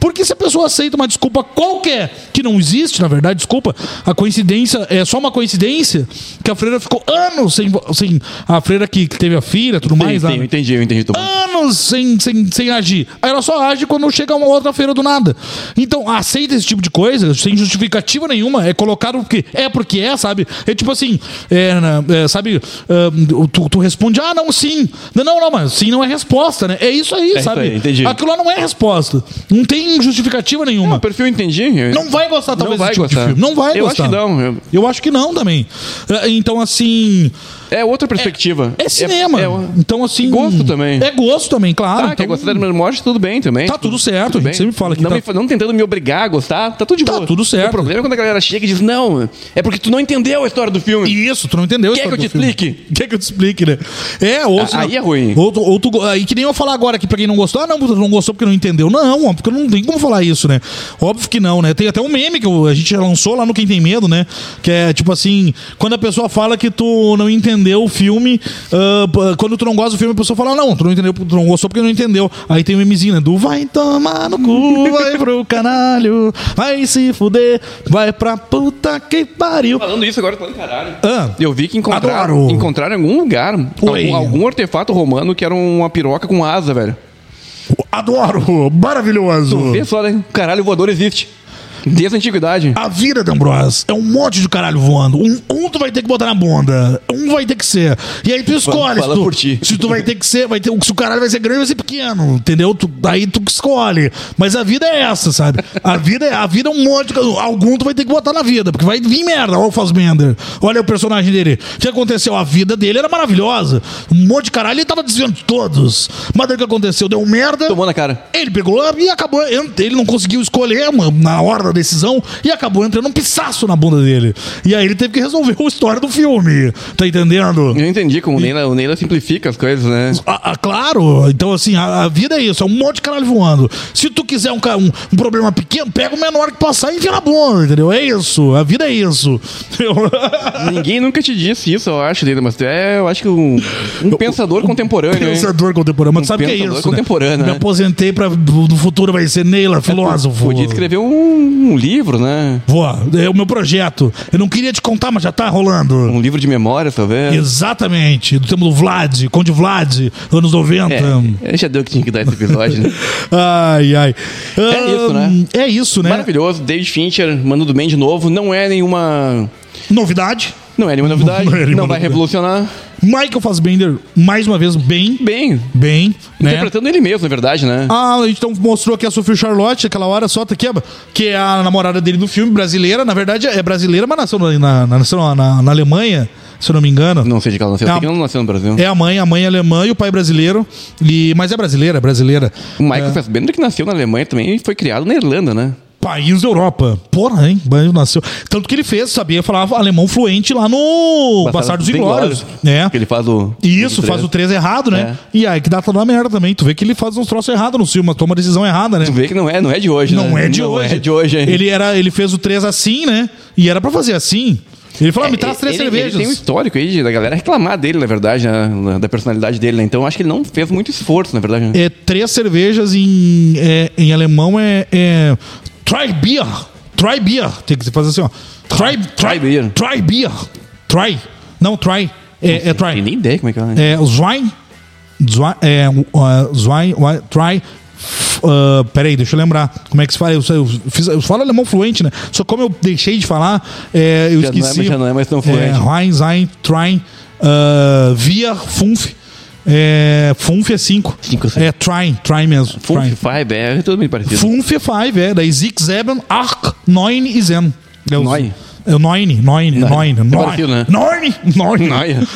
[SPEAKER 2] Porque se a pessoa aceita uma desculpa qualquer, que não existe, na verdade, desculpa, a coincidência é só uma coincidência que a freira ficou anos sem. sem a freira que que teve a filha, tudo mais.
[SPEAKER 1] Sim,
[SPEAKER 2] lá,
[SPEAKER 1] sim, eu
[SPEAKER 2] né?
[SPEAKER 1] entendi, eu entendi. Tô...
[SPEAKER 2] anos sem, sem, sem agir. Aí ela só age quando chega uma outra feira do nada. Então, aceita esse tipo de coisa, sem justificativa nenhuma. É colocado porque é porque é, sabe? É tipo assim, é, na- é, sabe? ah, tu, tu responde, ah, não, sim. Não, não, não, mas sim não é resposta, né? É isso aí,
[SPEAKER 1] isso
[SPEAKER 2] sabe?
[SPEAKER 1] aí, entendi.
[SPEAKER 2] Aquilo lá não é resposta. Não tem justificativa nenhuma.
[SPEAKER 1] Ah, O perfil eu entendi. eu-
[SPEAKER 2] Não vai gostar, talvez,
[SPEAKER 1] vai
[SPEAKER 2] desse tipo de
[SPEAKER 1] gostar.
[SPEAKER 2] filme. Não vai
[SPEAKER 1] Eu
[SPEAKER 2] gostar.
[SPEAKER 1] acho que não, eu-
[SPEAKER 2] Eu acho que não também. Eh, Então, assim.
[SPEAKER 1] É outra perspectiva.
[SPEAKER 2] É cinema.
[SPEAKER 1] é- é-
[SPEAKER 2] então, assim.
[SPEAKER 1] Gosto também.
[SPEAKER 2] É gosto também, claro.
[SPEAKER 1] Ah,
[SPEAKER 2] então,
[SPEAKER 1] quer gostar da memória, tudo bem também.
[SPEAKER 2] Tá tudo certo, a gente sempre fala que
[SPEAKER 1] não,
[SPEAKER 2] tá-
[SPEAKER 1] me fa- não tentando me obrigar a gostar, tá tudo de
[SPEAKER 2] Tá
[SPEAKER 1] boa.
[SPEAKER 2] tudo certo.
[SPEAKER 1] O problema é quando a galera chega e diz, não, é porque tu não entendeu a história do filme.
[SPEAKER 2] Isso, tu não entendeu? a
[SPEAKER 1] Quer que
[SPEAKER 2] história
[SPEAKER 1] eu te
[SPEAKER 2] do filme.
[SPEAKER 1] explique?
[SPEAKER 2] Quer que eu te explique, né? É, ou se
[SPEAKER 1] aí é ruim.
[SPEAKER 2] Ou, tu- ou tu go- aí que nem eu falar agora aqui pra quem não gostou. Ah, não, tu não gostou porque não entendeu. Não, óbvio que não tem como falar isso, né? Óbvio que não, né? Tem até um meme que eu- a gente já lançou lá no Quem Tem Medo, né? Que é tipo assim, quando a pessoa fala que tu não entendeu o filme, ah, p- quando tu não gosta do filme, a pessoa fala, não, tu não entendeu, tu não gostou porque não entendeu. Aí tem o memezinho, né? Do vai tomar no cu, vai pro canalho, vai se fuder, vai pra puta que pariu.
[SPEAKER 1] Falando isso agora, eu tô falando caralho.
[SPEAKER 2] Ah,
[SPEAKER 1] Eu vi que encontraram,
[SPEAKER 2] Adoro.
[SPEAKER 1] encontraram em algum lugar algum, algum artefato romano que era uma piroca com asa, velho.
[SPEAKER 2] Adoro! Maravilhoso!
[SPEAKER 1] Vê só, né? Caralho, o voador existe. Desde a antiguidade.
[SPEAKER 2] A vida, D'Ambros, é um monte de caralho voando. Um, um tu vai ter que botar na bunda. Um vai ter que ser. E aí tu escolhe.
[SPEAKER 1] fala
[SPEAKER 2] se, tu,
[SPEAKER 1] por ti.
[SPEAKER 2] se tu vai ter que ser, vai ter, se o caralho vai ser grande ou vai ser pequeno. Entendeu? Tu, aí tu que escolhe. Mas a vida é essa, sabe? A vida é, a vida é um monte de. ca- Algum tu vai ter que botar na vida, porque vai vir merda. Olha o Fassbender. Olha o personagem dele. O que aconteceu? A vida dele era maravilhosa. Um monte de caralho, ele tava desviando de todos. Mas daí o que aconteceu? Deu merda.
[SPEAKER 1] Tomou na cara.
[SPEAKER 2] Ele pegou e acabou. Ele não conseguiu escolher mano, na hora decisão e acabou entrando um pisaço na bunda dele. E aí ele teve que resolver a história do filme. Tá entendendo?
[SPEAKER 1] Eu entendi como o Neila, o Neila simplifica as coisas, né?
[SPEAKER 2] Ah, ah, claro, então assim, a, a vida é isso, é um monte de caralho voando. Se tu quiser um, ca- um, um problema pequeno, pega o menor que passar e enfia na bunda, entendeu? É isso, a vida é isso. Eu-
[SPEAKER 1] Ninguém nunca te disse isso, eu acho, Neila, mas tu é, eu acho que um, um pensador contemporâneo. hein?
[SPEAKER 2] Pensador contemporâneo, mas tu
[SPEAKER 1] Um
[SPEAKER 2] sabe o que é isso?
[SPEAKER 1] pensador
[SPEAKER 2] né?
[SPEAKER 1] contemporâneo,
[SPEAKER 2] Me
[SPEAKER 1] né? É,
[SPEAKER 2] aposentei pra. No futuro vai ser Neila, filósofo.
[SPEAKER 1] Podia escrever um, um livro, né?
[SPEAKER 2] Vou, é o meu projeto. Eu não queria te contar, mas já tá rolando.
[SPEAKER 1] Um livro de memórias, talvez.
[SPEAKER 2] Exatamente, do tempo do Vlad, Conde Vlad, anos 90.
[SPEAKER 1] É, já deu o que tinha que dar esse episódio, né?
[SPEAKER 2] Ai, ai.
[SPEAKER 1] É isso, né?
[SPEAKER 2] Ahn, É isso, né?
[SPEAKER 1] Maravilhoso, David Fincher, Manu do Bem de novo. Não é nenhuma.
[SPEAKER 2] Novidade.
[SPEAKER 1] Não é nenhuma novidade.
[SPEAKER 2] Não
[SPEAKER 1] Não,
[SPEAKER 2] é nenhuma
[SPEAKER 1] vai
[SPEAKER 2] novidade.
[SPEAKER 1] revolucionar.
[SPEAKER 2] Michael Fassbender, mais uma vez, bem,
[SPEAKER 1] Bem.
[SPEAKER 2] bem, né?
[SPEAKER 1] Interpretando ele mesmo, na verdade, né?
[SPEAKER 2] Ah, então mostrou aqui a Sophie Charlotte, aquela hora só, tá aqui, que é a namorada dele do filme, brasileira. Na verdade, é brasileira, mas nasceu na, na, nasceu na, na- na Alemanha, se eu não me engano.
[SPEAKER 1] Não sei de que ela nasceu.
[SPEAKER 2] Ah.
[SPEAKER 1] Sei que ela não nasceu no Brasil.
[SPEAKER 2] É a mãe, a mãe é alemã e o pai é brasileiro. E, mas é brasileira, é brasileira.
[SPEAKER 1] O
[SPEAKER 2] É.
[SPEAKER 1] Michael Fassbender, que nasceu na Alemanha também, e foi criado na Irlanda, né?
[SPEAKER 2] País da Europa. Porra, hein? Banho nasceu. Tanto que ele fez, sabia falar alemão fluente lá no Bastardos Inglórios. Né?
[SPEAKER 1] Que ele faz o.
[SPEAKER 2] E isso, faz o 3 errado,
[SPEAKER 1] É.
[SPEAKER 2] né? E aí que dá toda a merda também. Tu vê que ele faz uns troços errados no filme, mas toma decisão errada, né?
[SPEAKER 1] Tu vê que não é, não é de hoje,
[SPEAKER 2] Não
[SPEAKER 1] né?
[SPEAKER 2] é de hoje.
[SPEAKER 1] Não é de hoje, hein?
[SPEAKER 2] Ele, era, ele fez o 3 assim, né? E era pra fazer assim. Ele falou, ah, me
[SPEAKER 1] É,
[SPEAKER 2] traz três
[SPEAKER 1] ele,
[SPEAKER 2] cervejas.
[SPEAKER 1] Ele tem um histórico aí de- da galera reclamar dele, na verdade, né? da personalidade dele, né? Então acho que ele não fez muito esforço, na verdade. né?
[SPEAKER 2] É, três cervejas em, é, em alemão é, é. Try beer. Try beer. Tem que fazer assim, ó. Try, try,
[SPEAKER 1] Try beer.
[SPEAKER 2] Try beer. Try. Não, try. É,
[SPEAKER 1] Tem
[SPEAKER 2] é try.
[SPEAKER 1] nem ideia como é que ela é.
[SPEAKER 2] É, Zwein. Zwein. É, uh, Zwein. uh, Try. Uh, peraí, deixa eu lembrar como é que se fala. Eu, sei- eu, fiz- eu falo alemão fluente, né? Só como eu deixei de falar, é, eu
[SPEAKER 1] Já não é,
[SPEAKER 2] esqueci.
[SPEAKER 1] mas já não é mais tão fluente.
[SPEAKER 2] Rhein, Sein, Trine, uh, Via, Funf. É, Funf é 5.
[SPEAKER 1] Cinco, sim.
[SPEAKER 2] É Trine, Trine mesmo.
[SPEAKER 1] Funf,
[SPEAKER 2] Trine.
[SPEAKER 1] Five, é tudo bem parecido.
[SPEAKER 2] Funf é 5, é. Daí Zig, Zeben, Ark, Neun e Zen. É o-
[SPEAKER 1] Neun.
[SPEAKER 2] É o Neun, Neun, Neun.
[SPEAKER 1] É
[SPEAKER 2] Neun,
[SPEAKER 1] parecido, né?
[SPEAKER 2] Neun, Neun.
[SPEAKER 1] Neun.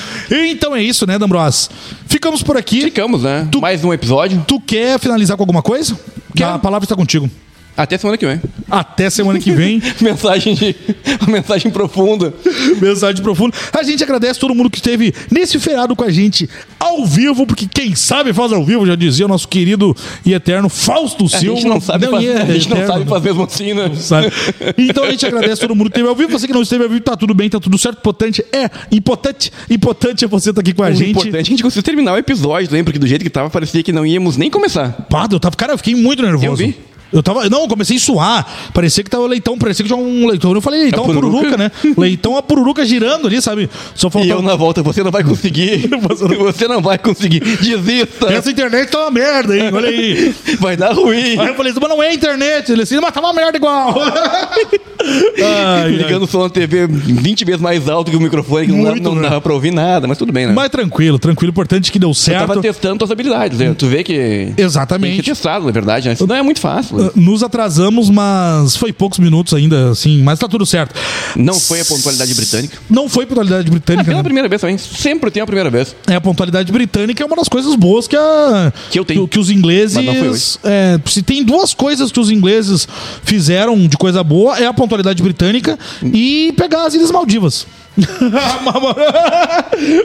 [SPEAKER 2] Então é isso, né, D'Ambros? Ficamos por aqui.
[SPEAKER 1] Ficamos, né?
[SPEAKER 2] Tu-
[SPEAKER 1] Mais um episódio.
[SPEAKER 2] Tu quer finalizar com alguma coisa?
[SPEAKER 1] Quero.
[SPEAKER 2] A palavra está contigo.
[SPEAKER 1] Até semana que vem.
[SPEAKER 2] Até semana que vem.
[SPEAKER 1] Mensagem de. Uma mensagem profunda.
[SPEAKER 2] Mensagem profunda. A gente agradece todo mundo que esteve nesse feriado com a gente ao vivo, porque quem sabe faz ao vivo, já dizia o nosso querido e eterno Fausto
[SPEAKER 1] A
[SPEAKER 2] Silva.
[SPEAKER 1] gente não sabe,
[SPEAKER 2] e
[SPEAKER 1] fazer,
[SPEAKER 2] é
[SPEAKER 1] a gente não
[SPEAKER 2] eterno,
[SPEAKER 1] sabe fazer mesmo assim, né?
[SPEAKER 2] sabe? Então a gente agradece todo mundo que esteve ao vivo. Você que não esteve ao vivo, tá tudo bem, tá tudo certo. Importante é, importante, importante é você estar aqui com a
[SPEAKER 1] O
[SPEAKER 2] gente.
[SPEAKER 1] importante é que a gente conseguiu terminar o episódio, lembra? Porque do jeito que tava, parecia que não íamos nem começar.
[SPEAKER 2] Pado, eu tava, cara, eu fiquei muito nervoso.
[SPEAKER 1] Eu vi.
[SPEAKER 2] Eu tava, não, eu comecei a suar. Parecia que tava leitão, parecia que tinha um leitão. Eu falei leitão a
[SPEAKER 1] A
[SPEAKER 2] pururuca,
[SPEAKER 1] É pururuca.
[SPEAKER 2] né? Leitão a pururuca girando ali, sabe?
[SPEAKER 1] E
[SPEAKER 2] Só
[SPEAKER 1] eu
[SPEAKER 2] faltou.
[SPEAKER 1] na volta, você não vai conseguir. Você não vai conseguir. Desista.
[SPEAKER 2] Essa internet tá uma merda, hein? Olha aí.
[SPEAKER 1] Vai dar ruim.
[SPEAKER 2] Aí eu falei, mas não é internet. Ele assim, mas tá uma merda igual. Ai, ai.
[SPEAKER 1] Ligando o som na TV 20 vezes mais alto que o microfone, que não dava-
[SPEAKER 2] Muito,
[SPEAKER 1] não,
[SPEAKER 2] né?
[SPEAKER 1] dava pra ouvir nada, mas tudo bem, né?
[SPEAKER 2] Mas tranquilo, tranquilo. Importante que deu
[SPEAKER 1] Eu
[SPEAKER 2] certo.
[SPEAKER 1] tava testando tuas habilidades, né? Tu vê que. Tem que
[SPEAKER 2] Exatamente.
[SPEAKER 1] ser testado, na verdade, né? Isso não é muito fácil. né?
[SPEAKER 2] Nos atrasamos, mas foi poucos minutos ainda, assim. Mas tá tudo certo.
[SPEAKER 1] Não foi a pontualidade britânica.
[SPEAKER 2] Não foi pontualidade
[SPEAKER 1] Ah,
[SPEAKER 2] britânica.
[SPEAKER 1] pela
[SPEAKER 2] né?
[SPEAKER 1] primeira vez também. Sempre tem a primeira vez.
[SPEAKER 2] É, a pontualidade britânica é uma das coisas boas que a
[SPEAKER 1] Que eu tenho.
[SPEAKER 2] que, os ingleses
[SPEAKER 1] Mas não foi hoje.
[SPEAKER 2] é, se tem duas coisas que os ingleses fizeram de coisa boa é a pontualidade britânica e pegar as Ilhas Maldivas.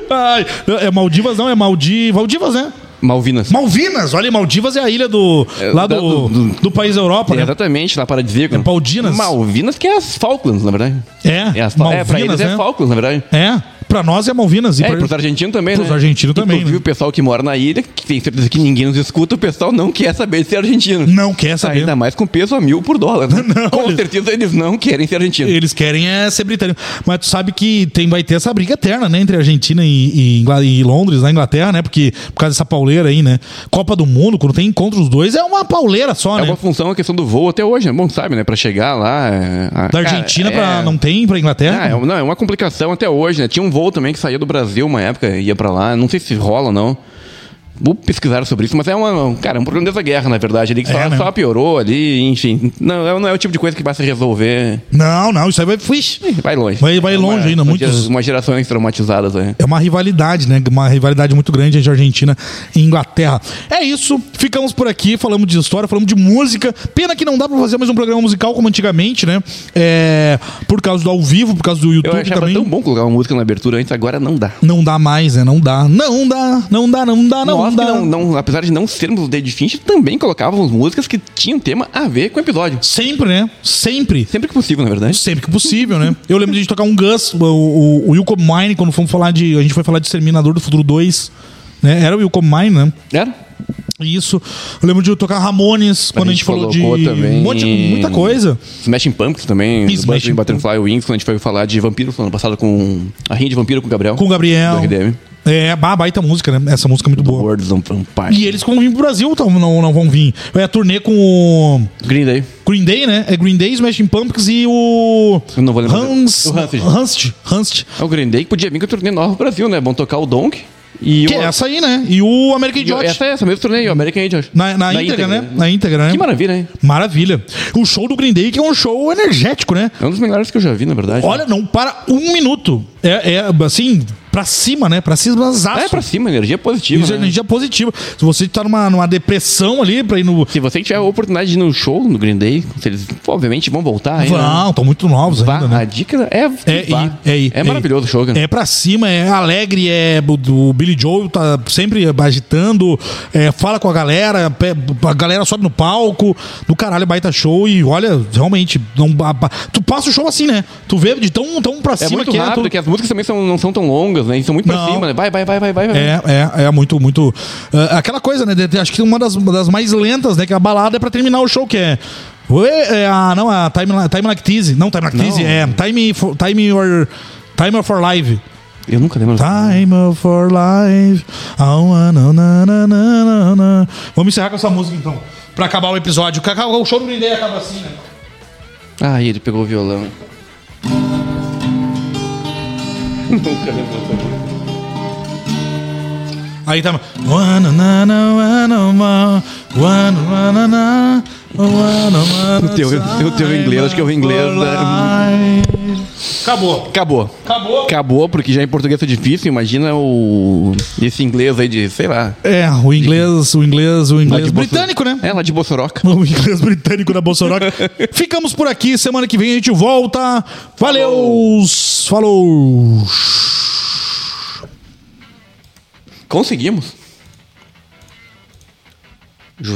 [SPEAKER 2] Ai, é Maldivas não é Maldi Maldivas né?
[SPEAKER 1] Malvinas.
[SPEAKER 2] Malvinas, olha, Maldivas é a ilha do
[SPEAKER 1] É,
[SPEAKER 2] lá
[SPEAKER 1] da-
[SPEAKER 2] do,
[SPEAKER 1] do-
[SPEAKER 2] do país da Europa,
[SPEAKER 1] É,
[SPEAKER 2] né?
[SPEAKER 1] exatamente, lá para dizer. É
[SPEAKER 2] Maldinas?
[SPEAKER 1] Malvinas, que é as Falklands, na verdade.
[SPEAKER 2] É,
[SPEAKER 1] É, as, Fal- é pra eles
[SPEAKER 2] Malvinas, né?
[SPEAKER 1] é Falklands, na verdade.
[SPEAKER 2] É, pra nós é Malvinas e
[SPEAKER 1] É, e
[SPEAKER 2] pra-
[SPEAKER 1] pros argentinos também,
[SPEAKER 2] Pros
[SPEAKER 1] né?
[SPEAKER 2] argentinos também,
[SPEAKER 1] Inclusive
[SPEAKER 2] né?
[SPEAKER 1] o pessoal que mora na ilha, que tem certeza que ninguém nos escuta, o pessoal não quer saber de ser argentino.
[SPEAKER 2] não quer saber.
[SPEAKER 1] Ainda mais com peso a mil por dólar. né?
[SPEAKER 2] Não,
[SPEAKER 1] com
[SPEAKER 2] eles-
[SPEAKER 1] certeza eles não querem ser argentinos.
[SPEAKER 2] Eles querem é ser britânico. Mas tu sabe que tem, vai ter essa briga eterna, né? Entre Argentina e, e Ingla- e Londres, na Inglaterra, né? Porque por causa dessa pauleira aí, né? Copa do Mundo, quando tem encontro dos dois, é uma pauleira só,
[SPEAKER 1] É
[SPEAKER 2] né?
[SPEAKER 1] uma função, a questão do voo até hoje, né? Bom, sabe, né? Pra chegar lá. é- a-
[SPEAKER 2] Da
[SPEAKER 1] cara,
[SPEAKER 2] Argentina
[SPEAKER 1] é-
[SPEAKER 2] pra. Não tem pra Inglaterra?
[SPEAKER 1] Ah, é, um- não, é uma complicação até hoje, né? Tinha um voo também que saía do Brasil uma época, ia pra lá. Não sei se rola, não. Vou pesquisar sobre isso, mas é uma, um- cara, é um problema dessa guerra, na verdade. Ali que só,
[SPEAKER 2] É, né?
[SPEAKER 1] só piorou ali, enfim. Não, é- não é o tipo de coisa que vai se resolver.
[SPEAKER 2] Não, não, isso aí vai. Ixi,
[SPEAKER 1] Vai longe.
[SPEAKER 2] Vai- vai
[SPEAKER 1] É uma-
[SPEAKER 2] longe ainda,
[SPEAKER 1] são
[SPEAKER 2] muitos-
[SPEAKER 1] gera- Umas gerações traumatizadas, né?
[SPEAKER 2] É uma rivalidade, né? Uma rivalidade muito grande entre Argentina e Inglaterra. É isso, ficamos por aqui, falamos de história, falamos de música. Pena que não dá pra fazer mais um programa musical como antigamente, né? É, por causa do ao vivo, por causa do
[SPEAKER 1] Eu
[SPEAKER 2] YouTube
[SPEAKER 1] achava
[SPEAKER 2] também.
[SPEAKER 1] tão bom colocar uma música na abertura antes, agora não dá.
[SPEAKER 2] Não dá mais, né? Não dá. Não dá, não dá, não dá,
[SPEAKER 1] Nós
[SPEAKER 2] não
[SPEAKER 1] que
[SPEAKER 2] dá.
[SPEAKER 1] não, não- apesar de não sermos o Dead Finch, também colocávamos músicas que tinham tema a ver com o episódio.
[SPEAKER 2] Sempre, né? Sempre.
[SPEAKER 1] Sempre que possível, na verdade.
[SPEAKER 2] Sempre que possível, né? Eu lembro de a gente tocar um Gus, o, o, o Wilco Mine, quando fomos falar de. A gente foi falar de Exterminador do Futuro 2. Né? Era o Wilco Mine, né?
[SPEAKER 1] Era?
[SPEAKER 2] Isso. Eu lembro de eu tocar Ramones quando a gente, falou de
[SPEAKER 1] colocou também-
[SPEAKER 2] um monte, muita coisa.
[SPEAKER 1] Smashing Pumpkins também, do
[SPEAKER 2] Smashing
[SPEAKER 1] Butterfly Wings, quando a gente foi falar de vampiros no ano passado com a Rinha de Vampiro com o Gabriel.
[SPEAKER 2] Com o Gabriel.
[SPEAKER 1] Do RDM.
[SPEAKER 2] É, ba- baita música, né? Essa música é muito boa.
[SPEAKER 1] Words on Vampire.
[SPEAKER 2] E eles que vão vir pro Brasil, então, não, não vão vir. É a turnê com o
[SPEAKER 1] Green Day.
[SPEAKER 2] Green Day, né? É Green Day, Smashing Pumpkins e o
[SPEAKER 1] Eu não vou lembrar.
[SPEAKER 2] Hans...
[SPEAKER 1] O Rancid.
[SPEAKER 2] Hanst. Hanst.
[SPEAKER 1] É o Green Day que podia vir com a turnê nova pro Brasil, né? Vão tocar o Donk e
[SPEAKER 2] Que
[SPEAKER 1] o...
[SPEAKER 2] é essa aí, né? E o American
[SPEAKER 1] e o-
[SPEAKER 2] Idiot.
[SPEAKER 1] Essa é essa mesmo turnê, o American Idiot.
[SPEAKER 2] Na, na íntegra, né? Na íntegra, né?
[SPEAKER 1] Que maravilha, hein?
[SPEAKER 2] Maravilha. O show do Green Day, que é um show energético, né?
[SPEAKER 1] É um dos melhores que eu já vi, na verdade.
[SPEAKER 2] Olha, não para um minuto. É, é, assim, pra cima, né? Pra cima, zaço.
[SPEAKER 1] É pra cima, energia positiva.
[SPEAKER 2] Isso é
[SPEAKER 1] né?
[SPEAKER 2] energia positiva. Se você tá numa, numa depressão ali pra ir no.
[SPEAKER 1] Se você tiver a oportunidade de ir no show no Green Day, se eles pô, obviamente vão voltar ainda. né?
[SPEAKER 2] Vão, estão muito novos
[SPEAKER 1] Vá,
[SPEAKER 2] ainda, né?
[SPEAKER 1] A dica é
[SPEAKER 2] É,
[SPEAKER 1] vá.
[SPEAKER 2] é, é, é.
[SPEAKER 1] maravilhoso o show, cara.
[SPEAKER 2] É pra cima, é alegre, é bu- do Billy Joel tá sempre agitando, é, fala com a galera, pe- a galera sobe no palco, do caralho, baita show e olha, realmente, não, ba- ba- tu passa o show assim, né? Tu vê de tão, tão pra
[SPEAKER 1] É
[SPEAKER 2] cima
[SPEAKER 1] muito
[SPEAKER 2] que
[SPEAKER 1] rápido,
[SPEAKER 2] tu-
[SPEAKER 1] que as músicas também são, não são tão longas, né? E são muito pra
[SPEAKER 2] Não.
[SPEAKER 1] cima, né? Vai, vai, vai, vai, vai. vai.
[SPEAKER 2] É, é, é muito, muito. ah, aquela coisa, né? de- de- Acho que uma das, uma das mais lentas, né? Que a balada é pra terminar o show, que é. Ué, é a, não, a time, Li- time Like Tease. Não, Time Like Tease, é Time, for, time Your. Time for Live.
[SPEAKER 1] Eu nunca lembro.
[SPEAKER 2] Tá. Time for Live. I wanna na, na, na, na, na. Vamos encerrar com essa música então. Pra acabar o episódio. Ca- ca- O show do Green Day acaba assim, né?
[SPEAKER 1] Ah, ele pegou o violão. nunca lembro. dessa música.
[SPEAKER 2] Aí tá. Wanna na, na, wanna ma, wanna na, na, na, wanna ma,
[SPEAKER 1] O teu- o teu inglês, acho que é o inglês né? da-
[SPEAKER 2] Acabou.
[SPEAKER 1] Acabou.
[SPEAKER 2] Acabou.
[SPEAKER 1] Acabou, porque já em português é difícil. Imagina o. Esse inglês aí de, sei lá.
[SPEAKER 2] É, o inglês, o inglês, o
[SPEAKER 1] lá
[SPEAKER 2] inglês
[SPEAKER 1] de Bosso-
[SPEAKER 2] britânico, né?
[SPEAKER 1] É, lá de Bossoroca.
[SPEAKER 2] O inglês britânico da Bolsonaro. Ficamos por aqui. Semana que vem a gente volta. Valeu! Falou!
[SPEAKER 1] Conseguimos. Jurar?